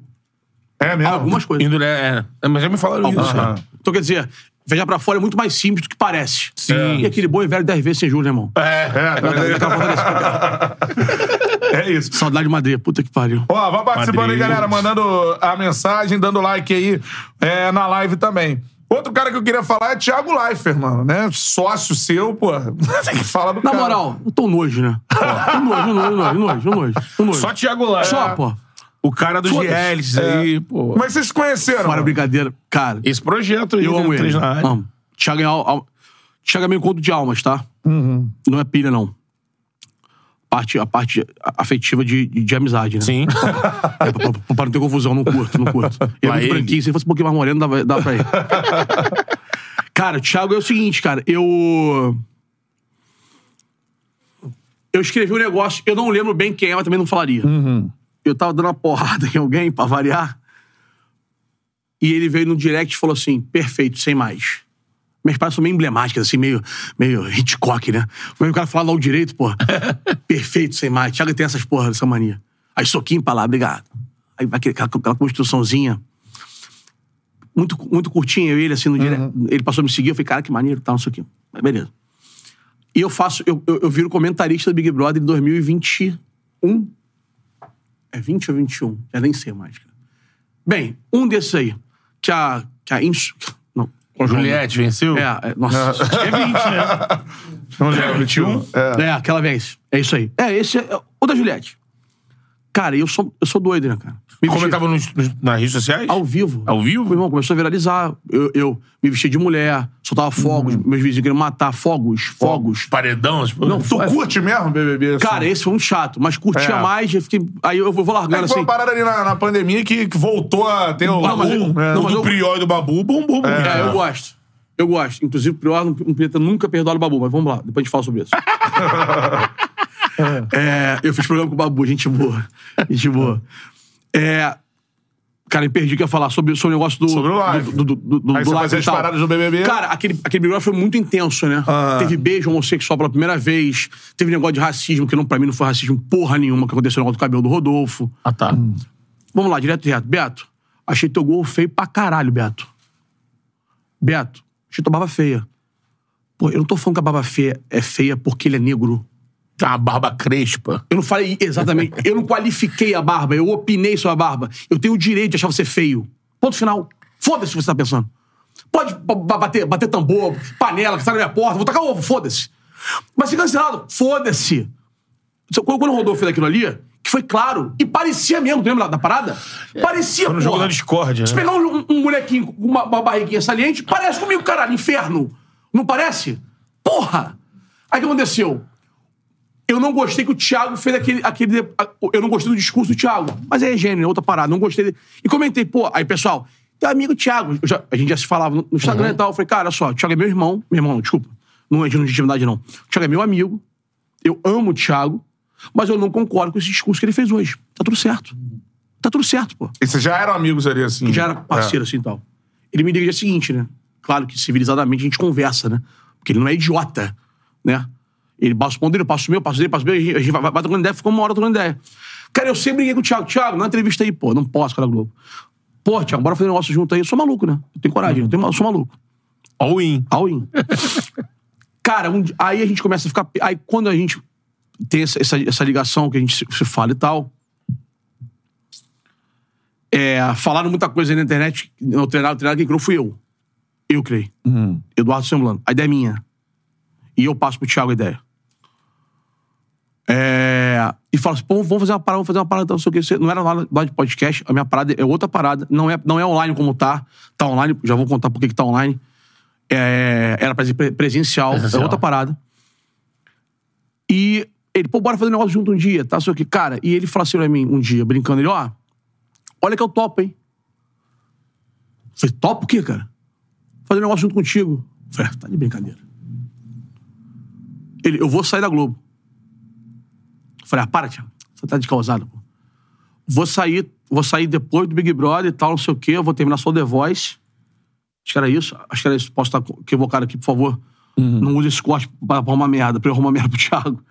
Speaker 1: É mesmo?
Speaker 3: Algumas coisas.
Speaker 2: Indo, né? é. Mas já me falaram isso.
Speaker 1: Aham.
Speaker 2: cara.
Speaker 3: Então, quer dizer, viajar pra fora é muito mais simples do que parece.
Speaker 2: Sim.
Speaker 3: E aquele boi velho 10 vezes sem juros, né, irmão?
Speaker 1: É, é, tá
Speaker 3: Dá- dá
Speaker 1: ligado?
Speaker 3: aquela fortalecida.
Speaker 1: é isso.
Speaker 3: Saudade de Madrid, puta que pariu.
Speaker 1: Ó, vai participando aí,
Speaker 2: Padrinhos.
Speaker 1: galera, mandando a mensagem, dando like aí é, na live também. Outro cara que eu queria falar é Thiago Leifert, mano, né? Sócio seu, pô. Tem que falar do
Speaker 3: Na
Speaker 1: cara.
Speaker 3: moral, eu tô nojo, né? Um nojo, um nojo, um nojo, um nojo, um nojo.
Speaker 2: Só Thiago Lara.
Speaker 3: Só, pô.
Speaker 2: O cara dos
Speaker 3: Foda-se.
Speaker 2: realities aí, pô.
Speaker 1: Como é que vocês se conheceram?
Speaker 3: Fora
Speaker 1: mano?
Speaker 3: brincadeira. Cara,
Speaker 2: Esse projeto aí,
Speaker 3: eu
Speaker 2: né,
Speaker 3: amo ele.
Speaker 2: Três na área.
Speaker 3: Amo. Thiago é, al- al- Thiago é meio conto de almas, tá?
Speaker 2: Uhum.
Speaker 3: Não é pilha, não. Parte, a parte afetiva de, de, de amizade, né?
Speaker 2: Sim.
Speaker 3: É, pra, pra- pra não ter confusão, não curto, não curto. Ele é
Speaker 2: Lá
Speaker 3: muito
Speaker 2: ele.
Speaker 3: branquinho, se ele fosse um pouquinho mais moreno, dava, dava pra ele. cara, o Thiago é o seguinte, cara, eu. Eu escrevi um negócio, eu não lembro bem quem é, mas também não falaria. Eu tava dando uma porrada em alguém, pra variar. E ele veio no direct e falou assim: perfeito, sem mais. Minhas palavras são meio emblemáticas, assim, meio, meio Hitchcock, né? Foi o cara falar logo direito, porra. Perfeito, sem mais. Thiago tem essas porra, essa mania. Aí soquinho pra lá, obrigado. Aí vai aquele- aquela, aquela construçãozinha. Muito, muito curtinha, eu e ele, assim, no dire- Ele passou a me seguir, eu falei, cara, que maneiro, tá, não sei o quê. Mas beleza. E eu faço, eu, eu, eu viro comentarista do Big Brother em 2021. É 20 ou 21? Já nem sei mais, cara. Bem, um desses aí, que a. Que a Ins... Não, com a
Speaker 2: Juliette venceu?
Speaker 3: é, é, nossa.
Speaker 2: É 20, né?
Speaker 1: Não lembro, 21? É.
Speaker 3: É, aquela vez. É isso aí. É, esse é o da Juliette. Cara, eu sou, eu sou doido, né, cara? Me vesti-
Speaker 2: Comentava nos, nos- nas redes sociais?
Speaker 3: ao vivo.
Speaker 2: é Ao vivo?
Speaker 3: Meu irmão, começou a viralizar. Eu, eu me vesti de mulher, soltava fogos, meus vizinhos queriam matar fogos, fogos.
Speaker 2: Paredão? tipo-
Speaker 3: Não,
Speaker 1: Tu
Speaker 3: é-
Speaker 1: curte mesmo, BBB? assim?
Speaker 3: Cara, esse foi muito chato, mas curtia
Speaker 1: É.
Speaker 3: mais, eu fiquei. Aí eu vou
Speaker 1: É que
Speaker 3: largando
Speaker 1: foi
Speaker 3: assim.
Speaker 1: uma parada ali na, na pandemia que, que voltou a ter o
Speaker 3: Não, mas eu-
Speaker 1: né?
Speaker 3: não, mas
Speaker 1: Do
Speaker 3: eu-
Speaker 1: Priol e do Babu, bombou. muito.
Speaker 3: É, eu gosto. Eu gosto. Inclusive, o Prior não não podia nunca perdoar o Babu, mas vamos lá, depois a gente fala sobre isso. É, eu fiz programa com o Babu, gente boa. Gente boa. É, cara, eu perdi o que eu ia falar sobre, sobre o negócio do.
Speaker 1: Sobre o live.
Speaker 3: Do, do, do, do-
Speaker 1: Aí
Speaker 3: do
Speaker 1: você
Speaker 3: live
Speaker 1: fazia
Speaker 3: e
Speaker 1: as
Speaker 3: tal.
Speaker 1: paradas do BBB.
Speaker 3: Cara, aquele, aquele Big Brother foi muito intenso, né?
Speaker 1: Ah.
Speaker 3: Teve beijo homossexual pela primeira vez, teve negócio de racismo, que não, pra mim não foi racismo porra nenhuma, que aconteceu no negócio do cabelo do Rodolfo.
Speaker 2: Ah, tá.
Speaker 3: Vamos lá, direto e reto. Beto, achei teu gol feio pra caralho, Beto. Beto, achei tua barba feia. Pô, eu não tô falando que a barba feia é feia porque ele é negro.
Speaker 2: Tem uma barba crespa.
Speaker 3: Eu não falei exatamente. Eu não qualifiquei a barba, eu opinei sobre a barba. Eu tenho o direito de achar você feio. Ponto final. Foda-se o que você tá pensando. Pode ba- ba- bater, bater tambor, panela, que está na minha porta, vou tacar ovo, foda-se. Mas ser cancelado, foda-se. Só Quando quando o Rodolfo fez aquilo ali, que foi claro, e parecia mesmo, tu lembra da parada? Parecia,
Speaker 2: Foi É, no jogo
Speaker 3: porra.
Speaker 2: da discórdia,
Speaker 3: Se
Speaker 2: né?
Speaker 3: pegar um, um molequinho com uma, uma barriguinha saliente, parece comigo, caralho, inferno. Não parece? Porra! Aí o que aconteceu? Eu não gostei que o Thiago fez aquele. aquele a- eu não gostei do discurso do Thiago. Mas é gênio, é outra parada. Não gostei dele. E comentei, pô, aí, pessoal, teu amigo Thiago. eu já- a gente já se falava no no Instagram e tal. Eu falei, cara, olha só, o Thiago é meu irmão. Meu irmão, não, desculpa. Não é de intimidade, não. O Thiago é meu amigo. Eu amo o Thiago, mas eu não concordo com esse discurso que ele fez hoje. Tá tudo certo. Tá tudo certo, pô
Speaker 1: E vocês já eram amigos ali, assim?
Speaker 3: já era parceiro assim e tal. Ele me liga dia seguinte, né? Claro que civilizadamente a gente conversa, né? Porque ele não é idiota, né? Ele passa o ponto dele, eu passo o meu, passo o dele, passo o meu, a gente, a gente vai, vai, vai trocando ideia, ficou uma hora trocando ideia. Cara, eu sempre liguei com o Thiago. Thiago, na entrevista aí, pô, não posso, cara, Globo. Pô, Thiago, bora fazer um negócio junto aí. Eu sou maluco, né? Eu tenho coragem, eu, tenho, eu sou maluco.
Speaker 2: All in.
Speaker 3: All in. Cara, um di- aí a gente começa a ficar. pe- Aí quando a gente tem essa, essa, essa ligação que a gente se, se fala e tal. É, falaram muita coisa aí na internet. No treinado, treinado, quem criou fui eu. Eu criei. Eduardo Semblano. A ideia é minha. E eu passo pro Thiago a ideia. É, e fala assim, pô, vamos fazer uma parada, vamos fazer uma parada, não sei o que. Não era lá lá de podcast, a minha parada é outra parada. Não é, não é online como tá. Tá online, já vou contar por que que tá online. É, era pra ser pre- presencial,
Speaker 2: Presencial.
Speaker 3: é outra parada. E ele, pô, bora fazer um negócio junto um dia, tá? Só que, cara, e ele fala assim pra mim um dia, brincando, ele, ó, olha que eu topo, hein? Eu falei, topo o quê, cara? Fazer um negócio junto contigo. Eu falei, ah, tá de brincadeira. Ele, eu vou sair da Globo. Eu falei, ah, para, Thiago. Você tá de causada, pô. Vou sair, vou sair depois do Big Brother e tal, não sei o quê, eu vou terminar só o The Voice. Acho que era isso. Acho que era isso. Posso estar equivocado aqui, por favor. Não use esse corte pra, pra arrumar merda, pra eu arrumar merda pro Thiago.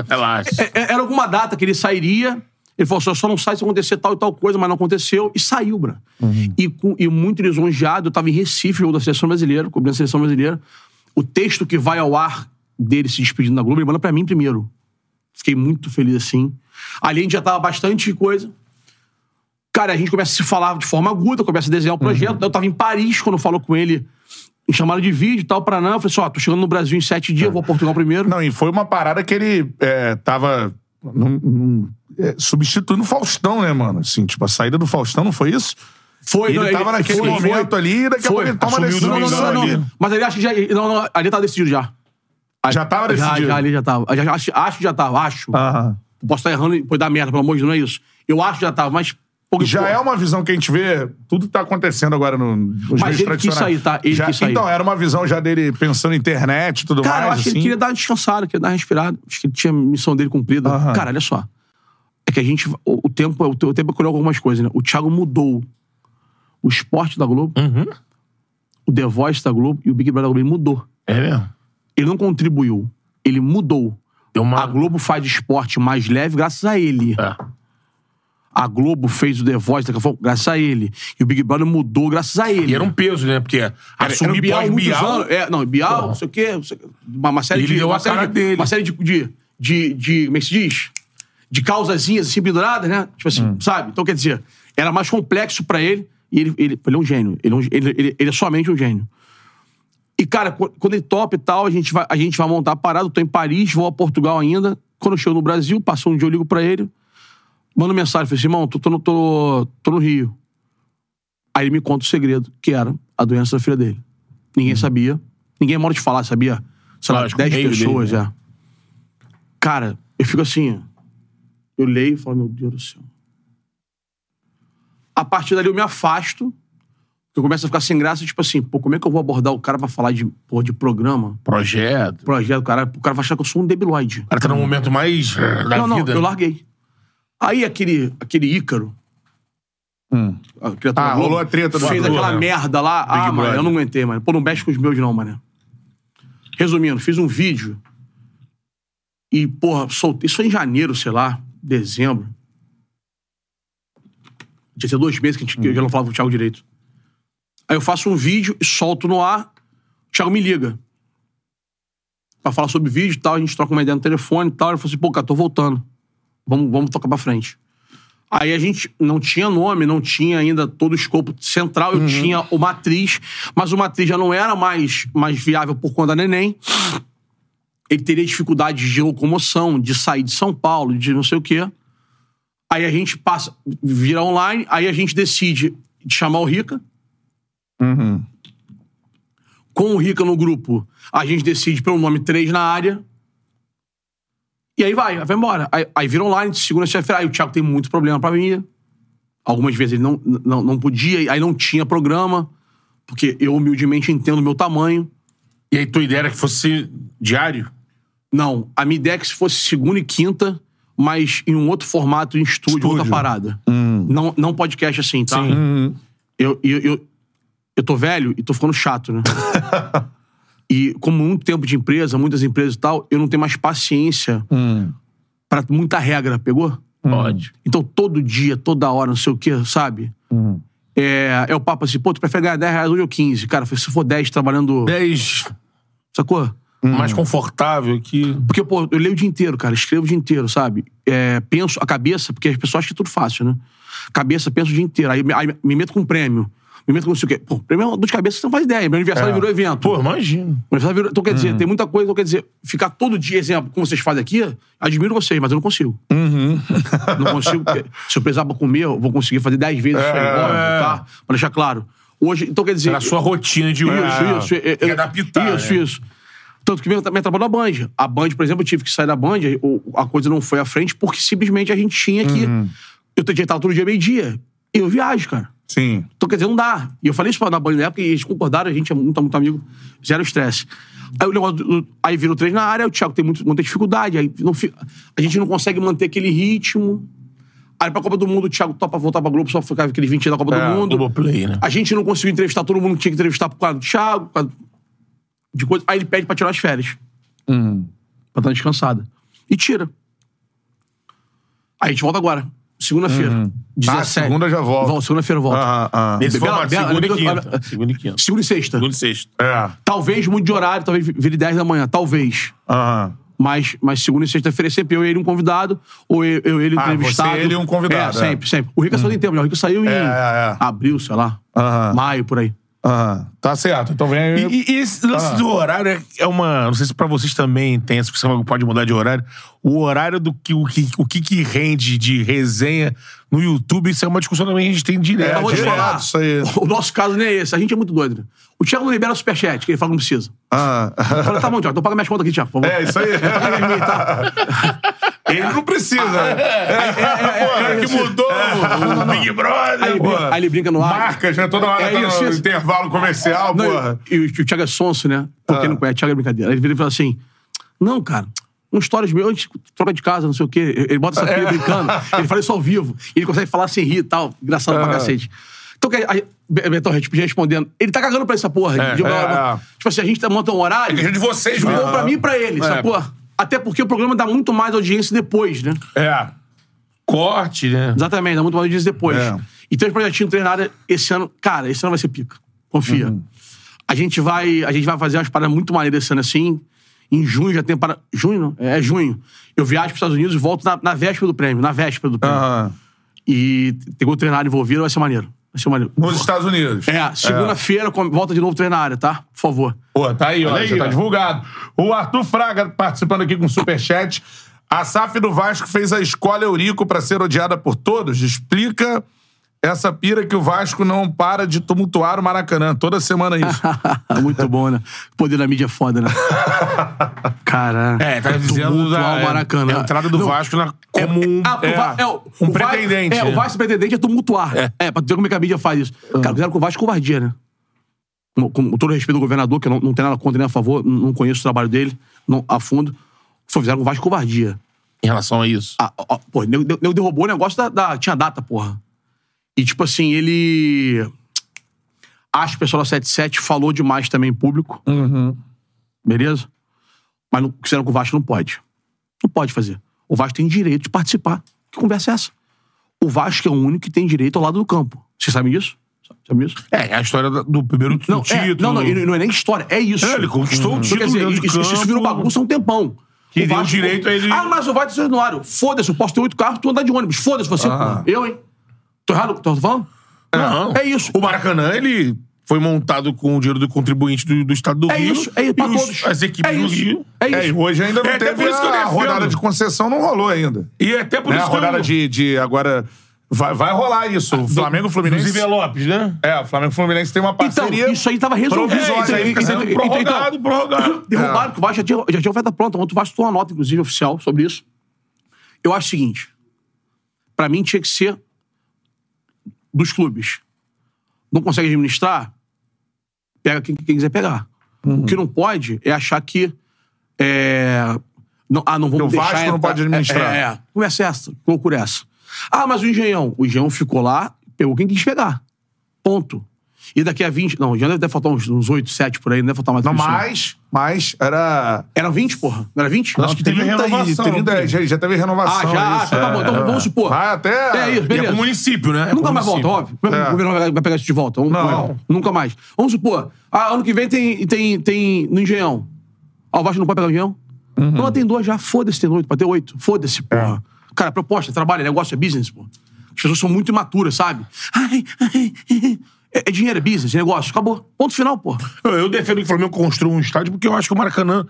Speaker 2: Relaxa.
Speaker 3: É- é- Era alguma data que ele sairia. Ele falou assim: eu só não sai se acontecer tal e tal coisa, mas não aconteceu. E saiu, bro.
Speaker 1: Uhum.
Speaker 3: E, com- e muito lisonjeado, eu tava em Recife, jogo da seleção brasileira, cobrindo a seleção brasileira. O texto que vai ao ar dele se despedindo da Globo, ele manda pra mim primeiro. Fiquei muito feliz assim. Ali a gente já tava bastante coisa. Cara, a gente começa a se falar de forma aguda, começa a desenhar o projeto.
Speaker 1: Uhum.
Speaker 3: Eu tava em Paris quando falou com ele, me chamaram de vídeo e tal, para não. Eu falei assim: ó, tô chegando no Brasil em sete dias, vou a Portugal primeiro.
Speaker 1: Uhum. Não, e foi uma parada que ele é, tava num- num- é, substituindo o Faustão, né, mano? Assim, tipo, a saída do Faustão, não foi isso?
Speaker 3: Foi,
Speaker 1: ele
Speaker 3: não,
Speaker 1: tava naquele
Speaker 3: foi,
Speaker 1: momento
Speaker 3: foi.
Speaker 1: ali, daqui a pouco
Speaker 3: Foi.
Speaker 1: ele toma a
Speaker 3: Assumiu
Speaker 1: decisão.
Speaker 3: Não, não, não, não,
Speaker 1: ali.
Speaker 3: não. Mas ele acho que já. Não, não, ali tá decidido já.
Speaker 1: Já tava
Speaker 3: Já,
Speaker 1: decidido. Ah.
Speaker 3: já, ali já tava. Já, acho, acho que já tava, acho.
Speaker 1: Aham.
Speaker 3: Posso estar errando e pode dar merda, pelo amor de Deus, não é isso. Eu acho que já tava, mas. pô, pô,
Speaker 1: Já é uma visão que a gente vê, tudo que tá acontecendo agora no, nos
Speaker 3: Mas
Speaker 1: meios
Speaker 3: ele
Speaker 1: tradicionais.
Speaker 3: quis sair, tá? Ele
Speaker 1: já,
Speaker 3: quis sair.
Speaker 1: Então, era uma visão já dele pensando em internet e tudo
Speaker 3: Cara, eu
Speaker 1: mais.
Speaker 3: acho que ele
Speaker 1: assim.
Speaker 3: queria dar uma descansada, queria dar uma respirada. Acho que ele tinha a missão dele cumprida.
Speaker 1: Aham.
Speaker 3: Cara, olha só. É que a gente. O, o tempo o, te- o tempo colheu algumas coisas, né? O Thiago mudou o esporte da Globo,
Speaker 1: Uhum.
Speaker 3: o The Voice da Globo e o Big Brother da Globo. Ele mudou.
Speaker 2: É mesmo?
Speaker 3: Ele não contribuiu. Ele mudou.
Speaker 2: Deu uma.
Speaker 3: A Globo faz esporte mais leve graças a ele.
Speaker 2: É.
Speaker 3: A Globo fez o The Voice daqui a pouco graças a ele. E o Big Brother mudou graças a ele.
Speaker 2: E era um peso, né? Porque assumir
Speaker 3: Bial, muitos
Speaker 2: pós-Bial.
Speaker 3: anos. É, não, Bial, não sei o quê. não sei o quê. Uma, uma série
Speaker 2: Ele
Speaker 3: de.
Speaker 2: deu
Speaker 3: uma
Speaker 2: a
Speaker 3: série
Speaker 2: cara
Speaker 3: de,
Speaker 2: dele.
Speaker 3: Uma série de, de, de, de- Como é que se diz? De causazinhas assim penduradas, né? Tipo assim,
Speaker 2: Hum.
Speaker 3: sabe? Então, quer dizer, era mais complexo pra ele. E ele, ele, ele é um gênio. Ele é, um- ele- ele- ele é somente um gênio. E, cara, qu- quando ele topa e tal, a gente vai, a gente vai montar a parada. Eu tô em Paris, vou a Portugal ainda. Quando eu chego no Brasil, passou um dia, eu ligo pra ele. Mando mensagem, falei assim, irmão, tô, tô, no- tô, tô no Rio. Aí ele me conta o segredo, que era a doença da filha dele. Ninguém sabia. Ninguém mora de falar, sabia? Sei lá,
Speaker 2: Uhum. Lógico,
Speaker 3: 10
Speaker 2: meio dele,
Speaker 3: pessoas
Speaker 2: né?
Speaker 3: já. Cara, eu fico assim, ó. eu leio e falo, meu Deus do céu. A partir dali eu me afasto, eu começo a ficar sem graça, tipo assim, pô, como é que eu vou abordar o cara pra falar de, porra, de programa,
Speaker 2: Projeto.
Speaker 3: projeto, caralho? O cara vai achar que eu sou um debilóide
Speaker 2: O cara tá num momento mais eh, da
Speaker 3: não,
Speaker 2: vida.
Speaker 1: né?
Speaker 3: não, eu larguei. Aí aquele, aquele Ícaro. A criatura
Speaker 1: Ah,
Speaker 3: Globo,
Speaker 1: rolou a treta do
Speaker 2: Fez
Speaker 3: Fez
Speaker 2: Arthur,
Speaker 3: aquela
Speaker 2: né?
Speaker 3: merda lá. ah, mano,
Speaker 2: Brother.
Speaker 3: eu não aguentei, mano. Pô, não mexe com os meus, não, mano. Resumindo, fiz um vídeo. E, porra, soltei. Isso foi em janeiro, sei lá, dezembro. Tinha sido dois meses que, a gente, que eu já não falava com o Thiago direito. Aí eu faço um vídeo e solto no ar. O Thiago me liga. Pra falar sobre vídeo e tal, a gente troca uma ideia no telefone e tal. Ele falou assim, pô, cara, tô voltando. Vamos, vamos tocar pra frente. Aí a gente não tinha nome, não tinha ainda todo o escopo central. Eu tinha uma atriz, mas uma atriz já não era mais, mais viável por conta da neném. Ele teria dificuldades de locomoção, de sair de São Paulo, de não sei o quê. Aí a gente passa, vira online, aí a gente decide de chamar o Rica. Com o Rica no grupo, a gente decide pelo nome 3 na área. E aí vai, vai embora. Aí, aí vira online, segunda feira Aí o Thiago tem muito problema pra mim. Algumas vezes ele não, não, não podia, aí não tinha programa, porque eu humildemente entendo o meu tamanho.
Speaker 2: E aí tua ideia era que fosse diário?
Speaker 3: Não, a minha ideia é que se fosse segunda e quinta, mas em um outro formato, em estúdio,
Speaker 1: Estúdio.
Speaker 3: outra parada. Não, não podcast assim, tá? Eu, eu, eu, eu tô velho e tô ficando chato, né? e como muito tempo de empresa, muitas empresas e tal, eu não tenho mais paciência pra muita regra, pegou?
Speaker 2: Pode.
Speaker 3: Então, todo dia, toda hora, não sei o quê, sabe? É, é o papo assim, pô, tu prefere ganhar 10 reais hoje ou 15? Cara, se for 10 trabalhando,
Speaker 2: 10
Speaker 3: sacou?
Speaker 2: mais confortável que.
Speaker 3: Porque, pô, eu leio o dia inteiro, cara, escrevo o dia inteiro, sabe? É, penso a cabeça, porque as pessoas acham que é tudo fácil, né? Cabeça, penso o dia inteiro. Aí, me- aí me meto com um prêmio. Me meto com não sei o quê. Pô, prêmio é uma dor de cabeça, você não faz ideia. Meu aniversário virou evento.
Speaker 2: Pô, imagino.
Speaker 3: Meu aniversário virou... Então, quer
Speaker 2: Hum.
Speaker 3: dizer, tem muita coisa. Então, quer dizer, ficar todo dia, exemplo, como vocês fazem aqui, admiro vocês, mas eu não consigo.
Speaker 2: Uhum.
Speaker 3: Não consigo. porque Se eu pesar pra comer, eu vou conseguir fazer 10 vezes isso aí, óbvio, tá? Pra deixar claro. Hoje, então quer
Speaker 2: É.
Speaker 3: dizer.
Speaker 2: Era a sua rotina de hoje.
Speaker 3: Isso, isso.
Speaker 2: Tem
Speaker 3: é,
Speaker 2: que
Speaker 3: é,
Speaker 2: adaptar.
Speaker 3: Isso,
Speaker 2: né?
Speaker 3: isso. Tanto que me me atrapalhou a Band. A Band, por exemplo, eu tive que sair da Band, o- a coisa não foi à frente, porque simplesmente a gente tinha que.
Speaker 2: Uhum.
Speaker 3: Eu tinha que estar todo dia meio-dia. E eu viajo, cara.
Speaker 1: Sim.
Speaker 3: Então, quer dizer, não dá. E eu falei isso pra na Band na época e eles concordaram, a gente é muito, muito amigo, zero estresse. Aí o negócio. do- aí vira o três na área, o Thiago tem muito, muita dificuldade. Aí não fi- a gente não consegue manter aquele ritmo. Aí pra Copa do Mundo, o Thiago topa voltar pra Globo só ficar aquele 20 da Copa
Speaker 2: É,
Speaker 3: do Mundo.
Speaker 2: Globoplay, né?
Speaker 3: A gente não conseguiu entrevistar todo mundo que tinha que entrevistar por causa do Thiago, por causa de coisa. Aí ele pede pra tirar as férias.
Speaker 1: Uhum.
Speaker 3: Pra estar descansada. E tira. Aí a gente volta agora. Segunda-feira. 17.
Speaker 1: Ah, segunda já volta.
Speaker 3: Volta, segunda-feira volta.
Speaker 1: Ah, ah,
Speaker 2: Nesse
Speaker 3: Bela-
Speaker 2: formato,
Speaker 3: Bela-
Speaker 2: segunda e
Speaker 3: Bela-
Speaker 2: quinta. Segunda e quinta.
Speaker 3: Segunda e sexta.
Speaker 2: Segundo e sexto.
Speaker 1: ah.
Speaker 3: Talvez mude de horário, talvez vire 10 da manhã, talvez.
Speaker 1: É. Aham.
Speaker 3: Mas, mas segunda e sexta-feira é sempre eu e ele um convidado, ou eu, eu e ele
Speaker 1: Ah,
Speaker 3: entrevistado.
Speaker 1: você e ele e um convidado,
Speaker 3: É,
Speaker 1: é.
Speaker 3: sempre, sempre. O Rica só tem tempo, né? O Rica saiu em
Speaker 1: É, é, é.
Speaker 3: abril, sei lá.
Speaker 1: Aham.
Speaker 3: Maio, por aí.
Speaker 1: Aham. Tá certo. Então vem aí.
Speaker 2: E, e- e esse lance
Speaker 1: Ah.
Speaker 2: do horário é- é uma. Não sei se pra vocês também é tem essa questão, pode mudar de horário. O horário do que o, que o que que rende de resenha no YouTube, isso é uma discussão também que a gente tem
Speaker 1: É,
Speaker 2: direto.
Speaker 3: Eu vou te
Speaker 2: né?
Speaker 1: direto,
Speaker 3: falar.
Speaker 1: isso aí.
Speaker 3: O nosso caso nem é esse. A gente é muito doido. né? O Thiago não libera superchat, que ele fala que não precisa.
Speaker 1: Ah.
Speaker 3: Fala, tá bom, Thiago, então paga minhas contas aqui, Thiago, por favor.
Speaker 1: É, isso aí. Ele não precisa.
Speaker 2: Ah, é, O cara que mudou o Big Brother.
Speaker 3: Aí, ele
Speaker 2: pô.
Speaker 3: brinca- aí ele brinca no ar.
Speaker 1: Marcas, né? Toda hora
Speaker 3: É
Speaker 1: tá no
Speaker 3: isso, isso.
Speaker 1: intervalo comercial,
Speaker 3: Não,
Speaker 1: porra. Ah.
Speaker 3: e, e o Thiago é sonso, né? Pra quem não conhece, Thiago é brincadeira. Aí ele vira e fala assim: Não, cara, um stories meu, a gente troca de casa, não sei o quê. Ele bota essa
Speaker 1: É.
Speaker 3: pilha brincando, ele fala isso ao vivo. E ele consegue falar sem rir e tal. Engraçado
Speaker 1: Ah.
Speaker 3: pra cacete. Então, que- aí, Be- Betão, tipo, respondendo, ele tá cagando pra essa porra. de uma-
Speaker 1: é,
Speaker 3: uma-
Speaker 1: é.
Speaker 3: Tipo assim, a gente tá- monta um horário.
Speaker 2: questão de vocês,
Speaker 3: bom
Speaker 1: Ah.
Speaker 2: mesmo.
Speaker 3: pra mim e pra ele, essa porra. Até porque o programa dá muito mais audiência depois, né?
Speaker 1: É.
Speaker 2: Corte, né?
Speaker 3: Exatamente, dá muito mais dias depois.
Speaker 1: É.
Speaker 3: Então, esse projetinho treinado esse ano, cara, esse ano vai ser pica. Confia.
Speaker 1: Uhum.
Speaker 3: A gente vai, a gente vai fazer umas paradas muito maneiras esse ano assim. Em junho já tem para junho, não? É, é junho. Eu viajo para os Estados Unidos e volto na, na véspera do prêmio, na véspera do prêmio.
Speaker 1: Aham.
Speaker 3: E tem gol treinado envolvido, vai ser maneiro. Vai ser maneiro.
Speaker 1: Nos Estados Unidos.
Speaker 3: É, segunda-feira, com- volta de novo treinar área, tá? Por favor.
Speaker 1: Pô, tá aí, ó.
Speaker 2: Olha aí,
Speaker 1: já tá
Speaker 2: ó.
Speaker 1: divulgado. O Arthur Fraga participando aqui com superchat. A SAF do Vasco fez a escola Eurico pra ser odiada por todos. Explica essa pira que o Vasco não para de tumultuar o Maracanã. Toda semana é isso.
Speaker 3: muito bom, né? O poder da mídia é foda, né? Caralho.
Speaker 2: É, tá dizendo
Speaker 3: Tumultuar
Speaker 2: da,
Speaker 3: o Maracanã.
Speaker 2: a entrada do
Speaker 3: Não,
Speaker 2: Vasco na,
Speaker 3: É,
Speaker 2: como um,
Speaker 3: ah, o
Speaker 2: é,
Speaker 3: Va- é, o-
Speaker 2: um
Speaker 3: o Va-
Speaker 2: pretendente.
Speaker 3: É,
Speaker 2: né?
Speaker 3: o Vasco pretendente é tumultuar. É, pra tu ver como é que a mídia faz isso.
Speaker 2: Ah.
Speaker 3: Cara, fizeram com o Vasco covardia, né? Com, com todo o respeito do governador, que eu não, não tenho nada contra nem a favor, não- não conheço o trabalho dele não, a fundo. Foi, fizeram com o Vasco covardia.
Speaker 2: Em relação a isso.
Speaker 3: Ah, ó, pô, nego, nego derrubou o negócio da, da- Tinha data, porra. E, tipo assim, ele. Acho que o pessoal da 77 falou demais também em público. Beleza? Mas não, o que fizeram com o Vasco não pode. Não pode fazer. O Vasco tem direito de participar. Que conversa é essa? O Vasco é o único que tem direito ao lado do campo. Vocês sabem disso? Sabem disso?
Speaker 2: É, a história da- do primeiro
Speaker 3: Não,
Speaker 2: título.
Speaker 3: é, não, não, e não é nem história, é isso.
Speaker 2: É, ele conquistou o
Speaker 3: Então,
Speaker 2: título
Speaker 3: Quer dizer,
Speaker 2: dentro de
Speaker 3: isso, isso
Speaker 2: campo.
Speaker 3: virou bagunça há um tempão.
Speaker 2: Que
Speaker 3: O
Speaker 2: deu direito a ele-
Speaker 3: Ah, mas o Vasco tá extraordinário. Foda-se, eu posso ter oito carros, tu andar de ônibus. Foda-se você. porra. Eu, hein? Tô errado? Tô falando?
Speaker 2: Ah. Não.
Speaker 3: É isso.
Speaker 2: O Maracanã, ele foi montado com o dinheiro do contribuinte do, do estado do
Speaker 3: É
Speaker 2: Rio.
Speaker 3: isso, é isso, pra
Speaker 2: e os-
Speaker 3: todos.
Speaker 2: As equipes
Speaker 3: É
Speaker 2: do
Speaker 3: isso,
Speaker 2: Rio.
Speaker 3: é
Speaker 1: É, e
Speaker 3: isso.
Speaker 1: hoje ainda não
Speaker 2: É, até
Speaker 1: teve
Speaker 2: por isso que eu
Speaker 1: a
Speaker 2: defendo.
Speaker 1: rodada de concessão, não rolou ainda.
Speaker 2: E é até por
Speaker 1: Né? A
Speaker 2: isso que
Speaker 1: rodada
Speaker 2: eu- Ah,
Speaker 1: de, de agora... Vai, vai rolar isso. O Flamengo e o
Speaker 2: Dos
Speaker 1: Fluminense...
Speaker 2: envelopes, né?
Speaker 1: É, o Flamengo e o Fluminense tem uma
Speaker 3: Então,
Speaker 1: parceria...
Speaker 3: isso aí tava resolvido.
Speaker 1: provisória,
Speaker 3: Então,
Speaker 1: aí fica
Speaker 3: então,
Speaker 1: sendo
Speaker 3: então, É, então,
Speaker 2: Prorrogado,
Speaker 1: É.
Speaker 2: prorrogado.
Speaker 3: Derrubaram, que o Vasco já tinha, já tinha oferta pronta. Ontem o Vasco tomou uma nota, inclusive, oficial sobre isso. Eu acho o seguinte: pra mim tinha que ser dos clubes. Não consegue administrar? Pega quem, quem quiser pegar. O que não pode é achar que. é, não, ah, não vamos
Speaker 1: Que o
Speaker 3: deixar
Speaker 1: Vasco não
Speaker 3: entrar-
Speaker 1: pode administrar.
Speaker 3: É, é. Começa essa. Que loucura é essa? Ah, mas o Engenhão. O Engenhão ficou lá, pegou quem quis pegar. Ponto. E daqui a 20. Não, o Engenhão deve faltar uns, uns 8, 7 por aí, não deve faltar mais
Speaker 1: Não,
Speaker 3: que isso,
Speaker 1: mas, mas era...
Speaker 3: Eram 20, porra? Não era 20?
Speaker 1: Acho que teve
Speaker 2: 30 e-
Speaker 1: renovação.
Speaker 2: 30,
Speaker 1: já, teve
Speaker 3: Ah,
Speaker 1: renovação.
Speaker 3: já? Ah, tá bom. Então vamos supor.
Speaker 1: Ah, até.
Speaker 3: É isso,
Speaker 2: E é
Speaker 3: beleza.
Speaker 2: pro município, né? É pro
Speaker 3: Nunca mais volta,
Speaker 2: município.
Speaker 3: óbvio. O governo vai- vai pegar isso de volta. Vamos-
Speaker 1: Não.
Speaker 3: vai. Nunca mais. Vamos supor. Ah, ano que vem tem, tem, tem no Engenhão. Ah, o Vasco não pode pegar o Engenhão?
Speaker 2: Uhum.
Speaker 3: Não, ela tem dois já. Foda-se, tem noite. Pra ter oito.
Speaker 2: É.
Speaker 3: Foda-se, porra. Cara, proposta, trabalho, negócio é business, pô. As pessoas são muito imaturas, sabe? Ai, ai, É, é dinheiro, é business, é negócio. Acabou. Ponto final, porra.
Speaker 2: Eu, eu defendo que o Flamengo construa um estádio porque eu acho que o Maracanã.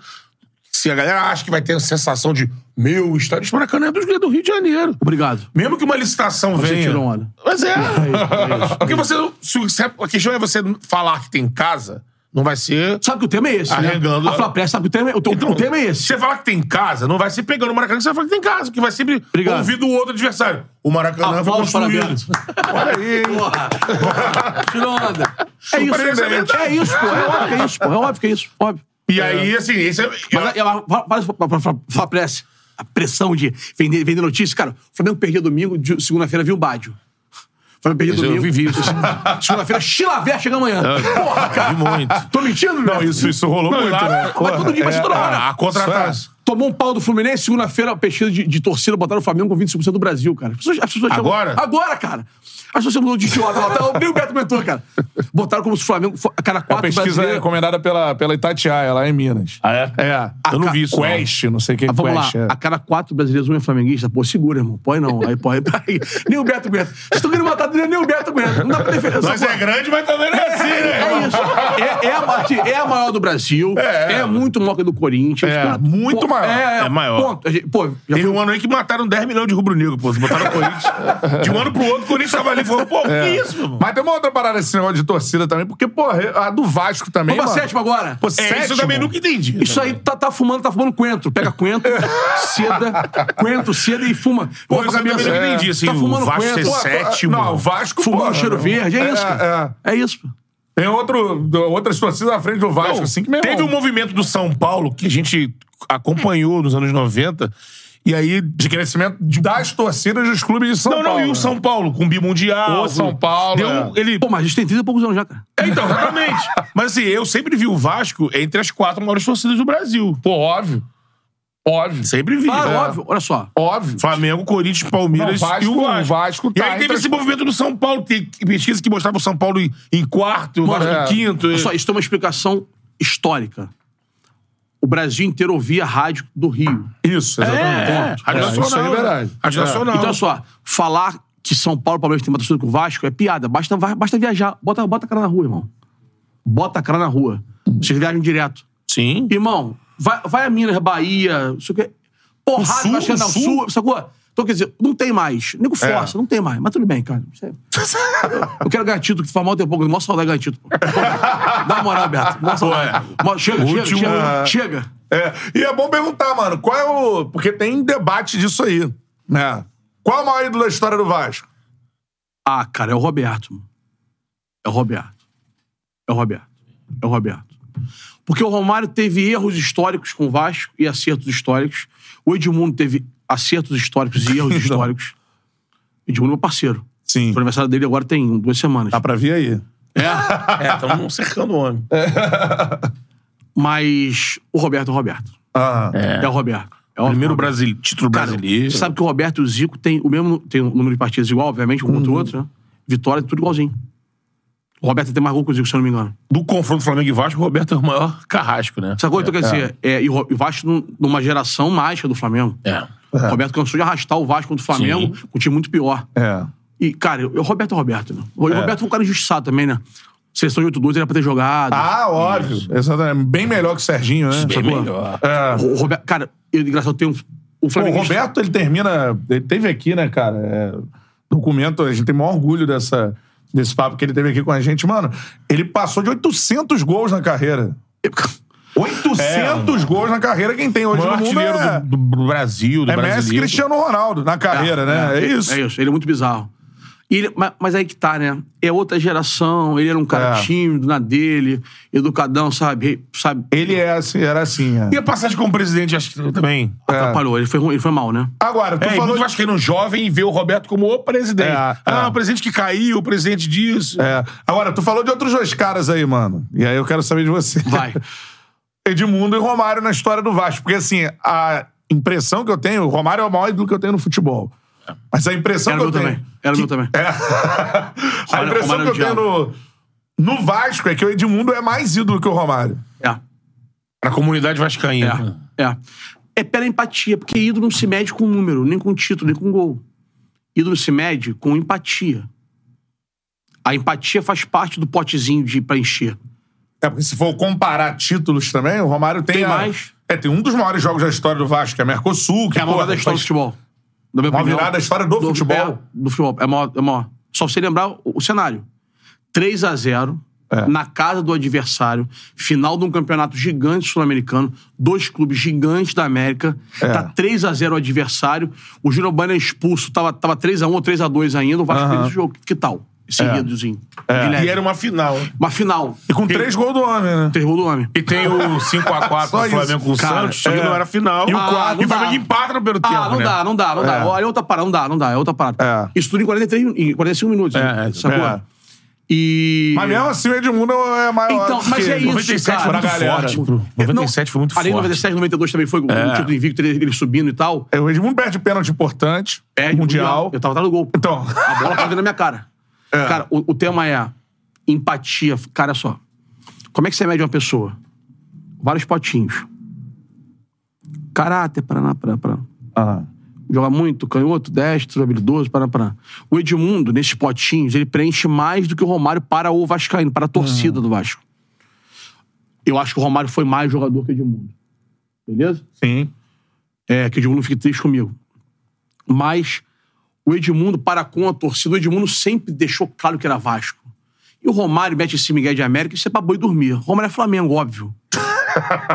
Speaker 2: Se a galera acha que vai ter a sensação de meu o estádio, o Maracanã é dos do Rio de Janeiro.
Speaker 3: Obrigado.
Speaker 2: Mesmo que uma licitação
Speaker 3: Você
Speaker 2: venha.
Speaker 3: tirou onda.
Speaker 2: Mas é.
Speaker 3: isso, é
Speaker 2: Porque você. se- se a a questão é você falar que tem casa, não vai ser.
Speaker 3: Sabe que o tema é esse,
Speaker 2: Arregando. Então,
Speaker 3: né? A Flapré sabe que o tema é, o, teu- o tema é esse.
Speaker 2: Você falar que tem casa, não vai ser pegando o Maracanã, você vai falar que tem casa, porque vai sempre
Speaker 3: Obrigado. Ah,
Speaker 2: ouvir do outro adversário. O Maracanã foi
Speaker 3: Aplausos para
Speaker 2: construído.
Speaker 3: Bento. Porra! Tirou onda. É isso,
Speaker 2: Surpreendente.
Speaker 3: é isso, pô. É óbvio que é isso, pô. É óbvio que é isso. Óbvio.
Speaker 2: E aí, assim, esse é.
Speaker 3: Mas, é, mas fala- fala isso pra, pra, pra, pra prece. a pressão de vender, vender notícias. Cara, o Flamengo perdia domingo, de- segunda-feira viu o Bádio. O Flamengo perdia
Speaker 2: Mas eu
Speaker 3: domingo. assim,
Speaker 2: vivi isso.
Speaker 3: Segunda-feira, Chilavé chega amanhã. Porra, cara.
Speaker 2: vi muito.
Speaker 3: Tô mentindo,
Speaker 1: Não, isso, isso rolou muito,
Speaker 2: claro,
Speaker 1: né?
Speaker 2: então, mas
Speaker 1: Porra,
Speaker 3: todo dia, mas
Speaker 1: é,
Speaker 3: toda hora.
Speaker 1: a- A contratação.
Speaker 2: Isso
Speaker 3: Tomou um pau do Fluminense, segunda-feira, a pesquisa de, de torcida, botaram o Flamengo com 25% do Brasil, cara. As pessoas, as pessoas chamam-
Speaker 2: Agora?
Speaker 3: Agora, cara. As pessoas mudou de idiota. lá, tá? Nem o Beto comentou, cara. Botaram como se o Flamengo... fo- Cara,
Speaker 1: É. A
Speaker 3: quatro
Speaker 1: pesquisa
Speaker 3: brasileiros...
Speaker 1: encomendada pela, pela Itatiaia, lá em Minas.
Speaker 2: Ah, é?
Speaker 1: É.
Speaker 2: Eu não vi isso, não.
Speaker 1: Quest, não, sei quem
Speaker 3: Ah,
Speaker 1: é
Speaker 3: vamos
Speaker 1: Quest.
Speaker 3: lá,
Speaker 1: é.
Speaker 3: a cada quatro brasileiros, um é flamenguista. Pô, segura, irmão. Põe não. Aí, pô, aí, aí. Nem o Beto aguenta. Vocês estão querendo matar nem o Beto aguenta. Não dá pra defender essa
Speaker 2: Mas é
Speaker 3: porra.
Speaker 2: grande, mas também não é assim, né?
Speaker 3: É isso. É, é a, Marti- é a maior do Brasil. É, muito maior que a do Corinthians.
Speaker 1: É,
Speaker 3: Ponto.
Speaker 1: muito
Speaker 3: Pô,
Speaker 1: maior.
Speaker 3: É,
Speaker 2: É maior.
Speaker 3: ponto. A gente- Pô, já
Speaker 2: Teve um ano aí que mataram 10 milhões de rubro-negro, pô. Botaram o Corinthians. De um ano pro outro, o Corinthians tava ali e falou, pô,
Speaker 1: É.
Speaker 2: que isso, meu irmão?
Speaker 1: Mas tem uma outra parada desse negócio de torcida também, porque, porra, a do Vasco também.
Speaker 3: Vamos
Speaker 1: mano.
Speaker 3: a sétima agora.
Speaker 1: Pô,
Speaker 2: É, isso eu também
Speaker 1: sétimo?
Speaker 2: nunca entendi.
Speaker 3: Isso aí tá, tá fumando, tá fumando coentro. Pega coentro, seda, coentro, seda e fuma.
Speaker 2: Pô, isso eu também
Speaker 3: cabeça-
Speaker 2: nunca
Speaker 1: É.
Speaker 2: entendi, assim,
Speaker 3: Tá
Speaker 2: o
Speaker 3: fumando
Speaker 2: Vasco ser
Speaker 3: coentro. Pô,
Speaker 2: sétimo.
Speaker 1: Não, o Vasco.
Speaker 3: Fumando
Speaker 1: porra,
Speaker 3: cheiro
Speaker 1: né?
Speaker 3: verde, é isso, cara. É, isso. pô.
Speaker 1: Tem outro, do- outras torcidas à frente do Vasco,
Speaker 2: Não,
Speaker 1: assim que mesmo.
Speaker 2: Teve um movimento do São Paulo que a gente acompanhou nos anos 90, e aí...
Speaker 1: de crescimento das torcidas dos clubes de São
Speaker 2: Não, não,
Speaker 1: Paulo. né?
Speaker 2: e o São Paulo, com o Bimundial.
Speaker 1: O São Paulo,
Speaker 2: Deu,
Speaker 1: é.
Speaker 2: Ele
Speaker 3: Pô, mas a gente tem 30 e poucos anos já, cara.
Speaker 2: É, então, exatamente. Mas assim, eu sempre vi o Vasco entre as quatro maiores torcidas do Brasil.
Speaker 1: Pô, óbvio. Óbvio.
Speaker 2: Sempre vi.
Speaker 3: Claro,
Speaker 2: É.
Speaker 3: óbvio. Olha só.
Speaker 1: Óbvio.
Speaker 2: Flamengo, Corinthians, Palmeiras
Speaker 1: Não, Vasco-
Speaker 2: e o Vasco.
Speaker 1: Vasco
Speaker 2: e
Speaker 1: tá
Speaker 2: aí teve
Speaker 1: entre
Speaker 2: esse
Speaker 1: as-
Speaker 2: movimento do São Paulo, que tem pesquisa que mostrava o São Paulo em, em quarto, o Vasco
Speaker 1: é.
Speaker 2: em quinto.
Speaker 3: Olha só, isso tem uma explicação histórica. O Brasil inteiro ouvia rádio do Rio.
Speaker 1: Isso, exatamente.
Speaker 3: Ponto.
Speaker 2: Rádio
Speaker 1: É,
Speaker 2: Nacional.
Speaker 1: isso aí é verdade.
Speaker 2: né? Rádio
Speaker 1: É.
Speaker 2: Nacional.
Speaker 3: Então, olha só, falar que São Paulo, Palmeiras tem uma torcida com o Vasco é piada. Basta, vai- basta viajar. Bota, bota a cara na rua, irmão. Bota a cara na rua. Vocês viajam direto.
Speaker 2: Sim.
Speaker 3: Irmão, vai, vai a Minas, Bahia, não sei o quê. Porrada,
Speaker 2: Sul,
Speaker 3: vai chegar
Speaker 2: o
Speaker 3: no
Speaker 2: Sul. É.
Speaker 3: sul, sacou? Então, quer dizer, não tem mais. Nego força, não tem mais. Mas tudo bem, cara. Isso é- Eu quero ganhar título, que tu faz mal tempo. Eu mó saudade de ganhar título. Pô, Dá uma moral, Beto. Mó saudade.
Speaker 2: é.
Speaker 3: Mó- Chega, chega,
Speaker 2: Último-
Speaker 3: chega, chega.
Speaker 1: É, e é bom perguntar, mano, qual é o. Porque tem debate disso aí, né? Qual é o maior ídolo da história do Vasco?
Speaker 3: Ah, cara, é o Roberto. mano. É o Roberto. É o Roberto. É o Roberto. Porque o Romário teve erros históricos com o Vasco e acertos históricos. O Edmundo teve acertos históricos e erros históricos. Edmundo é meu parceiro.
Speaker 1: Sim.
Speaker 3: O aniversário dele agora tem um, duas semanas.
Speaker 2: Tá.
Speaker 1: Dá pra vir aí.
Speaker 2: É, estamos cercando o homem.
Speaker 3: Mas o Roberto é o Roberto.
Speaker 1: Ah,
Speaker 3: É, o Roberto. É o
Speaker 2: Primeiro
Speaker 3: Roberto.
Speaker 2: brasile... título
Speaker 3: Cara,
Speaker 2: brasileiro.
Speaker 3: Você sabe que o Roberto e o Zico têm o mesmo tem um número de partidas igual, obviamente, um contra o outro, né? Vitória, tudo igualzinho. O Roberto é até marcou com o Zico, se eu não me engano.
Speaker 2: Do confronto Flamengo e Vasco, o Roberto é o maior carrasco, né?
Speaker 3: Sacou? Então, quer dizer, é, e o e o Vasco num- numa geração mágica do Flamengo.
Speaker 2: É.
Speaker 3: O Roberto cansou de arrastar o Vasco contra o Flamengo, com um time muito pior.
Speaker 1: é.
Speaker 3: E, cara, eu- o Roberto é o Roberto, né? O Roberto é um cara injustiçado também, né? Seleção de 8-2 era pra ter jogado.
Speaker 1: Ah, óbvio. Exatamente. Bem melhor que o Serginho, né?
Speaker 2: Bem
Speaker 1: Sacou?
Speaker 2: melhor.
Speaker 1: É.
Speaker 3: O Roberto, cara, eu, engraçado, tem um. O
Speaker 1: Pô, o
Speaker 3: Flamengo.
Speaker 1: Roberto, ele termina. Ele teve aqui, né, cara? é, documento, a gente tem o maior orgulho dessa, desse papo que ele teve aqui com a gente. Mano, ele passou de 800 gols na carreira. 800 gols na carreira, quem tem
Speaker 2: É, O
Speaker 1: hoje
Speaker 2: maior
Speaker 1: no mundo
Speaker 2: artilheiro
Speaker 1: é,
Speaker 2: do, do Brasil, do
Speaker 1: é Messi e
Speaker 2: brasileiro. Ah,
Speaker 1: Cristiano Ronaldo na carreira, né? É, isso.
Speaker 3: É isso, ele é muito bizarro. E ele- ma- mas aí que tá, né? É outra geração, ele era um cara
Speaker 1: É.
Speaker 3: tímido na dele, educadão, sabe? sabe?
Speaker 1: Ele é assim, era assim. é.
Speaker 2: E a passagem como presidente, acho que também.
Speaker 3: Atrapalhou, ele foi ruim, ele foi mal, né?
Speaker 1: Agora, tu
Speaker 2: É,
Speaker 1: falou.
Speaker 2: falou... acho que era um jovem e vê o Roberto como o presidente.
Speaker 1: É,
Speaker 2: ah,
Speaker 1: é.
Speaker 2: o presidente que caiu, o presidente disso.
Speaker 1: é, agora, tu falou de outros dois caras aí, mano. E aí eu quero saber de você.
Speaker 3: Vai.
Speaker 1: Edmundo e Romário na história do Vasco. Porque, assim, a impressão que eu tenho, o Romário é o maior ídolo que eu tenho no futebol. Mas a impressão
Speaker 3: Era
Speaker 1: que eu
Speaker 3: meu
Speaker 1: tenho.
Speaker 3: também. Era meu também.
Speaker 1: É. a
Speaker 3: Romário-
Speaker 1: impressão
Speaker 3: Romário
Speaker 1: que eu
Speaker 3: é o
Speaker 1: tenho no, no Vasco é que o Edmundo é mais ídolo que o Romário.
Speaker 3: É.
Speaker 2: Pra comunidade vascaína.
Speaker 3: É. É. É pela empatia, porque ídolo não se mede com número, nem com título, nem com gol. Ídolo se mede com empatia. A empatia faz parte do potezinho de preencher.
Speaker 1: É, porque se for comparar títulos também, o Romário tem.
Speaker 3: Tem
Speaker 1: a-
Speaker 3: mais.
Speaker 1: É, tem um dos maiores jogos da história do Vasco, que é Mercosul. Que
Speaker 3: É a maior
Speaker 1: porra,
Speaker 3: da história
Speaker 1: faz-
Speaker 3: do futebol. Na minha
Speaker 1: Uma
Speaker 3: opinião.
Speaker 1: virada da história do futebol.
Speaker 3: É, do futebol. É a maior, é a maior. Só pra você lembrar o, o cenário. 3 a 0
Speaker 1: É.
Speaker 3: na casa do adversário, final de um campeonato gigante sul-americano, dois clubes gigantes da América. Tá 3 a 0 o é um adversário, o Girobana é expulso, tava, tava 3 a 1 ou 3 a 2 ainda, o Vasco fez esse jogo. Que tal? esse enredozinho.
Speaker 1: É.
Speaker 3: né?
Speaker 2: E era uma final.
Speaker 1: um
Speaker 2: hein?
Speaker 3: Uma final.
Speaker 1: E com três gols do homem, né?
Speaker 3: Terror do homem.
Speaker 2: E tem o 5x4
Speaker 1: Só é.
Speaker 2: do Flamengo com o
Speaker 3: Cara,
Speaker 2: Santos, só que não era final.
Speaker 1: E o tá.
Speaker 2: Ah,
Speaker 1: quarto-
Speaker 2: E o
Speaker 3: não dá.
Speaker 2: Flamengo empata no primeiro tempo.
Speaker 3: Ah, não
Speaker 2: né?
Speaker 3: dá, não dá, não dá.
Speaker 1: É.
Speaker 3: Olha outra parada, não dá, não dá. É outra parada.
Speaker 1: É.
Speaker 3: Isso tudo em 43, em 45 minutos. né?
Speaker 2: É, é,
Speaker 3: sacou?
Speaker 1: é.
Speaker 3: E.
Speaker 1: Mas mesmo assim o Edmundo é maior.
Speaker 3: Então,
Speaker 1: que
Speaker 3: mas é isso,
Speaker 2: 97
Speaker 3: cara.
Speaker 2: foi muito
Speaker 1: pra galera. Tipo,
Speaker 2: forte. Pro... 97 foi muito
Speaker 3: Ali em
Speaker 2: forte.
Speaker 3: 97, 92 também foi o título invicto, ele, ele subindo e tal.
Speaker 1: É, O Edmundo perde pênalti importante.
Speaker 3: Perde o
Speaker 1: mundial.
Speaker 3: Eu tava atrás do gol.
Speaker 1: Então.
Speaker 3: A bola caiu na minha cara. Cara, o, o tema é empatia. Cara, olha só. Como é que você mede uma pessoa? Vários potinhos. Caráter, paraná, paraná, paraná. Joga muito, canhoto, destro, habilidoso, paraná, paraná. O Edmundo, nesses potinhos, ele preenche mais do que o Romário para o Vascaíno, para a torcida do Vasco. Eu acho que o Romário foi mais jogador que o Edmundo. Beleza?
Speaker 1: Sim.
Speaker 3: É, que o Edmundo não fique triste comigo. Mas o Edmundo, para com a torcida, o Edmundo sempre deixou claro que era Vasco. E o Romário mete esse Miguel de América e isso é pra boi dormir. O Romário é Flamengo, óbvio.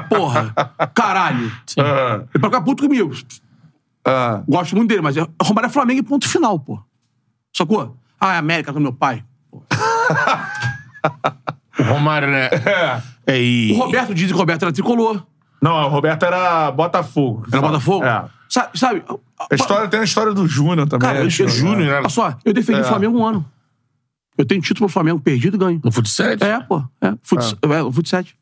Speaker 3: Porra, caralho.
Speaker 1: Ah,
Speaker 3: Ele vai ficar puto comigo.
Speaker 1: ah.
Speaker 3: Gosto muito dele, mas é- o Romário é Flamengo e ponto final, pô. Sacou? Ah, é América com meu pai.
Speaker 2: O Romário, né? É, e...
Speaker 3: O Roberto diz que o Roberto era tricolor,
Speaker 1: Não, o Roberto era Botafogo.
Speaker 3: era Botafogo.
Speaker 1: É.
Speaker 3: Sabe? sabe
Speaker 1: A história, tem a história do Júnior também.
Speaker 3: Cara, eu,
Speaker 1: né? É.
Speaker 3: eu,
Speaker 2: Júnior, né?
Speaker 3: olha só, eu defendi o Flamengo um ano. Eu tenho título pro Flamengo, perdido e ganho.
Speaker 2: No futsal?
Speaker 3: É, pô. É, fut,
Speaker 1: Ah.
Speaker 3: é. o fut 7.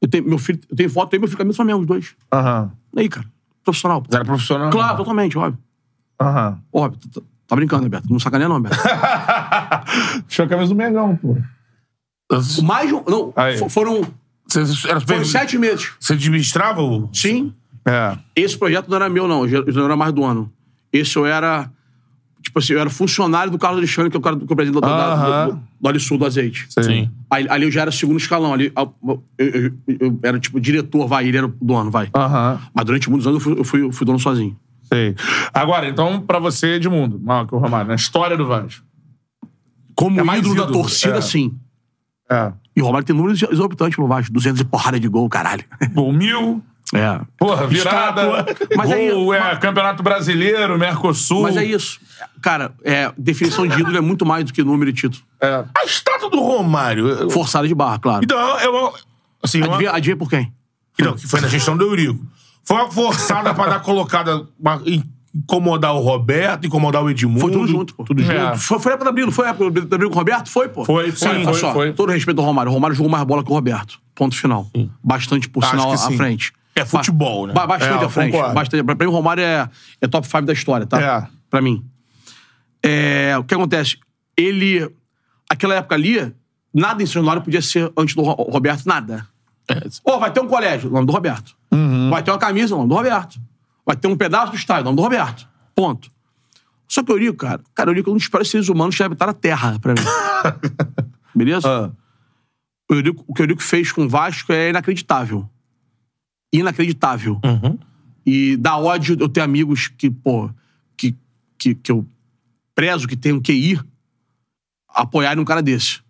Speaker 3: Eu tenho, meu filho, eu tenho foto aí, meu filho camisa do Flamengo, os dois.
Speaker 1: Aham.
Speaker 3: Aí, cara. Profissional. pô.
Speaker 2: Era profissional.
Speaker 3: Claro, totalmente, óbvio.
Speaker 1: Aham.
Speaker 3: Óbvio. Tá, tá brincando, Roberto. Não sacaneia, não, Roberto.
Speaker 1: Tinha a camisa do Mengão, pô.
Speaker 2: Você,
Speaker 3: Mais um. Não,
Speaker 1: Aí.
Speaker 3: fo- foram,
Speaker 2: você era super-
Speaker 3: foram sete meses.
Speaker 2: você administrava o...
Speaker 3: Sim.
Speaker 1: É.
Speaker 3: Esse projeto não era meu, não. Eu não era mais do ano. Esse eu era. Tipo assim, eu era funcionário do Carlos Alexandre, que é o cara do, que é o presidente da- da-
Speaker 1: Aham.
Speaker 3: do, do, do Alisul do Azeite.
Speaker 2: Sim.
Speaker 3: Aí, ali eu já era segundo escalão. Ali, eu, eu- eu- eu era tipo diretor, vai, ele era o dono, vai.
Speaker 1: Aham.
Speaker 3: Mas durante muitos anos eu fui, eu fui, eu fui dono sozinho.
Speaker 1: Sei. Agora, então, pra você, Edmundo, maior que o Romário, na história do Vasco.
Speaker 3: Como
Speaker 1: É mais
Speaker 3: ídolo, da
Speaker 1: ídolo,
Speaker 3: torcida,
Speaker 1: é.
Speaker 3: sim.
Speaker 1: É.
Speaker 3: E o Romário tem números exorbitantes no Vasco. 200 e porrada de gol, caralho.
Speaker 1: Gol mil,
Speaker 3: É.
Speaker 1: porra, virada.
Speaker 3: Estátua. Mas aí-
Speaker 1: gol, é Campeonato Brasileiro, Mercosul.
Speaker 3: Mas é isso. Cara, é, definição de ídolo é muito mais do que número e título.
Speaker 1: É.
Speaker 2: A estátua do Romário... eu-
Speaker 3: Forçada de barra, claro.
Speaker 2: Então, eu... Assim,
Speaker 1: Então,
Speaker 2: uma-
Speaker 3: Adivinha, adivinha por quem?
Speaker 2: Não, Então, que foi na gestão do Eurico. Foi uma forçada pra dar colocada, pra incomodar o Roberto, incomodar o Edmundo.
Speaker 3: Foi tudo junto, pô.
Speaker 2: Tudo junto.
Speaker 1: É.
Speaker 3: Foi, foi a época da Brilo, foi a época da Brilo com o Roberto? Foi, pô.
Speaker 1: Foi, foi,
Speaker 3: Olha
Speaker 1: foi,
Speaker 3: só,
Speaker 1: foi.
Speaker 3: Todo respeito ao Romário. O Romário jogou mais bola que o Roberto. Ponto final. Bastante, por
Speaker 2: Acho
Speaker 3: sinal,
Speaker 2: que
Speaker 3: à
Speaker 2: sim.
Speaker 3: frente.
Speaker 2: É futebol, né?
Speaker 3: Ba- Bastante
Speaker 1: É,
Speaker 3: à frente.
Speaker 1: concordo.
Speaker 3: Bastante. Pra, pra mim, o Romário é, é top 5 da história, tá?
Speaker 1: É.
Speaker 3: Pra mim. É, o que acontece? Ele. Aquela época ali, nada em São Januário podia ser antes do Ro- Roberto, nada. Pô, vai ter um colégio, nome do Roberto. Vai ter uma camisa, nome do Roberto. Vai ter um pedaço do estádio, nome do Roberto. Ponto. Só que o Eurico, cara, cara, o Eurico é um dos piores seres humanos que já habitaram a Terra, pra mim. Beleza? O, Eurico- o que o Eurico fez com o Vasco é inacreditável. Inacreditável. E dá ódio eu ter amigos que, pô, que, que, que eu prezo, que tenho QI, apoiarem um cara desse.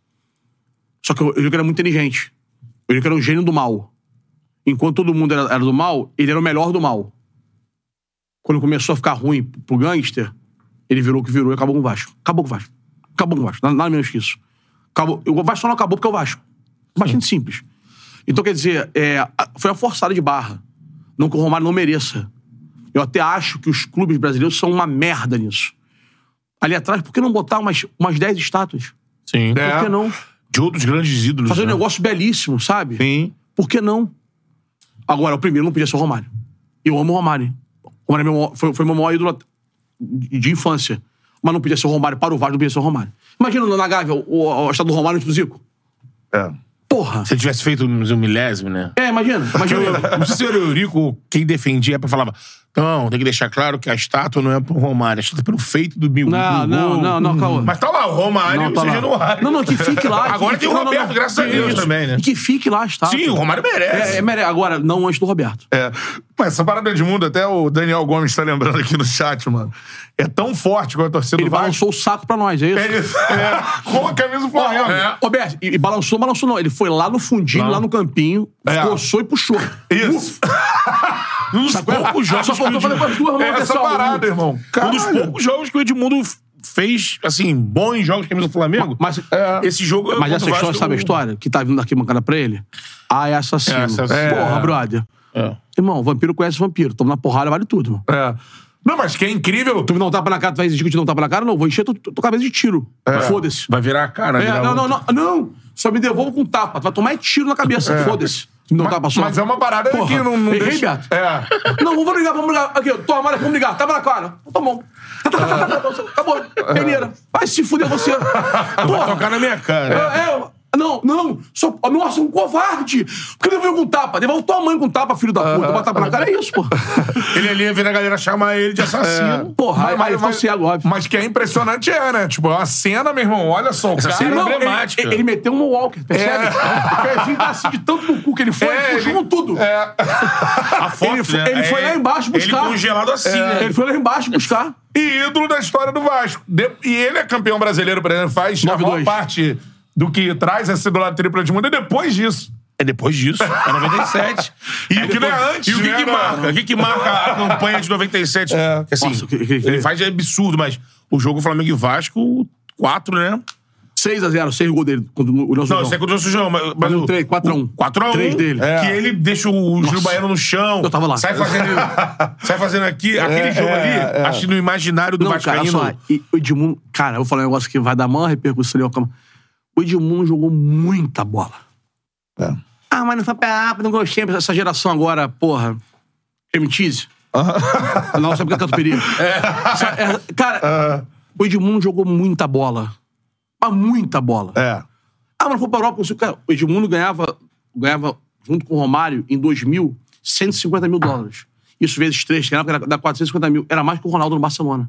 Speaker 3: Só que o Eurico era muito inteligente. O Eurico era um gênio do mal. Enquanto todo mundo era, era do mal, ele era o melhor do mal. Quando começou a ficar ruim pro gangster, ele virou o que virou e acabou com o Vasco. Acabou com o Vasco. Acabou com o Vasco. Nada, nada menos que isso. Acabou. O Vasco só não acabou porque é o Vasco. Bastante simples. Então, quer dizer, é, a- foi uma forçada de barra. Não que o Romário não mereça. Eu até acho que os clubes brasileiros são uma merda nisso. Ali atrás, por que não botar umas, umas 10 estátuas?
Speaker 2: Sim.
Speaker 1: É.
Speaker 3: Por que não?
Speaker 2: De outros grandes ídolos.
Speaker 3: Fazer um
Speaker 2: né?
Speaker 3: negócio belíssimo, sabe?
Speaker 1: Sim.
Speaker 3: Por que não? Agora, o primeiro não podia ser o Romário. Eu amo o Romário. hein? O Romário é meu, foi, foi meu maior ídolo de, de infância. Mas não podia ser o Romário. Para o Vasco, não podia ser o Romário. Imagina na Gávea, o, o, o estado do Romário antes do Zico.
Speaker 1: É.
Speaker 3: Porra.
Speaker 2: Se ele tivesse feito um milésimo, né?
Speaker 3: É, imagina. imagina.
Speaker 2: Não sei se era o Eurico quem defendia, é pra falava, não, tem que deixar claro que a estátua não é pro Romário, a estátua é pelo feito do Mil.
Speaker 3: Não,
Speaker 2: do
Speaker 3: não,
Speaker 2: gol.
Speaker 3: não, não, calma.
Speaker 2: Mas tá lá, o Romário
Speaker 3: Não,
Speaker 2: e
Speaker 3: tá
Speaker 2: o
Speaker 3: lá.
Speaker 2: Januário.
Speaker 3: Não, não, que fique lá. que-
Speaker 2: Agora tem o
Speaker 3: não, não, não.
Speaker 2: Roberto, graças a Deus
Speaker 3: Isso.
Speaker 2: também, né?
Speaker 3: E que fique lá, está.
Speaker 2: Sim, o Romário merece.
Speaker 3: É, é, mere- agora, não antes do Roberto.
Speaker 1: É. Mas essa parada do Edmundo, até o Daniel Gomes tá lembrando aqui no chat, mano. É tão forte com a torcida
Speaker 3: Ele
Speaker 1: do Vasco.
Speaker 3: balançou o saco pra nós, é isso?
Speaker 1: Ele- é, com a camisa do Flamengo.
Speaker 2: É.
Speaker 3: Roberto, e, e balançou, balançou não. Ele foi lá no fundinho, lá no campinho,
Speaker 1: É.
Speaker 3: coçou e puxou.
Speaker 1: Isso.
Speaker 2: Um dos
Speaker 3: Sacou?
Speaker 2: poucos
Speaker 3: Só
Speaker 2: jogos que o
Speaker 3: faltou fazer
Speaker 2: Edmundo-
Speaker 3: com as duas mãos.
Speaker 1: É essa
Speaker 3: pessoal.
Speaker 1: parada, irmão.
Speaker 2: Um dos
Speaker 1: Caralho.
Speaker 2: poucos jogos que o Edmundo fez, assim, bons jogos com a camisa do Flamengo.
Speaker 3: Mas, é,
Speaker 2: esse jogo...
Speaker 3: Mas
Speaker 2: contra
Speaker 3: essa
Speaker 2: o
Speaker 3: história,
Speaker 2: Vasco,
Speaker 3: sabe a história? Que tá vindo daqui bancada pra ele? Ah, é assassino.
Speaker 2: É, assassino.
Speaker 3: Porra,
Speaker 2: É.
Speaker 3: brother.
Speaker 2: É.
Speaker 3: Irmão, vampiro conhece vampiro. Toma na porrada, vale tudo, irmão.
Speaker 1: É. Não, mas que é incrível.
Speaker 3: Tu me dá um tapa na cara, tu vai exigir que eu te dê um tapa na cara? Não, vou encher tu- tu- tua cabeça de tiro.
Speaker 2: É.
Speaker 3: Foda-se.
Speaker 2: Vai virar a cara.
Speaker 3: É,
Speaker 2: virar
Speaker 3: não, não,
Speaker 2: outra.
Speaker 3: não, não. Só me devolva com tapa. Tu vai tomar é tiro na cabeça. Foda-se. Tu me dá um tapa só.
Speaker 1: É. Mas é uma parada
Speaker 3: Porra,
Speaker 1: que não, não
Speaker 3: errei,
Speaker 1: deixa...
Speaker 3: Beto.
Speaker 1: É.
Speaker 3: Não, vamos ligar, vamos ligar. Aqui, ó, toma, olha, vamos ligar. Tava na cara. Tá bom. tá. Acabou.
Speaker 1: É.
Speaker 3: Peneira. Vai se fuder você.
Speaker 2: Vai
Speaker 3: Porra.
Speaker 2: tocar na minha
Speaker 3: É,
Speaker 2: cara.
Speaker 3: é, não, não. Só, nossa, um covarde. Por que devolveu com tapa? Devolve tua mãe com tapa, filho da puta. Botar pra cara é isso, porra.
Speaker 2: Ele ali ia ver a galera chamar ele de assassino.
Speaker 3: É. Porra, aí- aí ficou cego, óbvio.
Speaker 1: mas que é impressionante é, né? Tipo, é uma cena, meu irmão, olha só, o cara...
Speaker 2: cena é
Speaker 3: Não, ele,
Speaker 2: emblemática.
Speaker 3: ele- ele meteu um walker, percebe? O pezinho tá assim de tanto no cu que ele foi,
Speaker 1: É,
Speaker 3: ele puxou
Speaker 1: ele-
Speaker 3: com tudo.
Speaker 2: A foto,
Speaker 3: Ele,
Speaker 2: né?
Speaker 3: ele foi
Speaker 2: É,
Speaker 3: lá embaixo buscar.
Speaker 2: Ele congelado assim,
Speaker 3: É,
Speaker 2: né?
Speaker 3: Ele foi lá embaixo buscar.
Speaker 1: e ídolo da história do Vasco. De- E ele é campeão brasileiro, por exemplo, faz a maior
Speaker 3: 9-2.
Speaker 1: parte do que traz essa do lado tripla de mundo e depois disso.
Speaker 2: É depois disso, é 97. E
Speaker 1: É que não é antes,
Speaker 2: E o que,
Speaker 1: né,
Speaker 2: que
Speaker 1: não?
Speaker 2: marca? O que, que marca a campanha de 97?
Speaker 1: É.
Speaker 2: Assim,
Speaker 3: Nossa, que- que- que-
Speaker 2: ele faz é absurdo, mas o jogo Flamengo e Vasco, 4, né?
Speaker 3: 6x0, 6 gols dele contra o Nelson.
Speaker 2: Não, isso é contra o Sujão, mas. mas
Speaker 3: um
Speaker 2: o-
Speaker 3: três, quatro a um.
Speaker 2: o 4x1.
Speaker 3: Três dele.
Speaker 2: Que
Speaker 1: É.
Speaker 2: ele deixa o Júlio Baiano no chão.
Speaker 3: Eu tava lá.
Speaker 2: Sai fazendo, sai fazendo aqui. Aquele jogo ali,
Speaker 1: é.
Speaker 2: acho que no imaginário do
Speaker 3: Não, cara,
Speaker 2: Vascaíno.
Speaker 3: olha só, é. e o Edmundo, cara, eu vou falar um negócio que vai dar maior repercussão ali ao campo. O Edmundo jogou muita bola.
Speaker 1: É.
Speaker 3: Ah, mas não foi pé rápido, não gostei. Essa geração agora, porra. MTZ. Não, Nossa, porque é canto perigo. Sabe, é, Cara, o Edmundo jogou muita bola. Mas muita bola.
Speaker 1: É.
Speaker 3: Ah, mas foi pra Europa. Consigo... Cara, o Edmundo ganhava, ganhava, junto com o Romário, em 2000, 150 mil dólares. Isso vezes três, que na época era- dá 450 mil. Era mais que o Ronaldo no Barcelona.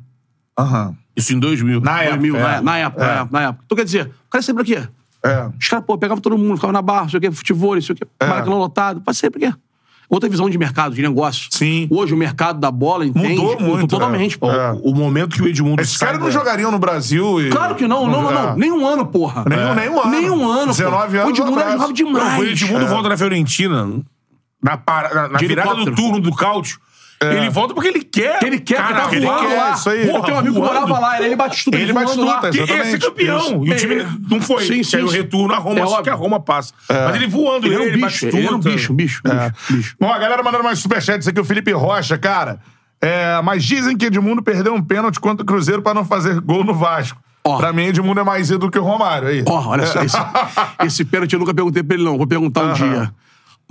Speaker 1: Aham.
Speaker 2: Isso em 2000.
Speaker 1: Na
Speaker 3: 2000,
Speaker 1: época,
Speaker 2: né?
Speaker 3: na,
Speaker 1: é.
Speaker 3: na época, na época, na época. Então quer dizer, o cara sempre pra quê?
Speaker 1: É.
Speaker 3: Os caras, pô, pegavam todo mundo, ficavam na barra, não sei o quê, futebol, não sei o quê, maracanã lotado. Pra sempre pra quê? Outra visão de mercado, de negócio.
Speaker 1: Sim.
Speaker 3: Hoje o mercado da bola, entende?
Speaker 1: Mudou
Speaker 2: né?
Speaker 1: muito,
Speaker 3: Totalmente,
Speaker 1: é.
Speaker 3: pô.
Speaker 1: É.
Speaker 2: O momento que o Edmundo.
Speaker 1: Esses
Speaker 2: sai
Speaker 1: caras não
Speaker 2: da-
Speaker 1: jogariam no Brasil e...
Speaker 3: Claro que não, não, não, não.
Speaker 1: É.
Speaker 3: Nem um ano, porra.
Speaker 1: Nenhum, nenhum ano.
Speaker 3: Nenhum ano, pô.
Speaker 1: 19 anos
Speaker 3: O Edmundo
Speaker 1: atrás.
Speaker 3: era jogava demais.
Speaker 2: Não, o Edmundo volta na Fiorentina, na, para- na- na
Speaker 3: De
Speaker 2: virada do
Speaker 3: helicóptero.
Speaker 2: turno do Cáutio. Ele volta porque ele quer.
Speaker 3: Que ele quer,
Speaker 2: cara,
Speaker 3: que
Speaker 2: ele
Speaker 3: ele tá
Speaker 1: voando
Speaker 2: quer.
Speaker 1: lá.
Speaker 3: Isso aí.
Speaker 2: Porra,
Speaker 3: Porra, tem um amigo que
Speaker 2: voando.
Speaker 3: morava lá, era ele Batistuta.
Speaker 1: Ele Batistuta,
Speaker 3: voando lá.
Speaker 1: exato.
Speaker 2: Que esse é
Speaker 1: Exatamente,
Speaker 2: campeão. E o time
Speaker 3: É.
Speaker 2: não foi.
Speaker 3: Sim, sim,
Speaker 2: Aí o
Speaker 3: sim.
Speaker 2: retorno a Roma,
Speaker 3: É
Speaker 2: só que
Speaker 3: óbvio.
Speaker 2: a Roma passa. Mas ele
Speaker 1: é
Speaker 2: voando,
Speaker 3: Ele
Speaker 2: ele,
Speaker 3: era um
Speaker 2: ele
Speaker 3: bicho, ele era um
Speaker 2: Batistuta.
Speaker 3: bicho, um bicho, um bicho, um bicho.
Speaker 1: Bom, a galera mandando mais superchats aqui, o Felipe Rocha, cara. É, mas dizem que Edmundo perdeu um pênalti contra o Cruzeiro pra não fazer gol no Vasco.
Speaker 3: Ó.
Speaker 1: Pra mim, Edmundo é mais ídolo que o Romário. Aí.
Speaker 3: Ó, olha só, esse, esse pênalti eu nunca perguntei pra ele, não. Vou perguntar um dia.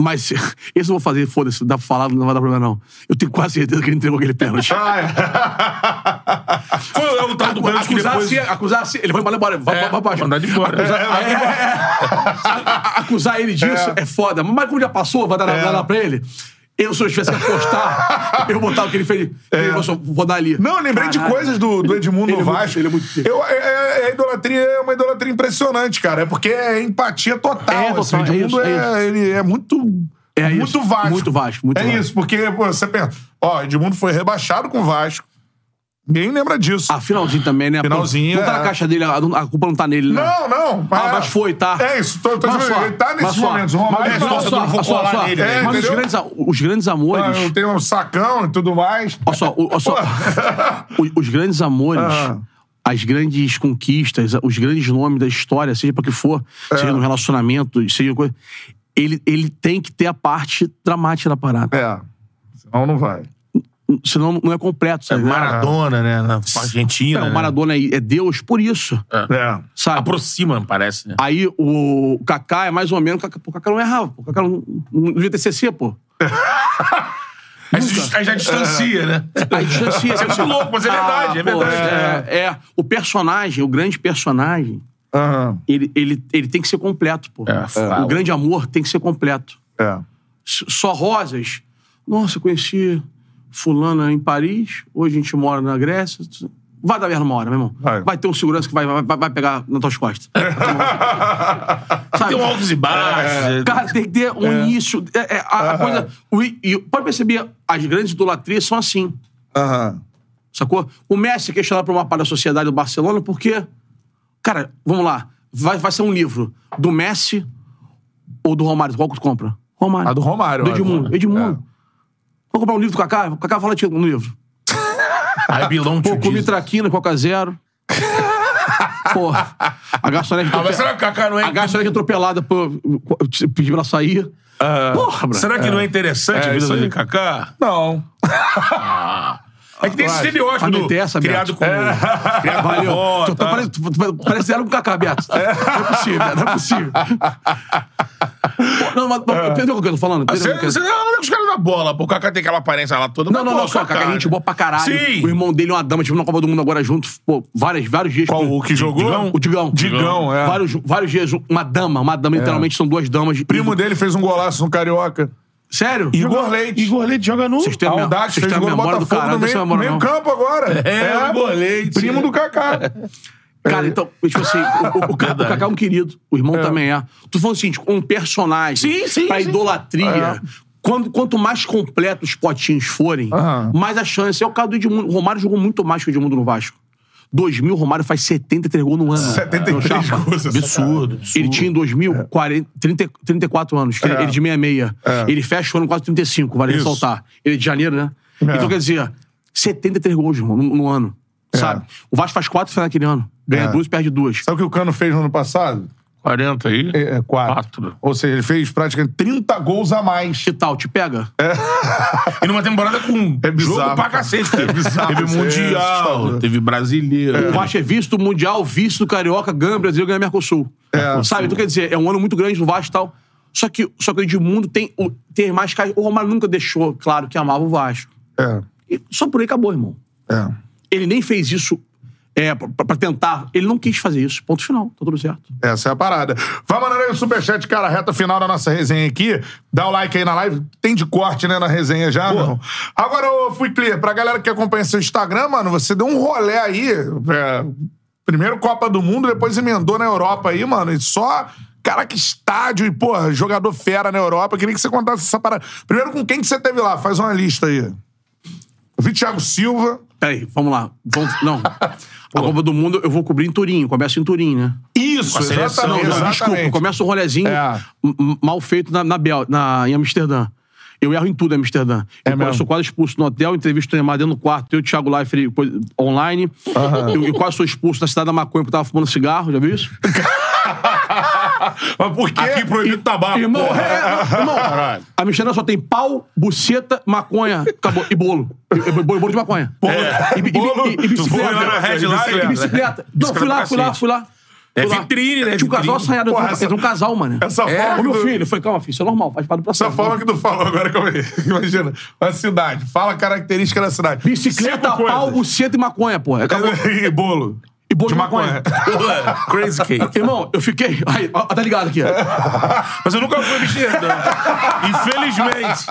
Speaker 3: Mas esse eu vou fazer, foda-se, dá pra falar, não vai dar problema, não. Eu tenho quase certeza que ele entregou aquele pênalti.
Speaker 1: Ah, é.
Speaker 2: Foi o tal do pênalti que
Speaker 3: Acusar
Speaker 2: depois...
Speaker 3: assim, acusar assim. Ele vai embora, embora. Vai,
Speaker 2: É,
Speaker 3: vai, vai,
Speaker 2: mandar ele embora.
Speaker 3: Acusar, é, é, é. Acusar ele disso é. foda. Mas como já passou, vai dar, na- vai dar pra ele. Eu, se eu tivesse que apostar, eu botar o que ele fez. Ele falou, só, vou dar ali.
Speaker 1: Não, eu lembrei de
Speaker 3: Caralho.
Speaker 1: coisas do, do Edmundo
Speaker 3: Ele
Speaker 1: no
Speaker 3: é muito-
Speaker 1: Vasco.
Speaker 3: ele é muito pica.
Speaker 1: Eu, é, é- é idolatria é uma idolatria impressionante, cara. É porque é empatia total.
Speaker 3: É,
Speaker 1: assim.
Speaker 3: total, é
Speaker 1: Edmundo
Speaker 3: isso, é isso.
Speaker 1: ele é muito.
Speaker 3: É
Speaker 1: muito
Speaker 3: isso,
Speaker 1: Vasco.
Speaker 3: muito Vasco, muito
Speaker 1: é
Speaker 3: Vasco.
Speaker 1: isso, porque pô, você pensa. Ó, Edmundo foi rebaixado com o Vasco. Ninguém lembra disso.
Speaker 3: Ah, finalzinho também, né?
Speaker 1: Finalzinho,
Speaker 3: Não tá
Speaker 1: é.
Speaker 3: na caixa dele, a, a culpa não tá nele, né?
Speaker 1: Não, não.
Speaker 3: Ah, mas foi, tá?
Speaker 1: É isso. Tô, tô
Speaker 3: Mas
Speaker 1: dizendo,
Speaker 3: só,
Speaker 1: ele tá
Speaker 3: mas
Speaker 1: nesses
Speaker 3: só,
Speaker 1: momentos. O Romário
Speaker 3: mas
Speaker 1: é
Speaker 3: só,
Speaker 1: torcedor
Speaker 3: só,
Speaker 1: do
Speaker 3: só,
Speaker 1: Focolá
Speaker 3: só.
Speaker 1: nele, né?
Speaker 3: Mas os
Speaker 1: Entendeu?
Speaker 3: grandes, a- os grandes amores.
Speaker 1: Ah, Eu tenho um sacão e tudo mais.
Speaker 3: Olha só, o- olha só. O- os grandes amores,
Speaker 1: Ah.
Speaker 3: as grandes conquistas, os grandes nomes da história, seja pra que for,
Speaker 1: É.
Speaker 3: seja no relacionamento, seja coisa. Ele, ele tem que ter a parte dramática da parada.
Speaker 1: É. Senão não vai.
Speaker 3: Senão não é completo,
Speaker 2: É
Speaker 3: sabe?
Speaker 2: Maradona, né? Na Argentina.
Speaker 3: É,
Speaker 2: né?
Speaker 3: o Maradona é, é Deus por isso,
Speaker 1: É.
Speaker 3: sabe?
Speaker 2: Aproxima, parece, né?
Speaker 3: Aí o Kaká é mais ou menos. Kaká- pô, O Kaká não errava, pô. o Kaká não, não devia ter CC, pô.
Speaker 2: Aí, se- aí já distancia, né?
Speaker 3: Aí assim, distancia.
Speaker 2: Isso é muito louco, mas é verdade, é verdade.
Speaker 3: é, é. o personagem, o grande personagem,
Speaker 1: Aham.
Speaker 3: ele, ele, ele tem que ser completo, pô.
Speaker 2: É, fala.
Speaker 3: O grande amor tem que ser completo.
Speaker 1: É.
Speaker 3: S- Só rosas. Nossa, eu conheci fulana em Paris, hoje a gente mora na Grécia. Vai dar merda uma hora, meu irmão.
Speaker 1: Vai.
Speaker 3: Vai, ter um segurança que vai, vai, vai pegar nas tuas costas. Sabe?
Speaker 2: É. Tem um altos e baixos.
Speaker 3: Cara, tem que ter um início. É, é, a, a coisa. o i- e pode perceber, as grandes idolatrias são assim.
Speaker 1: Aham.
Speaker 3: Sacou? O Messi é questionado por uma parte da sociedade do Barcelona porque. Cara, vamos lá. Vai, vai ser um livro do Messi ou do Romário? Qual que tu compra? Romário.
Speaker 1: A do Romário,
Speaker 3: É Do
Speaker 1: eu
Speaker 3: Edmundo.
Speaker 1: acho.
Speaker 3: Edmundo. Vou comprar um livro do Kaká? O Kaká fala tipo no livro.
Speaker 2: Aí Bilão
Speaker 3: Pô,
Speaker 2: te
Speaker 3: comi
Speaker 2: diz.
Speaker 3: traquina, Coca Zero. Porra. A garçonete.
Speaker 2: Ah, mas será que o Kaká não é-
Speaker 3: A garçonete atropelada por. Pediu pra sair. Porra, bro.
Speaker 2: Será que não é interessante
Speaker 1: É,
Speaker 2: a vida
Speaker 1: isso
Speaker 2: do
Speaker 1: aí.
Speaker 2: Kaká?
Speaker 1: Não.
Speaker 2: É que tem esse
Speaker 3: Claro.
Speaker 2: estereótipo
Speaker 3: Ah, não
Speaker 2: do
Speaker 3: tem essa,
Speaker 2: criado
Speaker 3: Beto.
Speaker 2: com... Criado com
Speaker 3: Valeu.
Speaker 2: avó,
Speaker 3: Tu- tu
Speaker 2: tá?
Speaker 3: parece- tu- tu- Parece zero com o Cacá, Beto. Não é possível, não é possível. Pô, Não, mas mas entendeu o que eu tô falando?
Speaker 2: Ah,
Speaker 3: Entendeu
Speaker 2: Você
Speaker 3: o que eu-
Speaker 2: você não anda com os caras da bola, pô. O Kaká tem aquela aparência lá toda. mas,
Speaker 3: Não,
Speaker 1: tá
Speaker 3: não,
Speaker 2: pô,
Speaker 3: não, só, Cacá,
Speaker 2: Kaká,
Speaker 3: a gente boa pra caralho.
Speaker 2: Sim.
Speaker 3: O irmão dele é uma dama, tive na Copa do Mundo agora junto, pô, várias, vários dias.
Speaker 1: Qual, o que jogou?
Speaker 3: O Digão.
Speaker 1: Digão, é.
Speaker 3: Vários, vários dias, uma dama, uma dama, literalmente são duas damas.
Speaker 1: primo dele fez um golaço no Carioca.
Speaker 3: Sério?
Speaker 1: Igor Leite.
Speaker 2: Igor Leite joga no...
Speaker 3: Vocês têm a
Speaker 1: A
Speaker 3: memória-
Speaker 1: Audax
Speaker 3: vocês
Speaker 1: fez
Speaker 3: têm a
Speaker 1: gol no
Speaker 3: memória do
Speaker 1: Botafogo
Speaker 3: caralho,
Speaker 1: no
Speaker 3: não tem
Speaker 1: meio,
Speaker 3: essa memória,
Speaker 1: meio
Speaker 3: não.
Speaker 1: campo agora.
Speaker 2: É, o Igor Leite.
Speaker 1: Primo do Kaká.
Speaker 3: Cara, então, tipo assim, o, o, o, Ca- o Cacá é um querido, o irmão também é. Tu falou assim, tipo, um personagem
Speaker 2: Sim, sim,
Speaker 3: pra
Speaker 2: sim.
Speaker 3: idolatria. Quando- quanto mais completos os potinhos forem,
Speaker 1: Aham.
Speaker 3: mais a chance. É o caso do Edmundo. O Romário jogou muito mais que o Edmundo no Vasco. 2000, o Romário faz 73 gols no ano. É, um
Speaker 1: 73
Speaker 3: Chapa.
Speaker 1: gols, essa
Speaker 3: Absurdo, Ele tinha em 2000, 40, 30, 34 anos. que Ele, ele de 66. Ele fecha o ano quase 35, vale
Speaker 1: Isso.
Speaker 3: ressaltar. Ele é de janeiro, né? Então, quer dizer, 73 gols irmão, no, no ano. Sabe? O Vasco faz quatro finais naquele ano. Ganha
Speaker 1: É.
Speaker 3: duas, perde duas.
Speaker 1: Sabe o que o Cano fez no ano passado?
Speaker 2: 40 aí.
Speaker 1: É, é, quatro.
Speaker 2: Quatro.
Speaker 1: Ou seja, ele fez praticamente 30 gols a mais.
Speaker 3: Que tal? Te pega?
Speaker 2: E numa temporada com
Speaker 1: É bizarro,
Speaker 2: jogo pra
Speaker 1: cara.
Speaker 2: cacete.
Speaker 1: É bizarro,
Speaker 2: Teve
Speaker 1: isso é
Speaker 2: Mundial,
Speaker 1: assustador.
Speaker 2: teve Brasileiro.
Speaker 3: O Vasco é visto mundial, visto carioca, ganha Brasil, ganha Mercosul. Sabe? Então, quer dizer, é um ano muito grande do Vasco e tal. Só que, só que o Edmundo tem, o- tem mais... ca- O Romário nunca deixou claro que amava o Vasco.
Speaker 1: É,
Speaker 3: E só por aí acabou, irmão.
Speaker 1: é.
Speaker 3: Ele nem fez isso é, pra, pra tentar. Ele não quis fazer isso. Ponto final. Tá tudo certo.
Speaker 1: Essa é a parada. Vai mandando aí o superchat, cara, reta final da nossa resenha aqui. Dá o like aí na live. Tem de corte, né, na resenha já, não? Agora, eu fui clear. Pra galera que acompanha seu Instagram, mano, você deu um rolê aí. é, primeiro Copa do Mundo, depois emendou na Europa aí, mano. E só... Cara, que estádio e, porra, jogador fera na Europa. Queria que você contasse essa parada. Primeiro, com quem que você teve lá? Faz uma lista aí. Eu vi Thiago Silva.
Speaker 3: Peraí, vamos lá. Vamos- não. A Copa do Mundo eu vou cobrir em Turim. Começa em Turim, né?
Speaker 1: Isso,
Speaker 2: a seleção,
Speaker 1: exatamente.
Speaker 2: né?
Speaker 3: Desculpa,
Speaker 1: exatamente.
Speaker 3: começa o rolezinho
Speaker 1: É.
Speaker 3: m- m- mal feito na, na Bel, na, em Amsterdã. Eu erro em tudo em Amsterdã. eu
Speaker 1: É mesmo?
Speaker 3: quase sou quase expulso no hotel, entrevisto o Neymar dentro do quarto, eu, Thiago Leifert depois, online. Eu, eu quase sou expulso na cidade da maconha porque eu tava fumando cigarro, já viu isso?
Speaker 1: Mas por quê?
Speaker 2: Aqui proibido tabaco.
Speaker 3: Irmão,
Speaker 2: porra.
Speaker 3: é, não, irmão,
Speaker 2: Caralho.
Speaker 3: a Michelin só tem pau, buceta, maconha, acabou, e bolo. E, e bolo bolo de maconha. É. E, e- e-
Speaker 1: Bolo.
Speaker 3: e- e
Speaker 2: Tu
Speaker 3: bicicleta.
Speaker 2: foi lá na Red Light,
Speaker 3: E
Speaker 2: né?
Speaker 3: bicicleta. Não, fui lá, fui lá, fui lá.
Speaker 2: É
Speaker 3: Fui lá.
Speaker 2: vitrine, né?
Speaker 3: Tinha um casal
Speaker 2: Vitrine.
Speaker 3: assanhado.
Speaker 1: Porra,
Speaker 3: Entrou
Speaker 1: essa-
Speaker 3: entrou um casal, mano.
Speaker 1: essa
Speaker 3: é.
Speaker 1: forma
Speaker 3: Ô, meu
Speaker 1: do-
Speaker 3: filho, eu falei, calma, filho, isso é normal, faz parte do processo.
Speaker 1: Essa forma que tu falou agora, como é? imagina, a cidade. Fala a característica da cidade.
Speaker 3: Bicicleta,
Speaker 1: é Cinco
Speaker 3: pau,
Speaker 1: coisas.
Speaker 3: buceta e maconha, pô. Acabou.
Speaker 1: e bolo.
Speaker 3: E bolo
Speaker 1: De
Speaker 3: de
Speaker 1: maconha.
Speaker 3: maconha.
Speaker 2: Crazy cake.
Speaker 3: Irmão, eu fiquei. Aí, ó, tá ligado aqui.
Speaker 2: Mas eu nunca fui a Amsterdã. Infelizmente.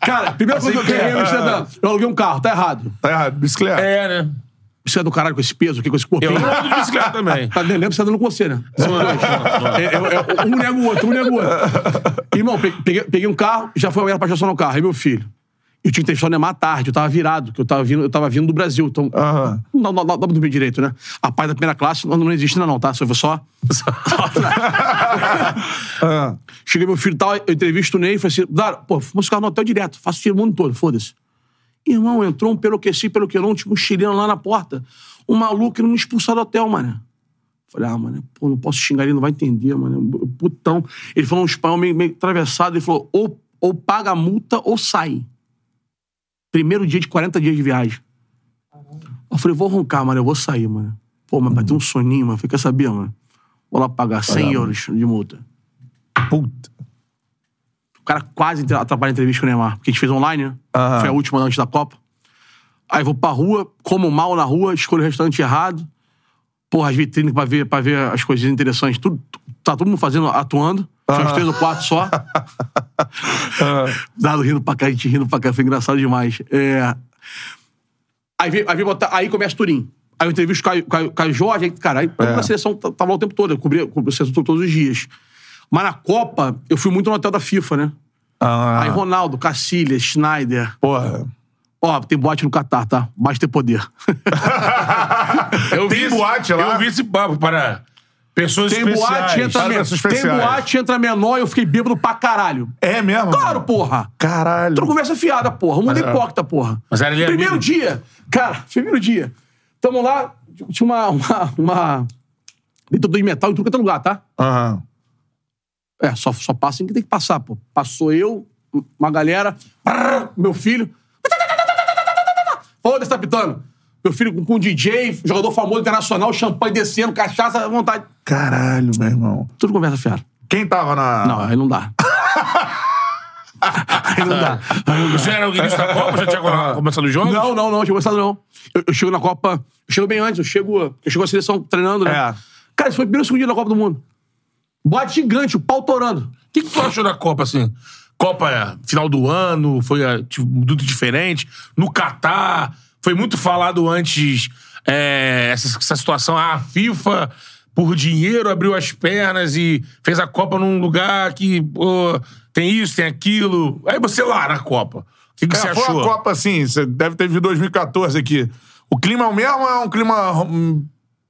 Speaker 3: Cara, primeira coisa que eu ganhei no Amsterdã, eu aluguei um carro, tá errado.
Speaker 1: Tá errado, bicicleta.
Speaker 2: É, né?
Speaker 3: Isso é do caralho com esse peso aqui, com esse corpinho.
Speaker 2: Eu ando de bicicleta também.
Speaker 3: Tá dentro, você tá dando com você, né? É, é, é, um nega o outro, um nega o outro. Irmão, pe- peguei, peguei um carro, já foi uma pra estacionar o carro. Aí meu filho. Eu tinha entrevistado o Neymar à tarde, eu tava virado, que eu tava vindo, eu tava vindo do Brasil. Então,
Speaker 1: Aham.
Speaker 3: não, não, não, não dormi direito, né? A paz da primeira classe não, não existe, ainda não, tá? Só vou só.
Speaker 1: Ah,
Speaker 3: Cheguei meu filho e tal, eu entrevisto o Ney e falei assim: Dara, pô, fomos ficar no hotel direto, faço o mundo todo, foda-se. Irmão, entrou um peloqueci, peloqueirão, tipo um chileno lá na porta. Um maluco que não me expulsou do hotel, mano. Falei, ah, mano, pô, não posso xingar ele, não vai entender, mano. Putão. Ele falou um espanhol meio, meio atravessado, ele falou: ou, ou paga a multa ou sai. Primeiro dia de 40 dias de viagem. Eu falei, vou roncar, mano, eu vou sair, mano. Pô, mas vai ter um soninho, mano. Falei, quer saber, mano? Vou lá pagar 100 euros de multa.
Speaker 1: puta.
Speaker 3: O cara quase entre- atrapalha a entrevista com o Neymar, porque a gente fez online, né?
Speaker 1: Aham.
Speaker 3: Foi a última antes da Copa. Aí vou pra rua, como mal na rua, escolho o restaurante errado. Porra, as vitrines pra ver, pra ver as coisinhas interessantes. Tudo, tu- tá todo mundo fazendo, atuando. Tinha uns três ou quatro só. Dado rindo pra cá, a gente rindo pra cá. Foi engraçado demais. É, Aí, vem, aí, vem botar, aí começa Turim. Aí eu entrevisto o Caio, Caio, Caio Jorge, aí, cara, aí a seleção t- tava lá o tempo todo, eu cobria, cobria a seleção todos os dias. Mas na Copa, eu fui muito no hotel da FIFA, né?
Speaker 1: Ah,
Speaker 3: Aí Ronaldo, Cacilhas, Schneider.
Speaker 1: porra.
Speaker 3: Ó, tem boate no Catar, tá? Basta ter poder.
Speaker 2: Eu
Speaker 1: Tem
Speaker 2: esse-
Speaker 1: boate lá?
Speaker 2: Eu vi esse papo para pessoas
Speaker 1: Tem
Speaker 2: especiais.
Speaker 1: boate,
Speaker 3: Boate entra,
Speaker 1: para
Speaker 3: men-
Speaker 1: essas
Speaker 3: tem
Speaker 1: especiais.
Speaker 3: boate, entra menor e eu fiquei bêbado pra caralho.
Speaker 1: É mesmo?
Speaker 3: Claro, porra!
Speaker 1: Caralho.
Speaker 3: Trocou conversa
Speaker 1: é-
Speaker 3: fiada, porra. Um mundo é hipócrita, porra.
Speaker 2: Mas era ele
Speaker 3: Primeiro
Speaker 2: amigo.
Speaker 3: dia. Cara, primeiro dia. Tamo lá, Tinha uma. uma, uma... Detector de metal em tudo que é lugar, tá?
Speaker 1: Aham.
Speaker 3: É, só, só passa em que tem que passar, pô. Passou eu, uma galera, prrr, meu filho. Foda-se, tá pitando. Meu filho com, com DJ, jogador famoso internacional, champanhe descendo, cachaça à vontade.
Speaker 1: Caralho, meu irmão.
Speaker 3: Tudo conversa fiada.
Speaker 1: Quem tava na.
Speaker 3: Não, aí não dá. aí não dá.
Speaker 2: Já era o início da Copa? Já tinha co- começado o jogo?
Speaker 3: Não, não, não, chegou essa não. Eu, eu chego na Copa. Eu chego bem antes, eu chego. Eu chego à seleção treinando, né?
Speaker 1: É.
Speaker 3: Cara, isso foi o primeiro ou segundo dia da Copa do Mundo. Boate gigante, o pau torando.
Speaker 2: O que, que tu achou da Copa, assim? Copa é final do ano, foi é, tipo, muito diferente. No Catar, foi muito falado antes é, essa, essa situação. Ah, A FIFA, por dinheiro, abriu as pernas e fez a Copa num lugar que pô, tem isso, tem aquilo. Aí você lá na Copa. O que, que
Speaker 1: É,
Speaker 2: você
Speaker 1: foi
Speaker 2: achou?
Speaker 1: uma Copa assim, você deve ter visto 2014 aqui. O clima é o mesmo ou é um clima hum,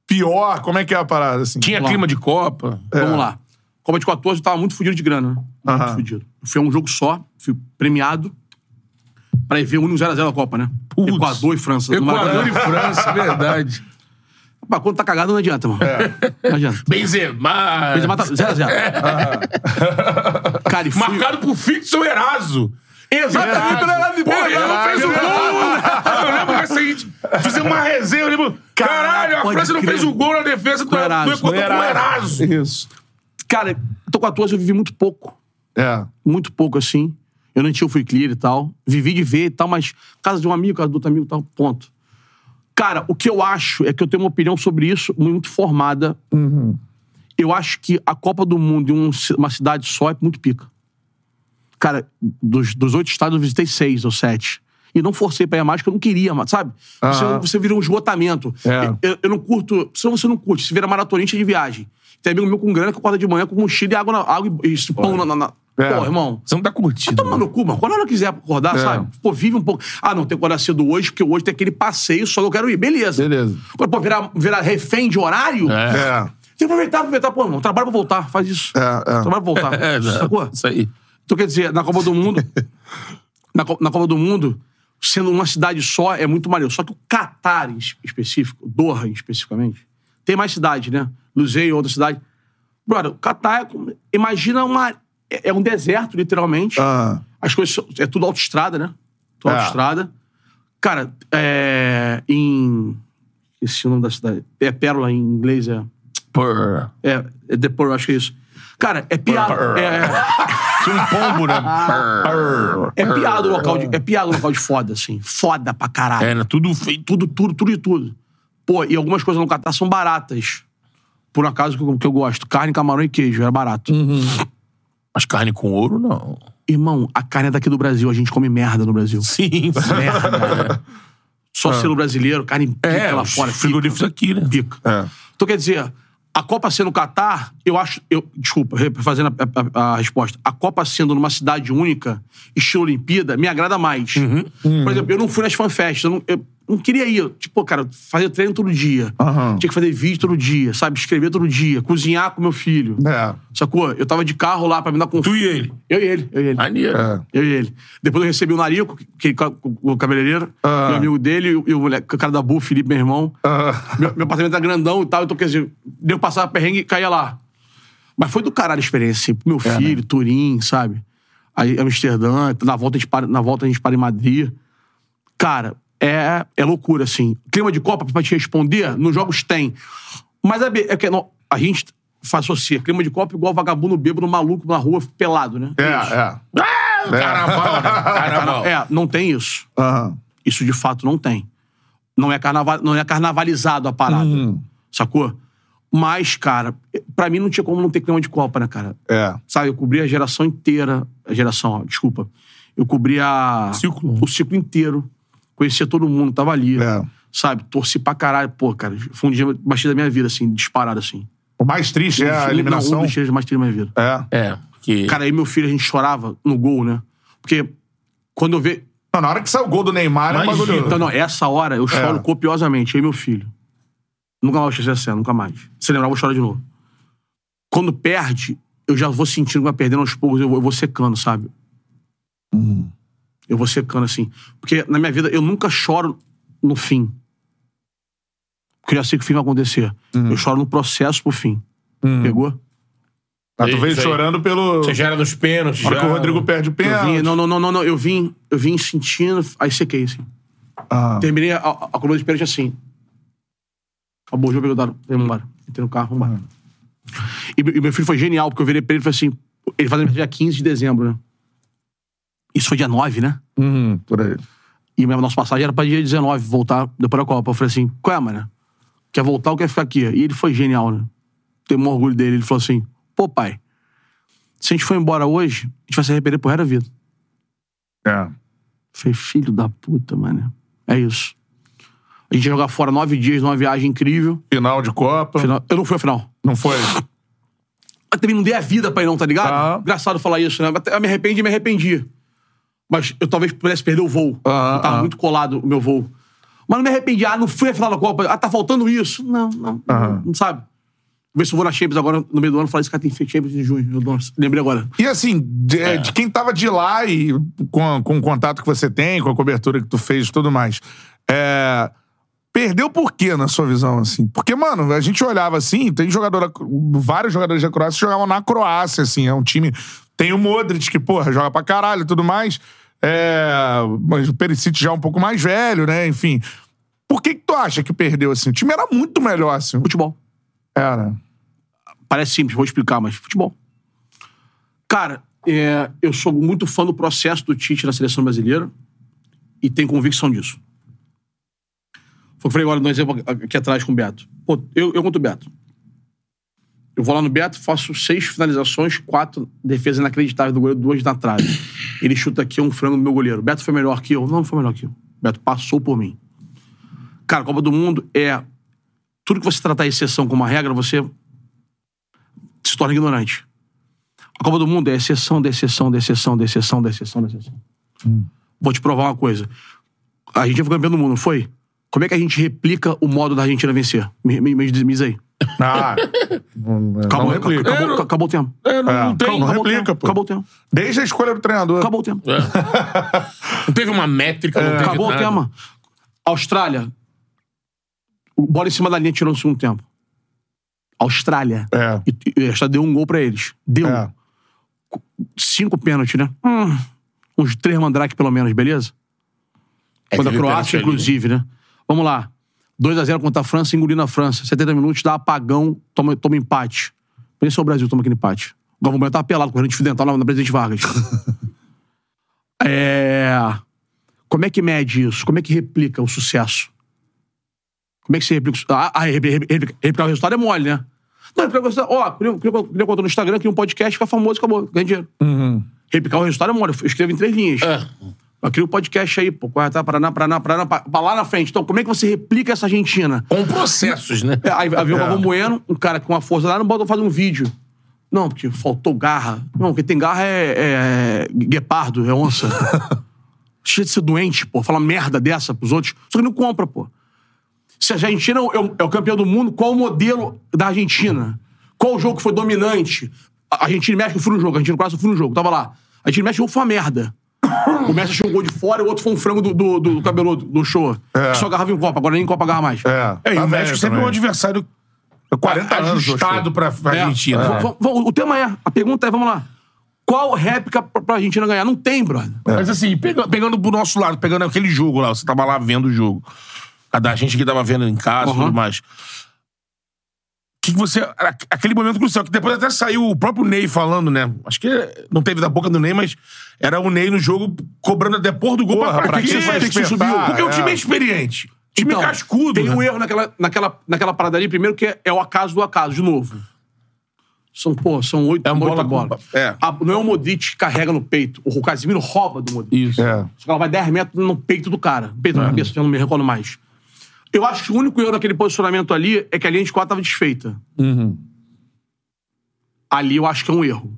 Speaker 1: pior? Como é que é a parada, assim?
Speaker 2: Tinha clima de Copa?
Speaker 3: Vamos lá. Copa de 14 eu tava muito fudido de grana, né? Muito
Speaker 1: Aham.
Speaker 3: fudido. Foi um jogo só, fui premiado pra ir ver o 1x0 da Copa, né?
Speaker 2: Putz.
Speaker 3: Equador e França. no
Speaker 2: Equador
Speaker 3: Maracanã.
Speaker 2: e França, é verdade.
Speaker 3: Pá, quando tá cagado não adianta, mano.
Speaker 2: É.
Speaker 3: Não adianta.
Speaker 2: Benzema.
Speaker 3: Benzema tá 0x0.
Speaker 2: É.
Speaker 3: Cara, e fui...
Speaker 2: Marcado por Fixo Eraso. Exatamente,
Speaker 1: Erazo.
Speaker 2: Erazo. Pô, Erazo fez o gol. né? Eu lembro que seguinte, fizemos uma resenha, eu lembro. Caralho, a
Speaker 3: pode
Speaker 2: França não
Speaker 3: crer.
Speaker 2: fez o gol na defesa do, do
Speaker 3: Com o Erazo.
Speaker 2: Equador com o Eraso.
Speaker 1: Isso.
Speaker 3: Cara, eu tô 14, eu vivi muito pouco.
Speaker 1: É.
Speaker 3: muito pouco assim. Eu não tinha o Free Clear e tal. Vivi de ver e tal, mas casa de um amigo, casa do outro amigo e tal, ponto. Cara, o que eu acho é que eu tenho uma opinião sobre isso muito formada.
Speaker 1: Uhum.
Speaker 3: Eu acho que a Copa do Mundo em um ci- uma cidade só é muito pica. Cara, dos, dos oito estados eu visitei seis ou sete. E não forcei pra ir a mais, porque eu não queria, mas, sabe? Você,
Speaker 1: Aham.
Speaker 3: você vira um esgotamento.
Speaker 1: É.
Speaker 3: Eu, eu não curto. Senão você não curte. Você vira maratonista de viagem. Tem amigo meu com grana que acorda de manhã com mochila e água, na, água e, e pão na. na, na...
Speaker 1: É.
Speaker 3: Pô, irmão.
Speaker 2: Você não tá curtindo.
Speaker 3: Toma no cu, mano. Quando ela quiser acordar, sabe? Pô, vive um pouco. Ah, não, tem que acordar cedo hoje, porque hoje tem aquele passeio, só que eu quero ir. Beleza.
Speaker 1: Beleza.
Speaker 3: Agora, pô, virar, virar refém de horário?
Speaker 1: É.
Speaker 2: É.
Speaker 3: Tem que aproveitar, aproveitar. Pô, irmão, trabalho pra voltar. Faz isso.
Speaker 1: É, é.
Speaker 3: Trabalho pra voltar.
Speaker 2: É,
Speaker 3: Sacou?
Speaker 2: Isso aí.
Speaker 3: Então, quer dizer, na Copa do Mundo... na, Co- na Copa do Mundo, sendo uma cidade só, é muito maneiro. Só que o Catar, em es- específico, Doha, especificamente, tem mais cidade, né? Luzeio, outra cidade. Brother, o Catar é... como- Imagina uma... É é um deserto, literalmente.
Speaker 1: Ah.
Speaker 3: As coisas são- é tudo autoestrada, né? Tudo
Speaker 1: É.
Speaker 3: autoestrada. Cara, é, em. Esse é o nome da cidade. É Pérola em inglês, é.
Speaker 2: Purr.
Speaker 3: É, é The Pearl, acho que é isso. Cara, é piada. É,
Speaker 1: Tinha um pombo, né?
Speaker 3: é piada o local de, é piada o local de foda, assim. Foda pra caralho.
Speaker 2: É, né? Tudo feito.
Speaker 3: Tudo, tudo, tudo e tudo. Pô, e algumas coisas no Catar são baratas. Por um acaso que eu, que eu gosto. Carne, camarão e queijo, era barato.
Speaker 2: Hum. Mas carne com ouro, não.
Speaker 3: Irmão, a carne é daqui do Brasil, a gente come merda no Brasil.
Speaker 2: Sim.
Speaker 3: Merda. Só selo brasileiro, carne pica
Speaker 2: Ah. É,
Speaker 3: lá
Speaker 2: os
Speaker 3: fora.
Speaker 2: frigoríficos aqui, né?
Speaker 3: pica.
Speaker 1: É.
Speaker 3: Então, quer dizer, a Copa sendo no Catar, eu acho. Eu, desculpa, re- fazendo a, a- a resposta. A Copa sendo numa cidade única, estilo Olimpíada, me agrada mais.
Speaker 2: Uhum.
Speaker 1: Uhum.
Speaker 3: Por exemplo, eu não fui nas fanfests, eu não, eu não queria ir. Tipo, cara, fazer treino todo dia.
Speaker 1: Aham.
Speaker 3: Tinha que fazer vídeo todo dia, sabe? Escrever todo dia, cozinhar com meu filho.
Speaker 1: É.
Speaker 3: Sacou? Eu tava de carro lá pra me dar
Speaker 2: Tu
Speaker 3: conforto.
Speaker 2: e ele.
Speaker 3: Eu e ele, eu e ele.
Speaker 2: Maneiro.
Speaker 1: É.
Speaker 3: Eu e ele. Depois eu recebi o Narico, que, que, o cabeleireiro,
Speaker 1: Ah.
Speaker 3: meu amigo dele, e o- e o, moleque, o cara da Bu, Felipe, meu irmão.
Speaker 1: Ah.
Speaker 3: Meu, meu apartamento era grandão e tal, então quer dizer, deu passar perrengue e caía lá. Mas foi do caralho a experiência, assim, pro meu
Speaker 1: É, né?
Speaker 3: filho, Turim, sabe? Aí Amsterdã, então, na volta, a gente para, na volta a gente para em Madrid. Cara, é, é loucura, assim. Clima de Copa, pra te responder, nos jogos tem. Mas é, be- é que não, a gente associa clima de Copa igual vagabundo bêbado, maluco na rua, pelado, né?
Speaker 1: É, é.
Speaker 2: Ah, carnaval, né? Carnaval.
Speaker 3: É, não tem isso.
Speaker 1: Aham.
Speaker 3: Isso de fato não tem. Não é, carnaval, não é carnavalizado a parada.
Speaker 1: Hum.
Speaker 3: Sacou? Mas, cara, pra mim não tinha como não ter clima de Copa, né, cara?
Speaker 1: É.
Speaker 3: Sabe, eu cobri a geração inteira. A geração, ó, desculpa. Eu cobri a.
Speaker 2: Ciclo.
Speaker 3: O ciclo inteiro. Conhecia todo mundo, tava ali.
Speaker 1: É.
Speaker 3: Sabe? Torci pra caralho. Pô, cara, foi um dia baixei da minha vida, assim, disparado, assim.
Speaker 1: O mais triste é
Speaker 3: Um-
Speaker 1: a
Speaker 3: não,
Speaker 1: eliminação.
Speaker 3: Um dos dias mais tristes da minha vida.
Speaker 1: É.
Speaker 2: É. Que...
Speaker 3: Cara, aí meu filho, a gente chorava no gol, né? Porque quando eu vejo.
Speaker 1: Não, na hora que saiu o gol do Neymar, é um
Speaker 2: Imagina.
Speaker 1: bagulho.
Speaker 3: Então, não, essa hora eu choro
Speaker 1: É.
Speaker 3: copiosamente, eu e meu filho. Nunca mais vou esquecer essa cena, nunca mais. Se lembrar, eu vou chorar de novo. Quando perde, eu já vou sentindo que vai perdendo aos poucos, eu vou, eu vou secando, sabe?
Speaker 1: Hum.
Speaker 3: Eu vou secando, assim. Porque na minha vida eu nunca choro no fim. Porque eu já sei que o fim vai acontecer.
Speaker 1: Hum.
Speaker 3: Eu choro no processo pro fim. Pegou?
Speaker 1: Ah, tu
Speaker 2: Isso
Speaker 1: veio
Speaker 2: aí.
Speaker 1: chorando pelo.
Speaker 2: Você já era nos pênaltis.
Speaker 1: Na hora
Speaker 2: já-
Speaker 1: que o Rodrigo perde o
Speaker 3: Eu vim,
Speaker 1: pênalti.
Speaker 3: não, não, não, não, não. Eu vim, eu vim sentindo, aí sequei, assim.
Speaker 1: Ah.
Speaker 3: Terminei a, a, a coluna de pênalti assim. Acabou o jogo, pegaram, vamos embora. Entrei no carro, vamos embora. E, meu- e meu filho foi genial, porque eu virei pra ele e falei assim: ele faz aniversário dia 15 de dezembro, né? Isso foi dia 9, né?
Speaker 1: Hum, por aí.
Speaker 3: E a nossa passagem era pra dia 19, voltar depois da Copa. Eu falei assim, qual é, mano? Quer voltar ou quer ficar aqui? E ele foi genial, né? Tenho um orgulho dele. Ele falou assim, pô, pai, se a gente for embora hoje, a gente vai se arrepender pro resto da vida. Eu
Speaker 1: É.
Speaker 3: falei, filho da puta, mano. É isso. A gente ia jogar fora nove dias numa viagem incrível.
Speaker 1: Final de Copa.
Speaker 3: Final- Eu não fui ao final.
Speaker 1: Não foi?
Speaker 3: Mas também não dei a vida pra ele não, tá ligado?
Speaker 1: Tá.
Speaker 3: Engraçado falar isso, né? Mas Eu me arrependi e me arrependi. Mas eu talvez pudesse perder o voo.
Speaker 1: Ah,
Speaker 3: Eu tava
Speaker 1: ah.
Speaker 3: muito colado o meu voo. Mas não me arrependi. Ah, não fui a final da Copa. Ah, tá faltando isso. Não, não.
Speaker 1: Ah.
Speaker 3: Não sabe? Vou ver se eu vou na Champions agora, no meio do ano, falar esse cara tem que ser Champions em junho. Eu não- lembrei agora.
Speaker 1: E assim, de,
Speaker 2: É.
Speaker 1: de quem tava de lá e com, com o contato que você tem, com a cobertura que tu fez e tudo mais, é, perdeu por quê na sua visão, assim? Porque, mano, a gente olhava assim, tem jogador, da- vários jogadores da Croácia que jogavam na Croácia, assim, é um time, tem o Modric que, porra, joga pra caralho e tudo mais, é, mas o Perisic já é um pouco mais velho, né, enfim. Por que que tu acha que perdeu, assim? O time era muito melhor, assim.
Speaker 3: Futebol.
Speaker 1: Era.
Speaker 3: Parece simples, vou explicar, mas futebol. Cara, é, eu sou muito fã do processo do Tite na seleção brasileira e tenho convicção disso. Foi o que eu falei agora no exemplo aqui atrás com o Beto. Pô, eu, eu contra o Beto. Eu vou lá no Beto, faço seis finalizações, quatro defesas inacreditáveis do goleiro, duas na trave. Ele chuta aqui um frango do meu goleiro. O Beto foi melhor que eu? Não, não foi melhor que eu. O Beto passou por mim. Cara, Copa do Mundo é. Tudo que você tratar a exceção como uma regra, você se torna ignorante. A Copa do Mundo é exceção, da exceção, da exceção, da exceção, da exceção, da exceção. Vou te provar uma coisa. A gente já foi campeão do mundo, não foi? Como é que a gente replica o modo da Argentina vencer? Me, me, me diz- me diz aí.
Speaker 1: Ah, não,
Speaker 3: Acabou,
Speaker 1: não replica.
Speaker 3: acabou, acabou, acabou o tempo.
Speaker 2: É, não,
Speaker 1: É,
Speaker 2: não tem.
Speaker 1: calma,
Speaker 2: não
Speaker 1: não
Speaker 3: acabou o
Speaker 1: replica,
Speaker 3: tempo.
Speaker 1: pô.
Speaker 3: Acabou o tempo.
Speaker 1: Desde a escolha do treinador.
Speaker 3: Acabou o tempo.
Speaker 2: Não teve uma métrica, não teve
Speaker 1: É.
Speaker 3: Acabou o
Speaker 2: nada.
Speaker 3: tema. Austrália. O Bola em cima da linha tirou no segundo tempo. Austrália.
Speaker 1: É.
Speaker 3: E, e a Austrália deu um gol pra eles. Deu.
Speaker 1: É.
Speaker 3: Cinco pênaltis, né? Hum, uns três mandrake pelo menos, beleza?
Speaker 2: É,
Speaker 3: contra a
Speaker 2: teve pênalti
Speaker 3: Croácia,
Speaker 2: ali.
Speaker 3: inclusive, né? Vamos lá. 2x0 contra a França, engolindo a França. 70 minutos, dá apagão, toma, toma empate. Pensa o Brasil, toma aquele empate. O Galvão Bueno tava pelado, correndo de fio dental na, na Presidente Vargas. é... Como é que mede isso? Como é que replica o sucesso? Como é que você replica o su- Ah, ah, repli- repli- repli- replicar o resultado é mole, né? Não, replicar o resultado... Ó, criou criou conta no Instagram, criou um podcast, fica famoso, acabou, ganha dinheiro. Replicar o resultado é mole. Eu escrevo em três linhas.
Speaker 2: É.
Speaker 3: Eu crio um podcast aí, pô. Corretá, Paraná, Paraná, Paraná, pa- pra lá na frente. Então, como é que você replica essa Argentina?
Speaker 2: Com processos, né?
Speaker 3: É, Aí havia o Galvão Bueno, um cara com uma força lá, não bota fazer um vídeo. Não, porque faltou garra. Não, quem tem garra é, é guepardo, é onça. Cheio de ser doente, pô. Fala merda dessa pros outros. Só que não compra, pô. Se a Argentina é o, é o campeão do mundo, qual o modelo da Argentina? Qual o jogo que foi dominante? A Argentina e México foi no jogo, a Argentina e Croácia foi no jogo. Tava lá. A Argentina e México foi uma merda. O Messi achou um gol de fora e o outro foi um frango do, do, do cabeludo, do show.
Speaker 1: É.
Speaker 3: Que só agarrava em Copa, agora nem em Copa agarra mais.
Speaker 1: É,
Speaker 2: É, e
Speaker 1: tá velho
Speaker 2: o México sempre é
Speaker 1: também.
Speaker 2: um adversário
Speaker 1: 40 anos.
Speaker 2: ajustado
Speaker 1: Gostei.
Speaker 2: pra, pra
Speaker 3: É.
Speaker 2: Argentina.
Speaker 3: V- v- v- o tema é, a pergunta é, vamos lá. Qual réplica pra, pra Argentina ganhar? Não tem, brother.
Speaker 2: Mas assim, pega- pegando pro nosso lado, pegando aquele jogo lá, você tava lá vendo o jogo. A da gente que tava vendo em casa e
Speaker 3: Aham.
Speaker 2: tudo mais. O que, que você. a- Aquele momento crucial, que depois até saiu o próprio Ney falando, né? Acho que não teve da boca do Ney, mas era o Ney no jogo cobrando a depor do gol
Speaker 1: Porra, pra
Speaker 2: pra
Speaker 1: que vai
Speaker 2: que você subiu.
Speaker 1: despertar,
Speaker 2: Porque o
Speaker 1: é.
Speaker 2: time é experiente. Time
Speaker 3: Então,
Speaker 2: cascudo.
Speaker 3: Tem
Speaker 2: né?
Speaker 3: um erro naquela, naquela, naquela parada ali, primeiro que é, é o acaso do acaso, de novo. São, pô, são oito,
Speaker 2: É uma
Speaker 3: oito
Speaker 2: bola com-
Speaker 3: bolas.
Speaker 2: é.
Speaker 3: A- não é o Modric que carrega no peito. O Casimiro rouba do Modric.
Speaker 2: Isso.
Speaker 1: É.
Speaker 3: Só que ela vai 10 metros no peito do cara. Peito na cabeça, eu não me recordo mais. Eu acho que o único erro daquele posicionamento ali é que a linha de quatro tava desfeita. Ali eu acho que é um erro.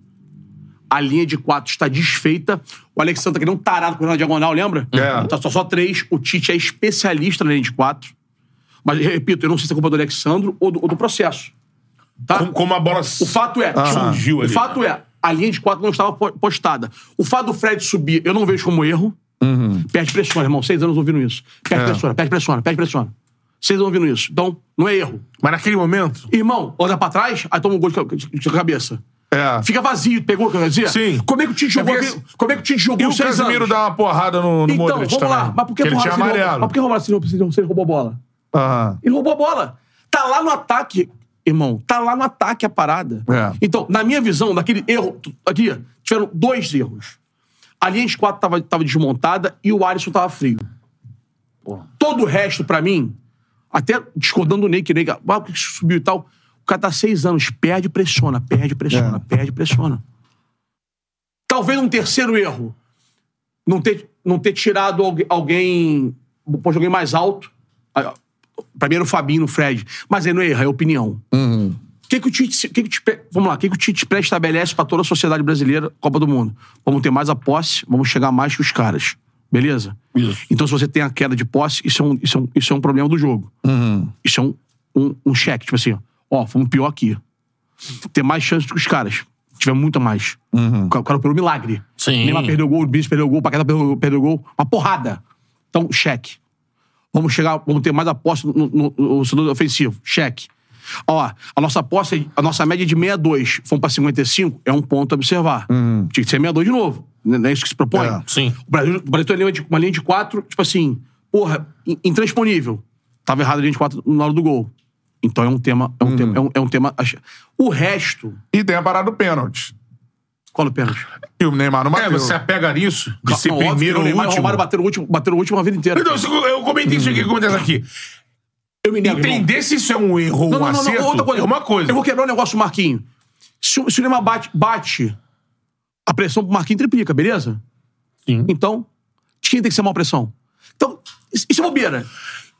Speaker 3: A linha de quatro está desfeita. O Alexandre que não tarado correndo na diagonal, lembra?
Speaker 1: É.
Speaker 3: Tá só, só três. O Tite é especialista na linha de quatro. Mas, repito, eu não sei se é culpa do Alexandro ou do, ou do processo. Tá?
Speaker 2: Como, como a bola
Speaker 3: O fato é.
Speaker 2: Surgiu
Speaker 3: o
Speaker 2: ali.
Speaker 3: fato é, a linha de quatro não estava po- postada. O fato do Fred subir, eu não vejo como erro. Perde pressiona, irmão. Seis anos ouvindo isso. Perde pressiona, perde pressiona, perde pressiona. vocês estão ouvindo isso. Então, não é erro.
Speaker 2: Mas naquele momento,
Speaker 3: Irmão, olha pra trás, aí toma um gol de ca- de cabeça.
Speaker 1: É.
Speaker 3: Fica vazio, pegou o que eu dizia?
Speaker 2: Sim.
Speaker 3: Como é que o Tite jogou?
Speaker 1: É porque
Speaker 3: aqui- Como é que o Tite jogou
Speaker 1: E o
Speaker 3: seis
Speaker 1: Casemiro
Speaker 3: anos?
Speaker 1: dá uma porrada no, no
Speaker 3: Então,
Speaker 1: Modric
Speaker 3: vamos
Speaker 1: também.
Speaker 3: lá. Mas por que
Speaker 1: Porque ele tinha
Speaker 3: porrada se ele roubou-
Speaker 1: amarelo.
Speaker 3: Mas por que roubaram se ele- se ele se ele um roubou a bola?
Speaker 1: Aham.
Speaker 3: Ele roubou a bola. Tá lá no ataque, irmão. Tá lá no ataque a parada.
Speaker 1: É.
Speaker 3: Então, na minha visão, naquele erro. Aqui, tiveram dois erros. A linha de quatro tava, tava desmontada e o Alisson tava frio. Todo o resto, pra mim, até discordando do Ney, que o Ney ah, que subiu e tal. O cara tá seis anos, perde e pressiona, perde e pressiona, perde e pressiona. Talvez um terceiro erro. Não ter, não ter tirado algu- alguém. Pode alguém mais alto. Ah, Pra mim era o Fabinho, o Fred. Mas aí não erra, é opinião. O que, que o Tite. se- o Que que o Tite pre- vamos lá, o que, que o Tite pré-estabelece pra toda a sociedade brasileira, Copa do Mundo? Vamos ter mais a posse, vamos chegar mais que os caras. Beleza?
Speaker 2: Isso.
Speaker 3: Então, se você tem a queda de posse, isso é um, isso é um, isso é um problema do jogo.
Speaker 2: Uhum.
Speaker 3: Isso é um, um, um cheque, tipo assim, ó, ó, fomos pior aqui. Ter mais chances que os caras. Tiver muito a mais. O cara o cara operou um milagre.
Speaker 2: Uhum. Sim.
Speaker 3: Neymar perdeu o gol, o Bis perdeu o gol, o Paquetá perdeu, perdeu o gol. Uma porrada. Então, cheque. Vamos chegar, vamos ter mais aposta no, no, no setor ofensivo. Cheque. Ó, a nossa aposta, a nossa média é de 62, fomos pra 55, é um ponto a observar. Tinha que ser 62 de novo. Não é não é isso que se propõe?
Speaker 1: É,
Speaker 2: sim.
Speaker 3: O Brasil, o Brasil tem uma linha, de, uma linha de quatro, tipo assim, porra, in- intransponível. Tava errado a linha de quatro na hora do gol. Então é um tema, é um tema, é um, é um tema. ach- O resto,
Speaker 1: E tem a parada do pênalti.
Speaker 3: cola o pênalti.
Speaker 1: E o Neymar não
Speaker 2: é,
Speaker 1: bateu.
Speaker 2: você apega nisso de ser
Speaker 3: Não, óbvio que
Speaker 2: primeiro
Speaker 3: o
Speaker 2: ou
Speaker 3: Neymar e o
Speaker 2: último.
Speaker 3: Romário bateram o último, bateram o último a vida inteira.
Speaker 2: Então, isso- eu comentei isso aqui, acontece aqui.
Speaker 3: Hum. eu me nego, irmão.
Speaker 2: Entender se isso é um erro ou um
Speaker 3: Não, não, não,
Speaker 2: acerto
Speaker 3: não, outra coisa.
Speaker 2: é uma coisa.
Speaker 3: Eu vou quebrar o negócio do Marquinhos. Se, o- se o Neymar bate, bate, a pressão pro Marquinhos triplica, beleza?
Speaker 2: Sim.
Speaker 3: Então, de quem tem que ser a maior pressão? Então, isso isso é bobeira.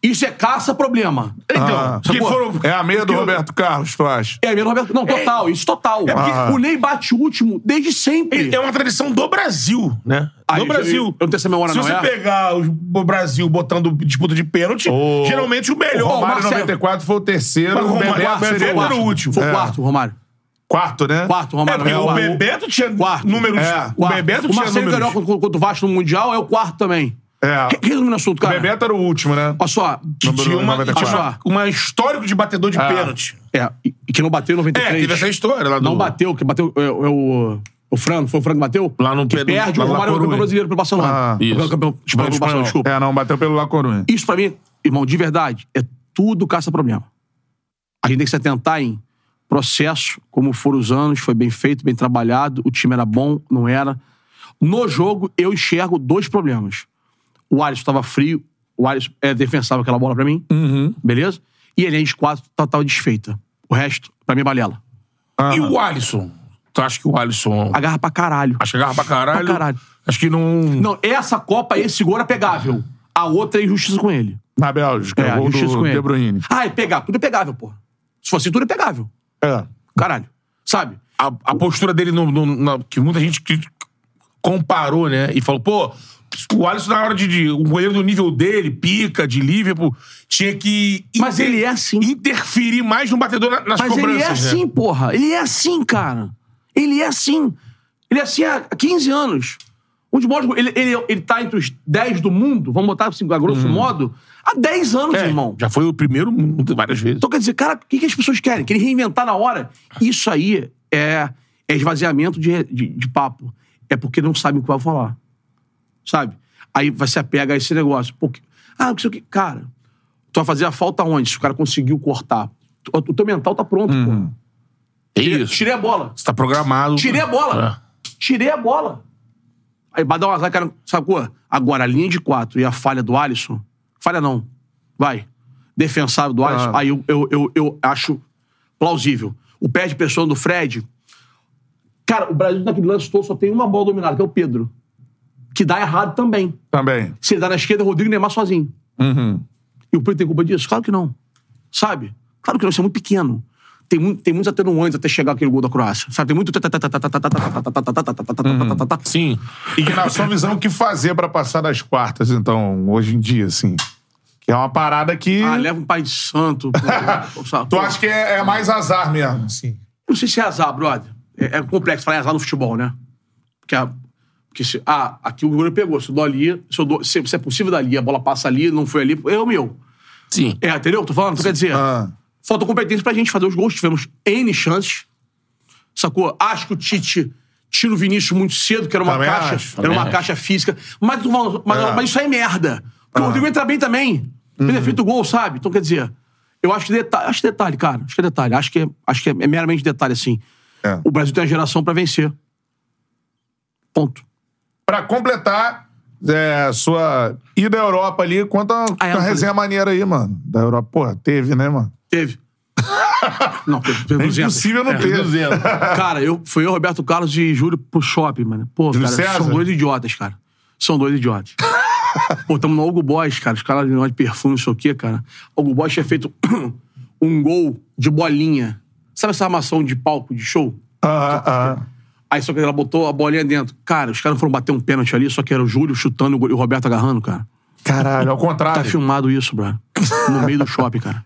Speaker 3: Isso é caça-problema.
Speaker 2: Então,
Speaker 1: Ah.
Speaker 2: porque
Speaker 3: Sacou?
Speaker 2: foram...
Speaker 1: É a meia do Roberto Carlos, tu acha?
Speaker 3: É mesmo, Roberto? Não, total, isso total.
Speaker 2: É porque-
Speaker 3: Ah. O Ney bate o último desde sempre.
Speaker 2: É uma tradição do Brasil, né?
Speaker 3: Ah,
Speaker 2: do
Speaker 3: eu-
Speaker 2: Brasil.
Speaker 3: eu- eu não tenho essa memória,
Speaker 2: Se
Speaker 3: não,
Speaker 2: você
Speaker 3: é?
Speaker 2: pegar o Brasil botando disputa de pênalti,
Speaker 1: O-
Speaker 2: geralmente o melhor.
Speaker 1: O Romário em
Speaker 3: Marcelo.
Speaker 1: 94 foi o terceiro,
Speaker 2: Mas o
Speaker 1: o
Speaker 2: Romário-
Speaker 1: Bebeto
Speaker 2: Quarto,
Speaker 1: seria
Speaker 2: foi
Speaker 1: o
Speaker 2: o quarto. último.
Speaker 3: Foi o
Speaker 2: É.
Speaker 3: quarto, Romário.
Speaker 1: quarto, né?
Speaker 3: Quarto,
Speaker 2: É,
Speaker 3: Romário.
Speaker 2: porque o
Speaker 3: Romário.
Speaker 2: Bebeto tinha
Speaker 3: Quarto.
Speaker 2: números.
Speaker 1: É,
Speaker 2: O
Speaker 3: Quarto.
Speaker 2: Bebeto
Speaker 3: o
Speaker 2: tinha
Speaker 3: Marcelo
Speaker 2: números.
Speaker 3: ganhou contra contra o Vasco no Mundial, é o quarto também.
Speaker 1: É.
Speaker 3: Re- Resumindo o assunto, cara.
Speaker 1: O Bebeto era o último, né?
Speaker 3: Olha só.
Speaker 2: Que tinha uma,
Speaker 1: 94.
Speaker 2: tinha uma- uma histórico de batedor de
Speaker 1: Ah.
Speaker 2: pênalti.
Speaker 3: É, e e que não bateu em
Speaker 2: É,
Speaker 3: 93.
Speaker 2: teve essa história lá do...
Speaker 3: Não bateu, que bateu. É, é o. O Fran, foi o Fran que bateu?
Speaker 2: Lá no
Speaker 3: que
Speaker 2: Pedro-
Speaker 3: perde
Speaker 2: lá
Speaker 3: o
Speaker 2: na
Speaker 3: Romário
Speaker 2: Coruña.
Speaker 3: campeão brasileiro pelo Barcelona.
Speaker 1: Ah,
Speaker 2: isso.
Speaker 3: Campeão- Campeão espanhol pelo Barcelona, desculpa.
Speaker 1: É, não, bateu pelo La Coruña.
Speaker 3: Isso pra mim, irmão, de verdade, é tudo caça-problema. A gente tem que se atentar em processo, como foram os anos, foi bem feito, bem trabalhado, o time era bom, não era. No jogo, eu enxergo dois problemas. O Alisson estava frio, o Alisson é, defensável aquela bola pra mim,
Speaker 1: Uhum.
Speaker 3: beleza? E a linha de quatro estava desfeita. O resto, pra mim, é balela.
Speaker 2: E o
Speaker 3: Ah.
Speaker 2: Alisson? Tu acha que o Alisson...
Speaker 3: Agarra pra caralho.
Speaker 2: Acho que agarra pra caralho.
Speaker 3: Pra caralho.
Speaker 2: Acho que não...
Speaker 3: Não, essa Copa, esse gol era pegável. A outra é injustiça com ele.
Speaker 1: Na Bélgica,
Speaker 3: É,
Speaker 1: o gol
Speaker 3: injustiça
Speaker 1: do
Speaker 3: com ele.
Speaker 1: De Bruyne.
Speaker 3: Ah, é pegar. Tudo é pegável, porra. Se fosse tudo, é pegável.
Speaker 1: É.
Speaker 3: Caralho. Sabe?
Speaker 2: a, a postura dele no, no- na- que muita gente que comparou, né? E falou, pô, o Alisson na hora de, de- o goleiro do nível dele, pica de Liverpool, tinha que
Speaker 3: Mas ele é assim.
Speaker 2: interferir mais no batedor na- nas
Speaker 3: Mas ele
Speaker 2: cobranças,
Speaker 3: é assim,
Speaker 2: né?
Speaker 3: porra. Ele é assim, cara. Ele é assim. Ele é assim há 15 anos. Um dos maiores. Ele, ele, ele tá entre os 10 do mundo, vamos botar assim, a grosso modo, há 10 anos,
Speaker 2: É,
Speaker 3: irmão.
Speaker 2: Já foi o primeiro mundo várias vezes.
Speaker 3: Então, quer dizer, cara, o que, que as pessoas querem? Querem reinventar na hora? Isso aí é, é esvaziamento de, de, de papo. É porque não sabem o que vai falar. Sabe? Aí você apega a esse negócio. Porque, ah, não sei o que. Cara, tu vai fazer a falta onde? Se o cara conseguiu cortar. Tu- O teu mental tá pronto, pô.
Speaker 2: É
Speaker 3: Tirei,
Speaker 2: isso.
Speaker 3: tirei a bola.
Speaker 2: Você tá programado.
Speaker 3: Tirei a bola. Tirei a bola. Aí vai dar um azar, cara. Sacou? Agora, a linha de quatro e a falha do Alisson. Falha não. Vai. Defensável do Alisson. Aí eu, eu, eu, eu acho plausível. O pé de pressão do Fred. Cara, o Brasil naquele lance todo só tem uma bola dominada, que é o Pedro. Que dá errado também.
Speaker 1: Também.
Speaker 3: Se ele dá na esquerda, o Rodrigo Neymar sozinho.
Speaker 1: Uhum.
Speaker 3: E o Pedro tem culpa disso? Claro que não. Sabe? Claro que não, isso é muito pequeno. Tem, muito, tem muitos atenuantes até chegar aquele gol da Croácia. Sabe? Tem muito.
Speaker 2: É.
Speaker 3: Tá.
Speaker 2: Sim.
Speaker 1: E que na sua visão, o que fazer pra passar das quartas, então, hoje em dia, assim? Que é uma parada que...
Speaker 3: Ah, leva um pai de santo.
Speaker 1: tu acha que é, é mais azar mesmo, assim?
Speaker 3: Não sei se é azar, brother. É, é complexo falar em azar no futebol, né? Porque, a- porque se, ah, aqui o goleiro pegou. Se eu dou ali, se, eu dou, se, se é possível dali, a bola passa ali, não foi ali, é o meu.
Speaker 2: Sim.
Speaker 3: É, entendeu o que eu tô falando? Então, quer dizer,
Speaker 1: Ah.
Speaker 3: faltou competência pra gente fazer os gols. Tivemos N chances. Sacou? Acho que o Tite tira o Vinícius muito cedo, que era uma
Speaker 1: Também
Speaker 3: caixa.
Speaker 1: acho.
Speaker 3: Era
Speaker 2: Também
Speaker 3: uma
Speaker 2: acho.
Speaker 3: caixa física. Mas, tu fala, mas,
Speaker 1: É. Uhum.
Speaker 3: mas isso aí é merda. Porque o Rodrigo entra bem também. Ele é feito gol, sabe? Então, quer dizer, eu acho que detalhe, acho que detalhe, cara. Acho que é detalhe. Acho que é, acho que é meramente detalhe, assim.
Speaker 1: É.
Speaker 3: O Brasil tem uma geração pra vencer. Ponto.
Speaker 1: Pra completar é, sua ida à Europa ali, conta
Speaker 3: Ah, é,
Speaker 1: uma
Speaker 3: não
Speaker 1: resenha maneira aí, mano. Da Europa. Porra, teve, né, mano?
Speaker 3: Teve. não, teve, teve
Speaker 1: É
Speaker 3: 200.
Speaker 1: impossível não ter. Ah,
Speaker 3: Cara, eu, foi eu, Roberto Carlos e Júlio pro shopping, mano. Pô,
Speaker 1: Júlio
Speaker 3: cara,
Speaker 1: César?
Speaker 3: são dois idiotas, cara. São dois idiotas. Pô, tamo no Hugo Boss, cara. Os caras de de perfume, não sei o quê, cara. O Hugo Boss tinha feito um gol de bolinha. Sabe essa armação de palco, de show?
Speaker 1: Ah, ah.
Speaker 3: Aí só que ela botou a bolinha dentro. Cara, os caras foram bater um pênalti ali, só que era o Júlio chutando e o go- e o Roberto agarrando, cara.
Speaker 1: Caralho, ao
Speaker 3: Tá
Speaker 1: contrário.
Speaker 3: filmado isso, bro. No meio do shopping, cara.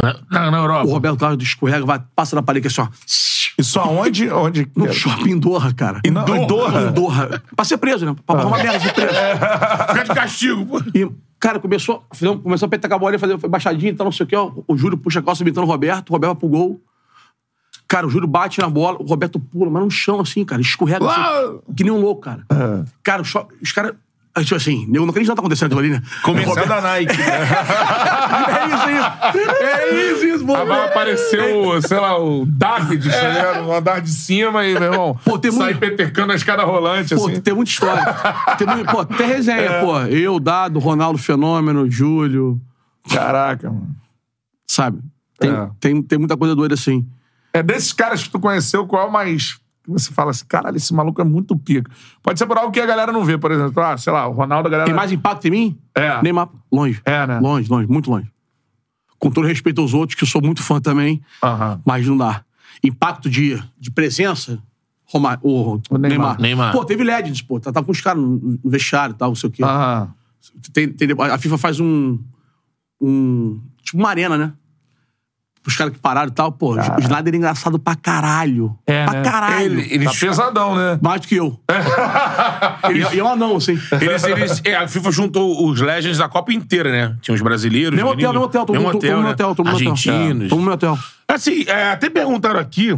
Speaker 3: É.
Speaker 2: Na, na
Speaker 3: O
Speaker 2: Europa.
Speaker 3: Roberto Carlos escorrega, vai, passa na parede aqui assim, ó.
Speaker 1: Isso aonde? Onde? é?
Speaker 3: No shopping em Doha, cara.
Speaker 1: Não, em Doha?
Speaker 3: Em Doha. Pra ser preso, né? Pra pagar uma merda ser preso.
Speaker 2: Fica de castigo, pô.
Speaker 3: E, cara, começou, fizemos- começou a peitacar a bola, fazer baixadinha, então não sei o que. ó. O Júlio puxa a calça, imitando o Roberto. O Roberto vai pro gol. Cara, o Júlio bate na bola, o Roberto pula, mas no chão, assim, cara. Escorrega, assim, que nem um louco, cara. Cara, os, os caras... Tipo assim, eu não acredito que tá acontecendo aquilo ali, né?
Speaker 2: Começando da Nike.
Speaker 3: É isso, é isso. É isso, isso,
Speaker 6: Ah,
Speaker 3: mano.
Speaker 6: Vai aparecer o, sei lá, o David,
Speaker 2: É.
Speaker 6: tá ligado? no andar de cima e, meu irmão,
Speaker 3: Pô, tem
Speaker 6: sai
Speaker 3: muito-
Speaker 6: petecando a escada rolante,
Speaker 3: Pô,
Speaker 6: assim.
Speaker 3: tem muita história. tem muito, pô, tem resenha, pô. Eu, Dado, Ronaldo Fenômeno, Júlio,
Speaker 1: Caraca, mano.
Speaker 3: sabe? Tem,
Speaker 1: É.
Speaker 3: tem, tem muita coisa doida assim.
Speaker 1: É desses caras que tu conheceu, qual é o mais. que Você fala assim, caralho, esse maluco é muito pica. Pode ser por algo que a galera não vê, por exemplo. Ah, sei lá, o Ronaldo, a galera.
Speaker 3: Tem mais impacto em mim?
Speaker 1: É.
Speaker 3: Neymar, longe.
Speaker 1: É, né?
Speaker 3: Longe, longe, muito longe. Com todo respeito aos outros, que eu sou muito fã também,
Speaker 1: Aham.
Speaker 3: mas não dá. Impacto de, de presença, Roma, o,
Speaker 1: O Neymar.
Speaker 3: Neymar.
Speaker 2: Neymar.
Speaker 3: Pô, teve Legends, pô. Tava com os caras no no vestiário e tal, não sei o quê.
Speaker 1: Aham.
Speaker 3: Tem- tem- a FIFA faz um. um tipo uma arena, né? Os caras que pararam e tal, pô, o Snyder é engraçado pra caralho.
Speaker 1: É,
Speaker 3: pra
Speaker 1: né?
Speaker 3: caralho.
Speaker 2: Ele- ele
Speaker 1: Tá pesadão, né?
Speaker 3: Mais do que eu. e, e eu não, assim.
Speaker 2: Eles, eles, é, a FIFA juntou os Legends da Copa inteira, né? Tinha os brasileiros.
Speaker 3: Mesmo hotel,
Speaker 2: gringos.
Speaker 3: mesmo hotel, tô
Speaker 2: Mesmo
Speaker 3: no
Speaker 2: hotel,
Speaker 3: meu
Speaker 2: né?
Speaker 3: hotel, tô no meu hotel.
Speaker 2: Argentinos.
Speaker 3: Tô no meu hotel.
Speaker 2: Assim, é, até perguntaram aqui.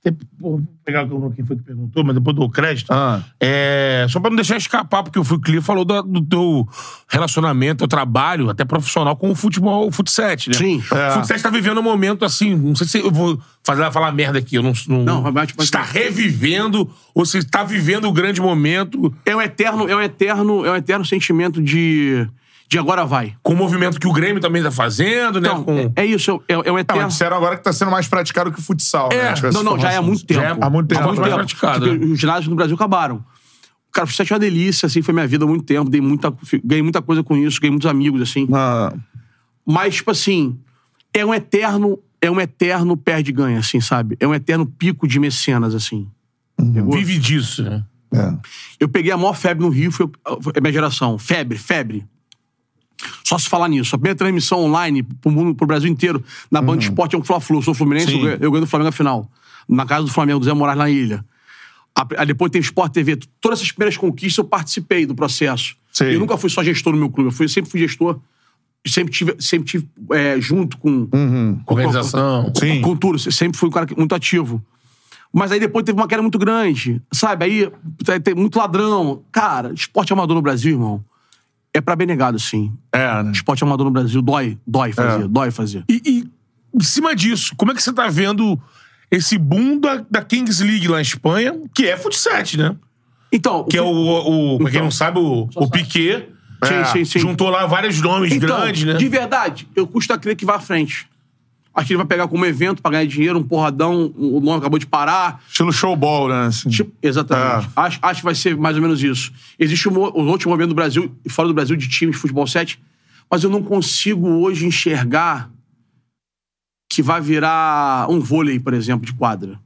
Speaker 2: até- Vou pegar quem foi que perguntou, mas depois eu dou o crédito.
Speaker 1: Ah.
Speaker 2: É, só pra não deixar escapar, porque o Fui Clear falou do, do teu relacionamento, teu trabalho, até profissional, com o futebol, o futset, né?
Speaker 3: Sim. É.
Speaker 2: O futset tá vivendo um momento assim, não sei se eu vou fazer, falar merda aqui, eu não...
Speaker 3: Não, vai, vai, tipo,
Speaker 2: Você tá revivendo, ou você tá vivendo o grande momento
Speaker 3: É um eterno, é um eterno, é um eterno sentimento de. De agora vai.
Speaker 2: com o movimento que o Grêmio também tá fazendo, né?
Speaker 3: Então,
Speaker 2: Com-
Speaker 3: é, é isso, é, é um
Speaker 1: Não,
Speaker 3: eterno.
Speaker 1: mas disseram agora que tá sendo mais praticado que o futsal. né?
Speaker 2: É,
Speaker 1: Tipo, essa
Speaker 3: Não, não, já é há
Speaker 1: formação.
Speaker 3: muito tempo.
Speaker 2: Já é
Speaker 1: há muito tempo.
Speaker 3: Há muito
Speaker 2: Mais
Speaker 3: tempo.
Speaker 2: praticado,
Speaker 3: Porque
Speaker 2: né?
Speaker 3: os ginásios no Brasil acabaram. Cara, o sete é uma delícia, assim, foi minha vida há muito tempo. Dei muita, fi- ganhei muita coisa com isso, ganhei muitos amigos, assim.
Speaker 1: Ah,
Speaker 3: Mas, tipo assim, é um eterno, é um eterno perde e ganha, assim, sabe? É um eterno pico de mecenas, assim.
Speaker 2: Vive disso, né?
Speaker 1: é.
Speaker 3: Eu peguei a maior febre no Rio, foi, foi a minha geração. Febre, febre. Só se falar nisso. A primeira transmissão online pro, mundo, pro Brasil inteiro, na Band Esporte, é um Fla-Flu. Eu Sou Fluminense, eu ganho- eu ganho do Flamengo a final. Na casa do Flamengo, do Zé Moraes, na ilha. A- a- depois tem Sport TV. T- Todas essas primeiras conquistas eu participei do processo.
Speaker 1: Sim.
Speaker 3: Eu nunca fui só gestor no meu clube. Eu fui- sempre fui gestor. Sempre tive, sempre tive é, junto com,
Speaker 2: Organização.
Speaker 1: Sim.
Speaker 3: com tudo. Você sempre fui um cara que- muito ativo. Mas aí depois teve uma queda muito grande, sabe? Aí te- tem muito ladrão. Cara, esporte amador no Brasil, irmão, é pra bem negado, sim.
Speaker 1: É, né?
Speaker 3: Esporte amador no Brasil dói,
Speaker 2: É.
Speaker 3: dói fazer, dói fazer.
Speaker 2: E, e em cima disso, como é que você tá vendo esse boom da, da Kings League lá em Espanha, que é futset, né?
Speaker 3: Então,
Speaker 2: Que é o, o, o- pra quem não sabe, o, o Piquet.
Speaker 3: Sim,
Speaker 2: é,
Speaker 3: sim, sim.
Speaker 2: Juntou lá vários nomes
Speaker 3: então,
Speaker 2: grandes, né?
Speaker 3: De verdade, eu custa crer que vá à frente. Acho que ele vai pegar como evento pra ganhar dinheiro, um porradão, o nome acabou de parar,
Speaker 1: Estilo showball, né? assim.
Speaker 3: Tipo, exatamente.
Speaker 2: Tá.
Speaker 1: É.
Speaker 3: Acho, acho que vai ser mais ou menos isso. Existe um, mo- um outro movimento do Brasil e fora do Brasil de time de futebol 7, mas eu não consigo hoje enxergar que vai virar um vôlei, por exemplo, de quadra.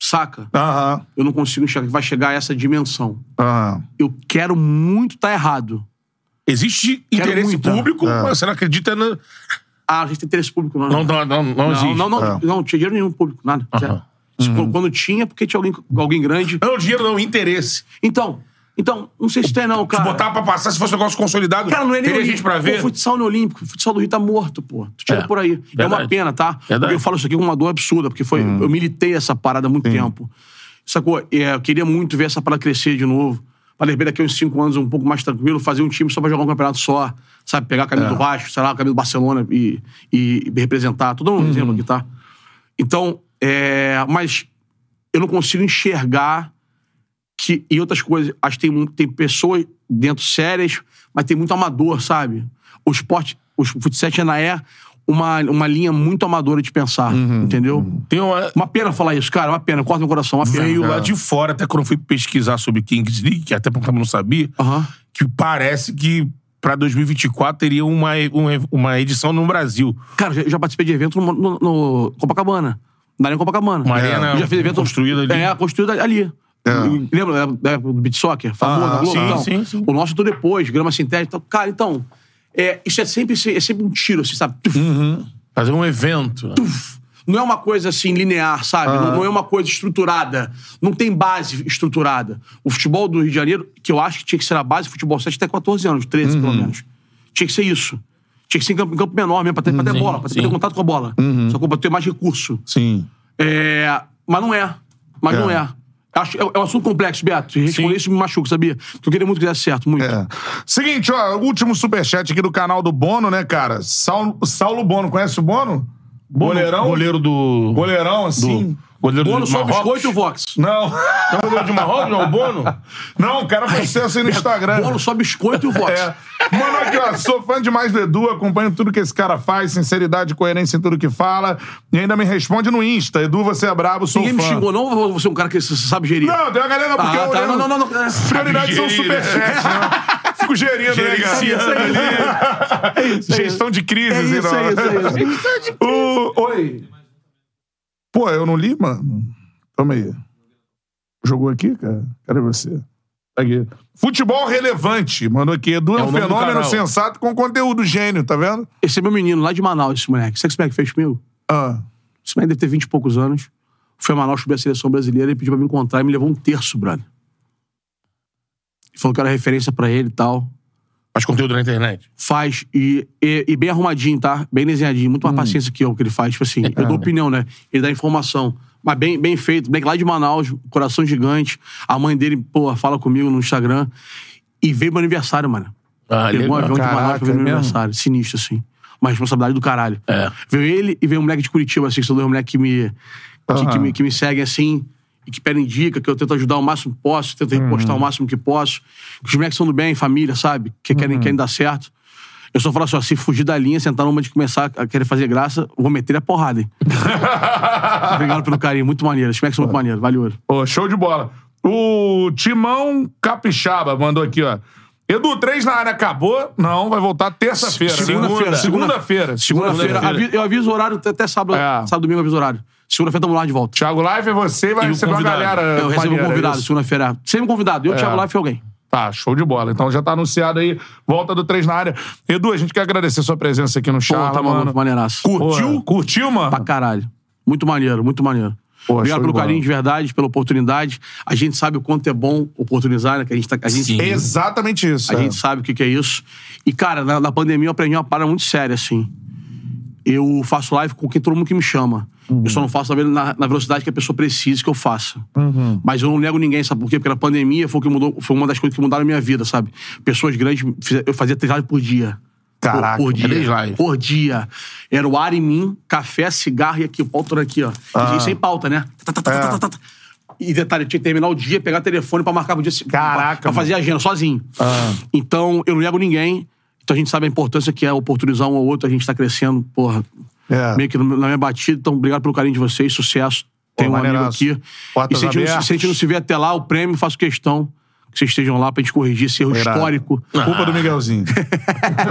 Speaker 3: Saca?
Speaker 1: Aham,
Speaker 3: Eu não consigo enxergar que vai chegar a essa dimensão.
Speaker 1: aham.
Speaker 3: Eu quero muito estar errado.
Speaker 2: Existe
Speaker 3: Quero
Speaker 2: interesse
Speaker 3: muito,
Speaker 2: público,
Speaker 1: é.
Speaker 2: mas você não acredita na...
Speaker 3: Ah, a gente tem interesse público, não.
Speaker 2: Não, não, não, não,
Speaker 3: não,
Speaker 2: existe.
Speaker 3: não, não,
Speaker 1: É.
Speaker 3: não tinha dinheiro nenhum público, nada. Tipo,
Speaker 2: Aham. Uhum.
Speaker 3: é
Speaker 2: é
Speaker 3: Quando tinha, porque tinha alguém, alguém grande.
Speaker 2: Não, dinheiro não, interesse.
Speaker 3: Então, Então, não sei se tem, não, cara.
Speaker 2: Botar pra passar, se fosse um negócio consolidado,
Speaker 3: Cara, não é nem
Speaker 2: teria
Speaker 3: olímpico.
Speaker 2: gente pra ver.
Speaker 3: O futsal não é olímpico. O futsal do Rio tá morto, pô. Tu tira
Speaker 2: É,
Speaker 3: por aí. É
Speaker 2: verdade.
Speaker 3: uma pena, tá?
Speaker 2: Verdade.
Speaker 3: Eu falo isso aqui com uma dor absurda, porque foi, eu militei essa parada há muito tempo. Sacou? É, eu queria muito ver essa parada crescer de novo. Pra de repente, daqui a uns cinco anos, um pouco mais tranquilo, fazer um time só pra jogar um campeonato só. Sabe? Pegar a camisa do Vasco, sei lá, a camisa do Barcelona e, e representar. Todo um exemplo aqui, tá? Então, é, mas eu não consigo enxergar que, e outras coisas. Acho que tem, mu- tem pessoas dentro sérias, mas tem muito amador, sabe? O esporte, o futsal ainda é uma, uma linha muito amadora de pensar,
Speaker 2: Uhum.
Speaker 3: entendeu?
Speaker 2: Tem uma.
Speaker 3: Uma pena falar isso, cara, uma pena, corta meu coração, uma pena.
Speaker 2: Veio lá de fora, até quando eu fui pesquisar sobre Kings League, que até porque eu não sabia,
Speaker 3: Aham.
Speaker 2: que parece que pra 2024 teria uma, uma, uma edição no Brasil.
Speaker 3: Cara, já, já participei de evento no, no- no Copacabana. Na Arena Copacabana.
Speaker 2: Uma arena
Speaker 3: Eu já fiz evento
Speaker 2: construída ali. É.
Speaker 3: É, construída ali. Lembra da- da época do beat soccer? Famoso, da Globo,
Speaker 2: Ah, sim,
Speaker 3: então.
Speaker 2: sim, sim.
Speaker 3: O nosso tudo depois, grama sintética. e tal. Cara, então, é, isso é sempre, esse- é sempre um tiro, assim, sabe? Tuf,
Speaker 2: Fazer um evento.
Speaker 3: Não é uma coisa assim linear, sabe? Não, não é uma coisa estruturada. Não tem base estruturada. O futebol do Rio de Janeiro, que eu acho que tinha que ser a base, futebol 7 até 14 anos, 13
Speaker 1: Uhum.
Speaker 3: pelo menos. Tinha que ser isso. Tinha que ser em campo, em campo menor mesmo, pra ter, pra
Speaker 1: Uhum.
Speaker 3: ter bola, pra ter, ter contato com a bola. Só que pra ter mais recurso.
Speaker 1: Sim.
Speaker 3: É, mas não é. Mas não é. Acho, é, é um assunto complexo, Beto. E Responder isso me machuca, sabia? Porque eu queria muito que desse certo, muito.
Speaker 1: É. Seguinte, ó, último superchat aqui do canal do Bono, né, cara? Saulo, Saulo Bono, conhece o Bono? Goleirão?
Speaker 2: Goleiro do.
Speaker 1: Goleirão, assim?
Speaker 2: do goleiro
Speaker 3: Bono
Speaker 2: do
Speaker 3: só
Speaker 2: Marrocos.
Speaker 3: biscoito e o Vox.
Speaker 1: Não.
Speaker 2: Goleiro de Marrocos, não é o Bono?
Speaker 1: Não, o cara foi sucesso aí no Instagram.
Speaker 3: Bono só biscoito e o Vox.
Speaker 1: É. Mano, aqui, ó, sou fã demais do Edu, acompanho tudo que esse cara faz, sinceridade, coerência em tudo que fala, e ainda me responde no Insta. Edu, você é brabo, sou
Speaker 3: Ninguém me
Speaker 1: fã.
Speaker 3: xingou, não? Ou Você é um cara que sabe gerir?
Speaker 1: Não, tem uma galera porque
Speaker 3: Ah,
Speaker 1: eu
Speaker 3: tá.
Speaker 1: eu-
Speaker 3: Não, não, não, não.
Speaker 1: Prioridades são
Speaker 2: Gerir, né?
Speaker 1: superchats, né? Fico gerindo,
Speaker 2: Gerenciando
Speaker 1: né, cara? Gestão de
Speaker 3: É
Speaker 1: crises,
Speaker 3: isso,
Speaker 1: hein,
Speaker 3: é
Speaker 1: não.
Speaker 3: isso, é isso.
Speaker 1: O- Oi. Pô, eu não li, mano. Calma aí. Jogou aqui, cara? Cadê você? Tá Aqui. Futebol relevante, mano. Aqui. Edu é,
Speaker 2: É o
Speaker 1: um
Speaker 2: nome do
Speaker 1: fenômeno
Speaker 2: canal.
Speaker 1: sensato com conteúdo gênio, tá vendo?
Speaker 3: Esse é meu menino lá de Manaus, esse moleque. Sabe o que esse moleque fez comigo?
Speaker 1: Ah.
Speaker 3: Esse moleque deve ter 20 e poucos anos. Foi a Manaus subir a seleção brasileira, ele pediu pra me encontrar e me levou um terço, brother. Ele falou que era referência pra ele e tal.
Speaker 2: Faz conteúdo na internet.
Speaker 3: Faz, e, e- e bem arrumadinho, tá? Bem desenhadinho, muito mais paciência que eu que ele faz. Tipo assim, eu dou opinião, né? Ele dá informação. Mas bem, bem feito, moleque lá de Manaus, coração gigante. A mãe dele, pô, fala comigo no Instagram. E veio meu aniversário, mano.
Speaker 2: Ah,
Speaker 3: Pegou um avião de Manaus
Speaker 1: Caraca,
Speaker 3: pra ver
Speaker 1: é
Speaker 3: meu
Speaker 1: mesmo?
Speaker 3: aniversário. Sinistro, assim. Uma responsabilidade do caralho.
Speaker 2: É.
Speaker 3: Veio ele e veio um moleque de Curitiba, assim, que são dois moleques que me, que,
Speaker 1: Aham.
Speaker 3: que me, que me seguem, assim, e que pedem dica, que eu tento ajudar o máximo que posso, tento
Speaker 1: Uhum.
Speaker 3: repostar o máximo que posso. Os moleques são do bem, família, sabe? Que querem,
Speaker 1: Uhum.
Speaker 3: querem dar certo. Eu só falo assim, ó, se fugir da linha, sentar numa de começar a querer fazer graça, eu vou meter a porrada, hein? Obrigado pelo carinho, muito maneiro. Os moleques são muito maneiros, valeu.
Speaker 1: Ô, show de bola. O Timão Capixaba mandou aqui, ó. Edu, três na área acabou? Não, vai voltar terça-feira. né?
Speaker 3: Segunda-feira.
Speaker 1: Segunda-feira.
Speaker 3: Segunda-feira, avi- eu aviso o horário até- até sábado.
Speaker 1: É.
Speaker 3: Sábado, domingo, eu aviso o horário. Segunda-feira, tamo lá de volta.
Speaker 1: Thiago Live é você e vai
Speaker 2: E o
Speaker 1: receber uma
Speaker 2: convidado.
Speaker 1: galera.
Speaker 3: Eu recebo um
Speaker 1: maneira,
Speaker 3: convidado
Speaker 1: É, isso. É.
Speaker 3: segunda-feira. Sempre convidado. Eu, Thiago Life e alguém.
Speaker 1: Tá, show de bola. Então já tá anunciado aí, volta do 3 na área. Edu, a gente quer agradecer sua presença aqui no
Speaker 3: Pô,
Speaker 1: Charla,
Speaker 3: tá maluco,
Speaker 1: mano.
Speaker 3: maneiraço.
Speaker 1: Curtiu? Curtiu, mano?
Speaker 3: Pra caralho. Muito maneiro, muito maneiro.
Speaker 1: Pô, show
Speaker 3: Obrigado
Speaker 1: de
Speaker 3: pelo
Speaker 1: bola.
Speaker 3: carinho de verdade, pela oportunidade. A gente sabe o quanto é bom oportunizar, né? Que a gente, tá, a gente,
Speaker 1: Exatamente isso.
Speaker 3: a
Speaker 1: é.
Speaker 3: gente sabe o que, que é isso. E, cara, na, na pandemia eu aprendi uma parada muito séria, assim. Eu faço live com quem todo mundo que me chama. Eu só não faço na, na- na velocidade que a pessoa precisa que eu faça. Mas eu não nego ninguém, sabe por quê? Porque na pandemia foi, o que mudou, foi uma das coisas que mudaram a minha vida, sabe? Pessoas grandes, fiz- eu fazia três lives por dia.
Speaker 1: Caraca,
Speaker 3: por, por dia.
Speaker 2: três lives.
Speaker 3: Por dia. Era o ar em mim, café, cigarro e aqui, o pauta aqui, ó. E sem pauta, né? Tá, tá, tá, tá, tá, tá, tá. E detalhe, eu tinha que terminar o dia, pegar o telefone pra marcar o dia. se-
Speaker 1: Caraca,
Speaker 3: Pra, pra fazer agenda sozinho.
Speaker 1: Ah.
Speaker 3: Então, eu não nego ninguém. Então a gente sabe a importância que é oportunizar um ao outro, a gente tá crescendo, porra.
Speaker 1: É.
Speaker 3: Meio que no- na minha batida. Então, obrigado pelo carinho de vocês, sucesso.
Speaker 1: Pô,
Speaker 3: Tem um amigo
Speaker 1: maneiraço.
Speaker 3: aqui.
Speaker 1: Portas
Speaker 3: e se a, gente não, se-
Speaker 1: abertas.
Speaker 3: se a gente não se vê até lá, o prêmio, faço questão que vocês estejam lá pra gente corrigir esse erro
Speaker 1: Irado.
Speaker 3: histórico.
Speaker 1: Culpa
Speaker 3: né?
Speaker 1: do Miguelzinho. Estaremos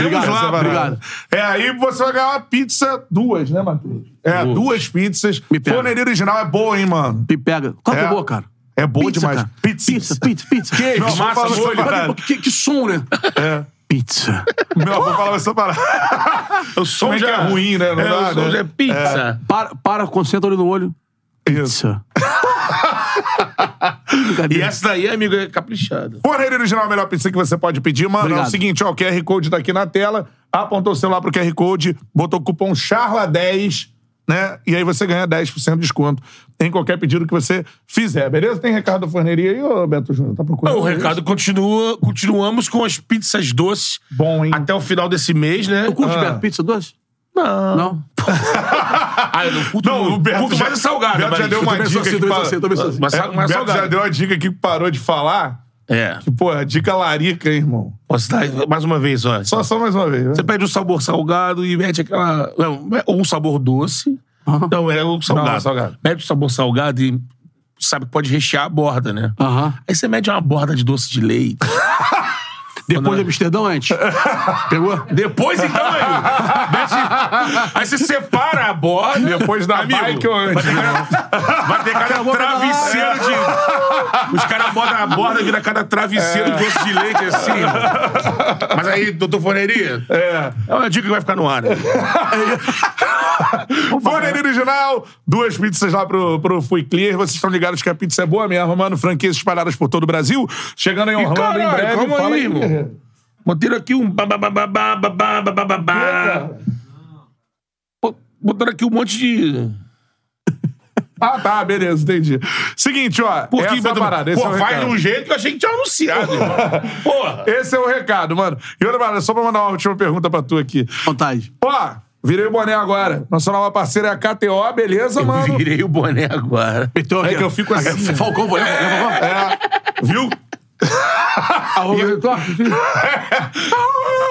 Speaker 3: Obrigado,
Speaker 1: lá,
Speaker 3: obrigado.
Speaker 1: É, aí você vai ganhar uma pizza, duas, né, Matheus? É, duas, pizzas.
Speaker 3: Me pega.
Speaker 1: Forneria original é boa, hein, mano?
Speaker 3: Me pega. Qual que
Speaker 1: É.
Speaker 3: é boa, cara?
Speaker 1: É boa
Speaker 3: Pizza,
Speaker 1: demais.
Speaker 3: cara.
Speaker 1: Pizza.
Speaker 3: Pizza, pizza, pizza. Que
Speaker 1: Meu avô falava essa parada.
Speaker 3: Que, que som, né?
Speaker 1: É.
Speaker 3: Pizza.
Speaker 1: Meu avô falava essa parada.
Speaker 2: O som
Speaker 1: Como é que
Speaker 2: já
Speaker 1: é ruim, né? Não
Speaker 2: É,
Speaker 1: dá,
Speaker 2: o som
Speaker 1: né?
Speaker 2: já é pizza.
Speaker 3: Para, para, concentra o olho no olho.
Speaker 1: Isso.
Speaker 3: Pizza.
Speaker 2: E essa daí, amigo, é caprichada.
Speaker 1: Forneira Original, a melhor pizza que você pode pedir. Mano, é o
Speaker 3: Obrigado.
Speaker 1: seguinte, ó, o QR Code tá aqui na tela. Apontou o celular pro QR Code, botou o cupom CHARLA10, né? E aí você ganha 10% de desconto em qualquer pedido que você fizer, beleza? Tem recado da forneria aí, ô Beto Júnior? Tá procurando?
Speaker 2: O recado continua. Continuamos com as pizzas doces
Speaker 1: Bom, hein?
Speaker 2: até o final desse mês, né?
Speaker 3: Tu curte
Speaker 1: Ah.
Speaker 3: Beto Pizza doce? Não. Não?
Speaker 2: Ah, eu não curto.
Speaker 1: Não, o Beto
Speaker 2: curto
Speaker 1: já-
Speaker 2: mais o salgado.
Speaker 1: o Beto já
Speaker 2: mas-
Speaker 1: deu uma
Speaker 3: Eu também sou
Speaker 1: dica que
Speaker 3: assim, também sou
Speaker 1: fala-
Speaker 3: assim, também sou assim.
Speaker 2: Mas,
Speaker 1: É, o
Speaker 2: mas
Speaker 1: Beto
Speaker 2: salgado.
Speaker 1: já deu a dica aqui que parou de falar.
Speaker 2: É.
Speaker 1: Que, porra, dica larica, hein, irmão?
Speaker 2: Posso dar mais uma vez, ó.
Speaker 1: Só, só mais uma vez, né?
Speaker 2: Você pede um sabor salgado e mete aquela. não, Ou um sabor doce.
Speaker 3: Aham.
Speaker 2: Não, é o salgado.
Speaker 1: Não, um salgado.
Speaker 2: Mete o sabor salgado e sabe que pode rechear a borda, né?
Speaker 3: Aham.
Speaker 2: Aí você mede uma borda de doce de leite.
Speaker 3: Depois de Amsterdã antes? Pegou?
Speaker 2: Depois, então, aí. mete- Aí você separa a borda.
Speaker 1: Depois da
Speaker 2: Amigo,
Speaker 1: bike ou
Speaker 2: Vai
Speaker 1: antes? né?
Speaker 2: ter cada, vai ter cada travesseiro de. Os caras botam a borda e vira cada travesseiro de doce de leite, assim. Mas aí, doutor Forneria,
Speaker 1: É.
Speaker 2: é uma dica que vai ficar no ar, né?
Speaker 1: Forneria Original, duas pizzas lá pro, pro Fui Clear. Vocês estão ligados que a pizza é boa mesmo, mano. Franquias espalhadas por todo o Brasil. Chegando em Orlando
Speaker 2: caralho,
Speaker 1: em breve.
Speaker 2: calma
Speaker 1: fala
Speaker 2: aí, irmão.
Speaker 1: guerreiro.
Speaker 2: Botaram aqui um. bababababababababá. Pô, Botaram aqui um monte de.
Speaker 1: Ah, tá, beleza, entendi. Seguinte, ó.
Speaker 2: Por
Speaker 1: essa
Speaker 2: que
Speaker 1: é a
Speaker 2: botaram-
Speaker 1: parada, esse
Speaker 2: Pô,
Speaker 1: é o
Speaker 2: faz de
Speaker 1: recado.
Speaker 2: um jeito que eu achei que tinha anunciado. irmão. Porra.
Speaker 1: Esse é o recado, mano. E outra parada, só pra mandar uma última pergunta pra tu aqui.
Speaker 3: Vontade.
Speaker 1: Ó, virei o boné agora. Nossa nova parceira é a KTO, beleza, mano?
Speaker 2: Virei o boné agora.
Speaker 3: Meteu
Speaker 1: É que eu fico assim.
Speaker 2: né?
Speaker 3: Falcão, vou levar.
Speaker 1: É, viu?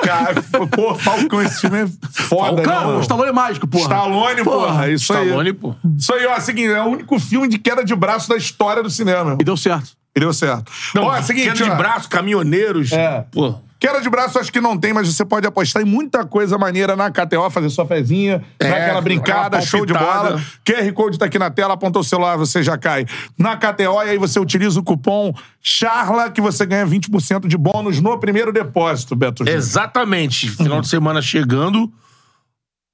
Speaker 1: Cara, pô, Falcão, esse filme é foda, né,
Speaker 3: Claro,
Speaker 1: mano?
Speaker 3: o Stallone é mágico, porra.
Speaker 1: Stallone, porra. Isso aí.
Speaker 2: Stallone, pô.
Speaker 1: Isso aí, ó, seguinte, é o único filme de queda de braço da história do cinema.
Speaker 3: E deu certo.
Speaker 1: E deu certo.
Speaker 2: Não,
Speaker 1: ó, é seguinte,
Speaker 2: queda de
Speaker 1: ó,
Speaker 2: braço, caminhoneiros.
Speaker 1: É.
Speaker 2: Pô.
Speaker 1: Queda de braço acho que não tem, mas você pode apostar em muita coisa maneira na KTO, fazer sua fezinha,
Speaker 2: É,
Speaker 1: dar aquela brincada,
Speaker 2: aquela
Speaker 1: show de
Speaker 2: palpitada.
Speaker 1: bola. QR Code tá aqui na tela, aponta o celular, você já cai na KTO e aí você utiliza o cupom CHARLA que você ganha 20% de bônus no primeiro depósito, Beto
Speaker 2: é.
Speaker 1: Júnior.
Speaker 2: Exatamente. Final de semana chegando.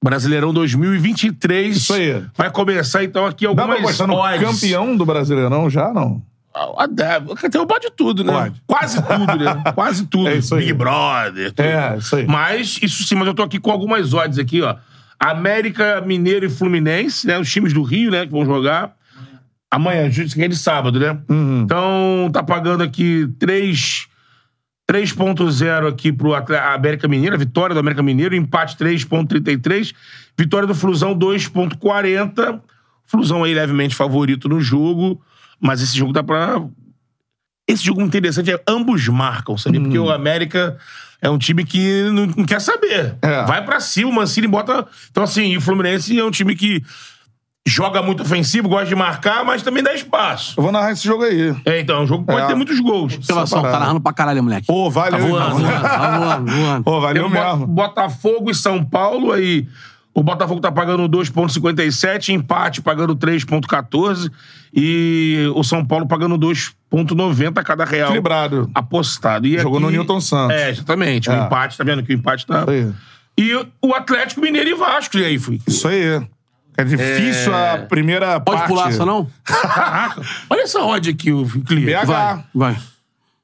Speaker 2: Brasileirão 2023.
Speaker 1: Isso aí.
Speaker 2: Vai começar, então, aqui
Speaker 1: Dá
Speaker 2: algumas
Speaker 1: pra apostar no
Speaker 2: odds.
Speaker 1: campeão do Brasileirão já, não?
Speaker 2: Ah, dá. Até o pode tudo, né?
Speaker 1: Pode.
Speaker 2: Quase tudo, né? Quase tudo.
Speaker 1: É isso aí.
Speaker 2: Big Brother. tudo.
Speaker 1: É, isso aí.
Speaker 2: Mas, isso sim, mas eu tô aqui com algumas odds aqui, ó. América, Mineiro e Fluminense, né? Os times do Rio, né? Que vão jogar. Amanhã, ju- isso aqui é de sábado, né?
Speaker 1: Hum. Uhum.
Speaker 2: Então, tá pagando aqui 3... 3.0 aqui pro Atle- América Mineiro, a vitória do América Mineiro, empate 3.33, vitória do Flusão 2.40. Flusão aí levemente favorito no jogo, mas esse jogo dá pra esse jogo interessante é ambos marcam, sabe? Porque o América é um time que não, não quer saber.
Speaker 1: É.
Speaker 2: Vai pra cima, o Mancini bota. Então, assim, e o Fluminense é um time que joga muito ofensivo, gosta de marcar, mas também dá espaço.
Speaker 1: Eu vou narrar esse jogo aí.
Speaker 2: É, então, é um jogo que pode
Speaker 1: É.
Speaker 2: ter muitos gols.
Speaker 3: Observação,
Speaker 1: parada.
Speaker 3: tá narrando pra caralho, moleque.
Speaker 1: Pô, valeu,
Speaker 2: Tá voando,
Speaker 1: irmão.
Speaker 2: né?
Speaker 3: Tá voando, voando.
Speaker 1: Pô, valeu
Speaker 2: Tem o Bo-
Speaker 1: mesmo.
Speaker 2: Botafogo e São Paulo aí. O Botafogo tá pagando 2,57, empate pagando 3,14 e o São Paulo pagando 2,90 a cada real.
Speaker 1: Equilibrado.
Speaker 2: Apostado. E
Speaker 1: Jogou
Speaker 2: aqui-
Speaker 1: no Newton Santos.
Speaker 2: É, exatamente. O
Speaker 1: É.
Speaker 2: empate, tá vendo que o empate tá.
Speaker 1: Isso aí.
Speaker 2: E o Atlético Mineiro e Vasco. E aí, fui.
Speaker 1: Isso aí. É difícil a primeira
Speaker 3: Pode
Speaker 1: parte.
Speaker 3: pular essa, não?
Speaker 2: Caraca. Olha essa odd aqui, o Clear.
Speaker 1: PH.
Speaker 3: Vai, vai.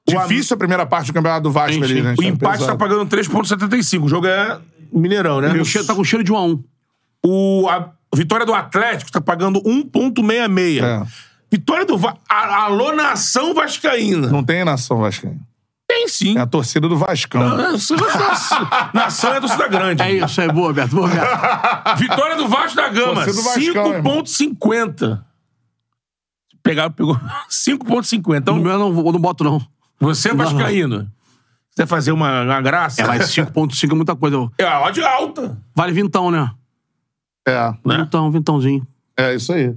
Speaker 3: Tá
Speaker 1: Difícil a primeira parte do Campeonato do Vasco
Speaker 3: Sim,
Speaker 1: ali,
Speaker 3: sim.
Speaker 1: né?
Speaker 2: O empate tá
Speaker 1: Pesado.
Speaker 2: pagando 3,75. O jogo é Mineirão, né?
Speaker 3: O cheiro- Tá com cheiro de um a um.
Speaker 2: O, a vitória do Atlético tá pagando 1,66.
Speaker 1: É.
Speaker 2: Vitória do Vasco. Alô, nação vascaína.
Speaker 1: Não tem nação vascaína.
Speaker 2: tem sim. Ah,
Speaker 1: É a torcida do Vascão.
Speaker 2: Nação nação é a torcida grande.
Speaker 3: É isso, é boa, Beto. Boa, Beto.
Speaker 2: Vitória do Vasco da Gama,
Speaker 1: Torcida é do Vascão,
Speaker 2: 5,50. Pegaram, pegou 5,50.
Speaker 3: No
Speaker 2: Então,
Speaker 3: meu eu não, eu não boto, não.
Speaker 2: você é vascaíno. Você vai fazer uma, uma graça?
Speaker 3: É, mas 5.5 é muita coisa.
Speaker 2: É a odd alta.
Speaker 3: Vale vintão, né?
Speaker 1: É,
Speaker 2: Né?
Speaker 3: Vintão, vintãozinho.
Speaker 1: é isso aí.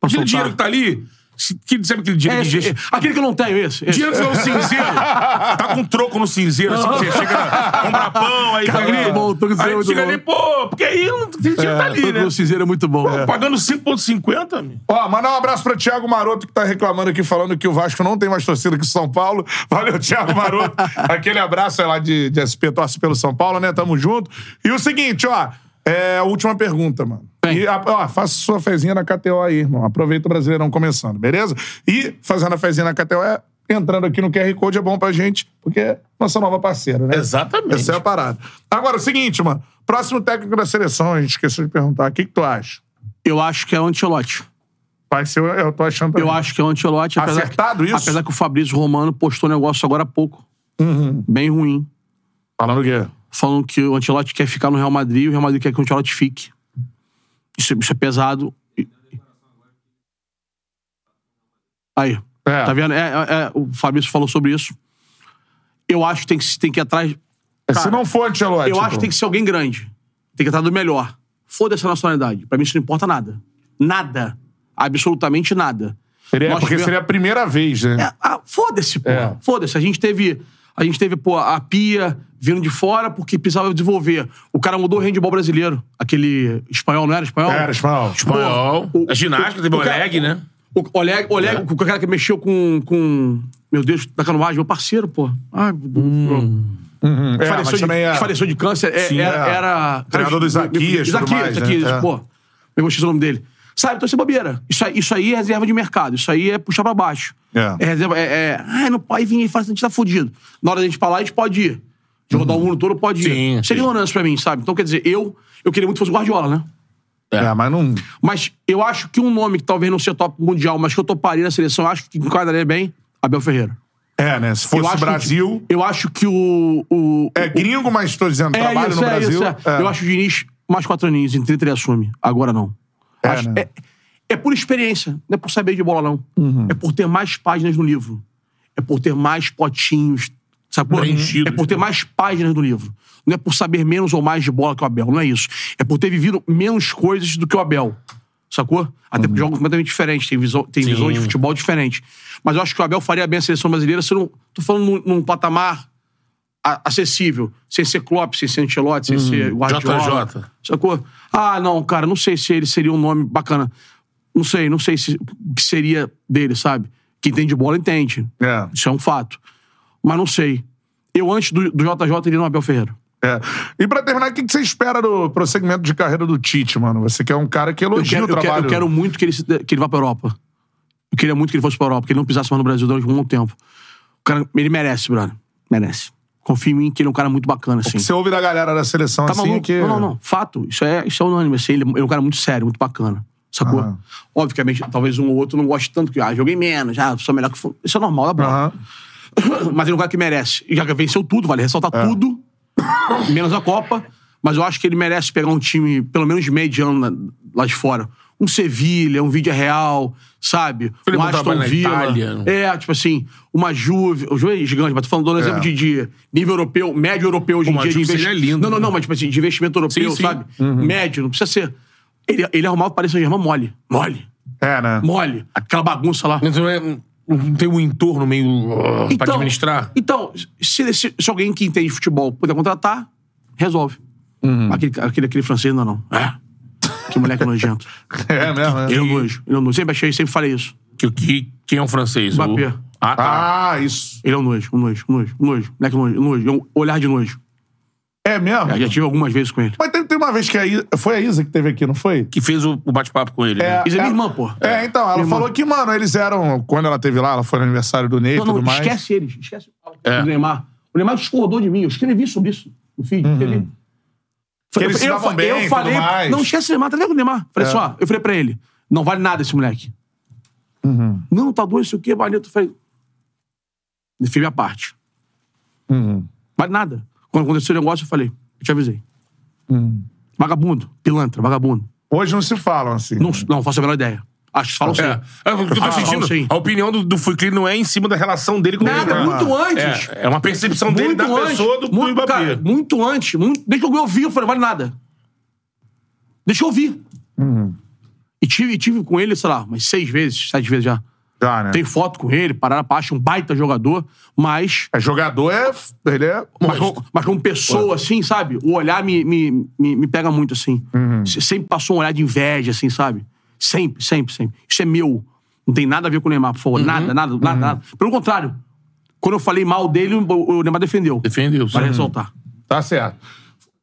Speaker 3: Pra
Speaker 2: Aquele
Speaker 3: soltar.
Speaker 2: dinheiro que tá ali... se- Que, sabe aquele dinheiro
Speaker 3: É
Speaker 2: que...
Speaker 3: esse,
Speaker 2: gesta-
Speaker 3: esse. Aquele que eu não tenho, esse. esse.
Speaker 2: Dinheiro que é um cinzeiro. Tá com troco no cinzeiro, assim, que você chega na, comprar pão, aí
Speaker 3: Cara,
Speaker 2: tá ali.
Speaker 3: muito bom, tô com
Speaker 2: aí
Speaker 3: dinheiro
Speaker 2: tu chega
Speaker 3: muito
Speaker 2: ali, pô, porque aí não tem dinheiro tá ali,
Speaker 3: Todo
Speaker 2: né?
Speaker 3: mundo cinzeiro é muito bom. É.
Speaker 2: Pagando 5,50, amigo.
Speaker 1: Ó, mandar um abraço pra Thiago Maroto, que tá reclamando aqui, falando que o Vasco não tem mais torcida que o São Paulo. Valeu, Thiago Maroto. Aquele abraço é lá de, de SP, torce pelo São Paulo, né? Tamo junto. E o seguinte, ó. É, última pergunta, mano. E, a- ó, faça sua fezinha na KTO aí, irmão. Aproveita o Brasileirão começando, beleza? E fazendo a fezinha na KTO é entrando aqui no QR Code é bom pra gente, porque é nossa nova parceira, né?
Speaker 2: Exatamente.
Speaker 1: Essa é a parada. Agora, é o seguinte, mano. Próximo técnico da seleção, a gente esqueceu de perguntar. O que, que tu acha?
Speaker 3: Eu acho que é o Ancelotti.
Speaker 1: Vai ser, eu tô achando também.
Speaker 3: Eu acho que é o Ancelotti.
Speaker 1: Ah,
Speaker 3: apesar que-
Speaker 1: Acertado isso?
Speaker 3: Apesar que o Fabrício Romano postou um negócio agora há pouco.
Speaker 1: Uhum.
Speaker 3: Bem ruim.
Speaker 1: Falando o quê?
Speaker 3: Falando é. que o Ancelotti quer ficar no Real Madrid e o Real Madrid quer que o Ancelotti fique. Isso, isso é pesado. E- Aí.
Speaker 1: É,
Speaker 3: Tá vendo? É, é, é, o Fabrício falou sobre isso. Eu acho que tem que, tem que ir atrás.
Speaker 1: É se não for Ancelotti.
Speaker 3: Eu acho que tem que ser alguém grande. Tem que estar do melhor. Foda-se a nacionalidade. Pra mim isso não importa nada. Nada. Absolutamente nada.
Speaker 1: Seria,
Speaker 3: Nós
Speaker 1: é, porque
Speaker 3: tivemos-
Speaker 1: seria a primeira vez, né?
Speaker 3: É, ah, foda-se, pô.
Speaker 1: É.
Speaker 3: Foda-se. A gente teve. A gente teve, pô, a pia vindo de fora porque precisava desenvolver. O cara mudou o handball brasileiro. Aquele espanhol, não era espanhol?
Speaker 1: Era, Espanhol.
Speaker 2: Espanhol.
Speaker 3: Pô, o-
Speaker 2: a é ginástica, teve
Speaker 3: o
Speaker 2: o
Speaker 3: cara-
Speaker 2: Oleg, né? É.
Speaker 3: O Oleg, Oleg o cara que mexeu com. com meu Deus, da canoagem, meu parceiro, pô. Ah, Ai, meu Deus.
Speaker 1: Hum, é,
Speaker 3: faleceu,
Speaker 1: mas
Speaker 3: de,
Speaker 1: também é.
Speaker 3: faleceu de câncer. é-
Speaker 1: Sim,
Speaker 3: era,
Speaker 1: é.
Speaker 3: era.
Speaker 1: Treinador do Isaquias,
Speaker 3: me- me-
Speaker 1: tudo
Speaker 3: Isaquias,
Speaker 1: mais, né?
Speaker 3: Isaquias,
Speaker 1: É.
Speaker 3: pô. Eu gostei do nome dele. Sabe, então isso é bobeira. Isso aí, isso aí é reserva de mercado. Isso aí é puxar pra baixo.
Speaker 1: É.
Speaker 3: reserva. É, é, ah, não pode vir e faz, a gente tá fudido. Na hora da gente falar, a gente pode ir. De rodar o
Speaker 1: Uhum.
Speaker 3: mundo um todo, pode ir.
Speaker 2: Sim,
Speaker 3: Seria
Speaker 2: sim.
Speaker 3: um lance pra mim, sabe? Então, quer dizer, eu, eu queria muito que fosse o Guardiola, né?
Speaker 1: É, mas não.
Speaker 3: Mas eu acho que um nome que talvez não seja top mundial, mas que eu toparia na seleção, eu acho que enquadraria bem, Abel Ferreira.
Speaker 1: É, né? Se
Speaker 3: eu
Speaker 1: fosse
Speaker 3: acho
Speaker 1: Brasil.
Speaker 3: Que, eu acho que o. o
Speaker 1: É gringo, mas estou dizendo, trabalho
Speaker 3: isso,
Speaker 1: no
Speaker 3: é,
Speaker 1: Brasil.
Speaker 3: isso, é. Eu acho o Diniz mais quatro aninhos, em 30 ele assume. Agora não.
Speaker 1: É,
Speaker 3: Acho-
Speaker 1: né?
Speaker 3: é, é por experiência, não é por saber de bola, não.
Speaker 1: Uhum.
Speaker 3: É por ter mais páginas no livro. É por ter mais potinhos, sacou?
Speaker 2: Preenchidos.
Speaker 3: É por ter mais páginas no livro. Não é por saber menos ou mais de bola que o Abel, não é isso. É por ter vivido menos coisas do que o Abel. Sacou?
Speaker 1: Uhum.
Speaker 3: Até porque jogam completamente diferentes, tem, visão, tem visões de futebol diferentes. Mas eu acho que o Abel faria bem a seleção brasileira se eu não. Tô falando num- num patamar a- acessível, sem ser Klopp, sem ser Ancelotti,
Speaker 1: Hum,
Speaker 3: sem ser Guardiola.
Speaker 2: JJ.
Speaker 3: Sacou? Ah, não, cara, não sei se ele seria um nome bacana. Não sei, não sei se, o que seria dele, sabe? Quem entende bola entende.
Speaker 1: É.
Speaker 3: Isso é um fato. Mas não sei. Eu, antes do, do JJ, iria no Abel Ferreira.
Speaker 1: É. E pra terminar, o que que você espera do prosseguimento de carreira do Tite, mano? Você quer um cara que
Speaker 3: Eu
Speaker 1: elogia o
Speaker 3: quero, eu quero,
Speaker 1: trabalho.
Speaker 3: eu quero muito que ele, se- que ele vá pra Europa. Eu queria muito que ele fosse pra Europa, que ele não pisasse mais no Brasil durante um bom tempo. O cara, ele merece, brother. Merece. Confia em mim que ele é um cara muito bacana, assim.
Speaker 1: Você ouve da galera da seleção
Speaker 3: Tá
Speaker 1: assim
Speaker 3: maluco?
Speaker 1: que.
Speaker 3: Não, não, não. Fato. Isso é, isso é unânime. Assim, ele é um cara muito sério, muito bacana. Sacou?
Speaker 1: Aham.
Speaker 3: Obviamente, talvez um ou outro não goste tanto que, ah, joguei menos, ah, sou melhor que for. Isso é normal da bola.
Speaker 1: Aham.
Speaker 3: é um
Speaker 2: É. Ele não trabalha
Speaker 3: né, um Aston
Speaker 2: na
Speaker 3: Villa.
Speaker 2: Itália.
Speaker 3: É, tipo assim, uma Juve. O Juve é gigante, mas tô falando do exemplo de, de nível europeu, médio europeu hoje em
Speaker 2: Uma
Speaker 3: dia. de
Speaker 2: Juve seria lindo,
Speaker 3: Não, não,
Speaker 2: né?
Speaker 3: não, mas tipo assim, de investimento europeu,
Speaker 2: Sim, Uhum. sim.
Speaker 3: sabe? Médio, não precisa ser. Ele, ele arrumava o Paris Saint-Germain mole. Mole.
Speaker 1: É, né?
Speaker 3: Mole. Aquela bagunça lá.
Speaker 2: Mas não, é- não tem um entorno meio uh, pra administrar?
Speaker 3: Então, se, se- se alguém que entende futebol puder contratar, resolve. Aquele, aquele, aquele francês ainda não. É. Que moleque nojento.
Speaker 1: É mesmo, né?
Speaker 3: Ele é um nojo. Ele é um nojo. Sempre achei, sempre falei isso.
Speaker 2: Que, que, quem é um francês?
Speaker 3: Mbappé.
Speaker 2: O- Ah, tá.
Speaker 1: Ah, isso.
Speaker 3: Ele é um nojo, um nojo, um nojo, um nojo. Moleque nojo, um nojo. É Um olhar de nojo.
Speaker 1: É mesmo?
Speaker 3: Já tive algumas vezes com ele.
Speaker 1: Mas tem, tem uma vez que a Isa, foi a Isa que teve aqui, não foi?
Speaker 2: Que fez o, o bate-papo com ele. né?
Speaker 3: Isso é minha irmã, pô.
Speaker 1: É, então, ela
Speaker 3: Minha
Speaker 1: falou que, mano, eles eram. Quando ela teve lá, ela foi no aniversário do Ney e
Speaker 3: Então, Não, não,
Speaker 1: tudo mais.
Speaker 3: esquece eles. Esquece
Speaker 2: É.
Speaker 3: o Neymar. O Neymar discordou de mim. Eu escrevi sobre isso no feed. escrevi.
Speaker 1: Uhum. Que eles se davam bem,
Speaker 3: eu
Speaker 1: tudo
Speaker 3: falei,
Speaker 1: mais. É.
Speaker 3: não esquece o Neymar, tá vendo o Neymar? Falei só, eu falei pra ele, não vale nada esse moleque.
Speaker 1: Uhum.
Speaker 3: Não, tá doido, sei o quê, valeu. Eu falei, defini minha parte.
Speaker 1: Uhum.
Speaker 3: Vale nada. Quando aconteceu o negócio, eu falei, eu te avisei.
Speaker 1: Uhum.
Speaker 3: Vagabundo, pilantra, vagabundo.
Speaker 1: Hoje não se falam assim.
Speaker 3: Não, não faço a menor ideia. Acho que falam sim.
Speaker 2: É. É, o que eu tô
Speaker 3: Ah,
Speaker 2: sentindo,
Speaker 3: sim.
Speaker 2: a opinião do, do Fui Clean não é em cima da relação dele com
Speaker 3: Nada,
Speaker 2: ele.
Speaker 3: muito antes.
Speaker 2: É, é uma percepção dele da pessoa do Cui
Speaker 3: muito, cara,
Speaker 2: Mbappé.
Speaker 3: muito antes. Muito, desde que eu ouvi, eu falei, vale nada. Deixa eu ouvir. E tive, tive com ele, sei lá, umas seis vezes, sete vezes já.
Speaker 1: Já, né?
Speaker 3: Tem foto com ele, parada pra acho um baita jogador, mas.
Speaker 1: É, jogador é. Ele é.
Speaker 3: Mas, com- mas como pessoa, assim, sabe? O olhar me, me, me, me pega muito, assim. Se- Sempre passou um olhar de inveja, assim, sabe? Sempre, sempre, sempre. Isso é meu. Não tem nada a ver com o Neymar, por favor.
Speaker 2: Uhum.
Speaker 3: Nada, nada, nada, nada. Pelo contrário. Quando eu falei mal dele, o, o Neymar defendeu.
Speaker 2: Defendeu. sim.
Speaker 3: Para ressaltar.
Speaker 1: Tá certo.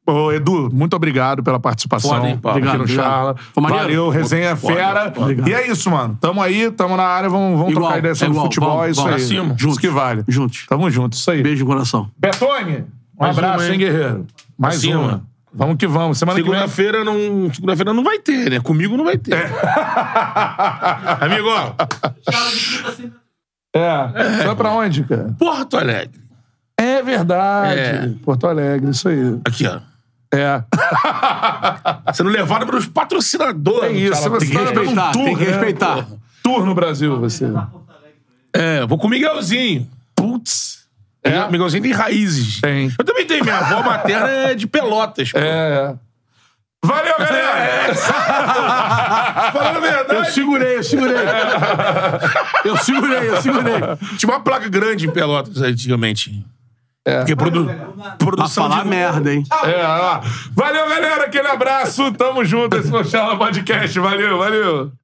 Speaker 1: Ô, Edu, muito obrigado pela participação
Speaker 6: Foda, hein, Paulo?
Speaker 1: aqui no
Speaker 3: Obrigado,
Speaker 1: Charla.
Speaker 3: obrigado. Foi maneiro?
Speaker 1: Valeu, resenha
Speaker 6: Foda,
Speaker 1: fera.
Speaker 3: Obrigado.
Speaker 1: E é isso, mano. Tamo aí, tamo na área, vamos, vamos
Speaker 3: Igual,
Speaker 1: trocar ideia
Speaker 3: é
Speaker 1: sobre
Speaker 3: igual,
Speaker 1: futebol,
Speaker 3: vamos,
Speaker 1: é isso
Speaker 3: vamos.
Speaker 1: aí.
Speaker 3: Pra cima.
Speaker 1: Isso que vale.
Speaker 3: Juntos.
Speaker 1: Tamo junto, isso aí.
Speaker 3: Beijo no coração.
Speaker 1: Betone, um
Speaker 2: Mais
Speaker 1: abraço,
Speaker 2: uma, hein?
Speaker 1: hein, guerreiro? Mais
Speaker 2: cima.
Speaker 1: uma. Vamos que vamos.
Speaker 3: é.
Speaker 1: Semana que vem.
Speaker 2: Segunda-feira não, segunda-feira não vai ter, né? Comigo não vai ter.
Speaker 3: É.
Speaker 2: Amigo, ó,
Speaker 1: É. Vai pra onde, cara?
Speaker 2: Porto Alegre.
Speaker 1: É verdade.
Speaker 2: É.
Speaker 1: Porto Alegre, isso aí.
Speaker 2: Aqui, ó. Tá
Speaker 1: É.
Speaker 2: Sendo levado pelos patrocinadores. assim.
Speaker 1: É isso,
Speaker 2: cara.
Speaker 1: você
Speaker 2: Tem que
Speaker 1: tá
Speaker 2: respeitar.
Speaker 1: dando um tour,
Speaker 3: tem que
Speaker 1: né?
Speaker 3: respeitar.
Speaker 1: Tour no Brasil, você.
Speaker 2: É, vou com o Miguelzinho. Putz.
Speaker 1: É?
Speaker 2: É? Miguelzinho tem raízes.
Speaker 3: É.
Speaker 1: Tem.
Speaker 2: Eu também tenho. Minha avó materna é de Pelotas. pô.
Speaker 1: É. Valeu, galera!
Speaker 2: Falando a
Speaker 3: Eu
Speaker 2: verdade,
Speaker 3: segurei, eu segurei. Eu segurei, eu segurei.
Speaker 2: tinha uma placa grande em Pelotas antigamente. É. Porque produ
Speaker 3: Pra
Speaker 2: produção
Speaker 3: falar
Speaker 2: de...
Speaker 3: merda, hein?
Speaker 1: É, ó. Valeu, galera! Aquele abraço, tamo junto. Esse foi o Charla Podcast. Valeu, valeu!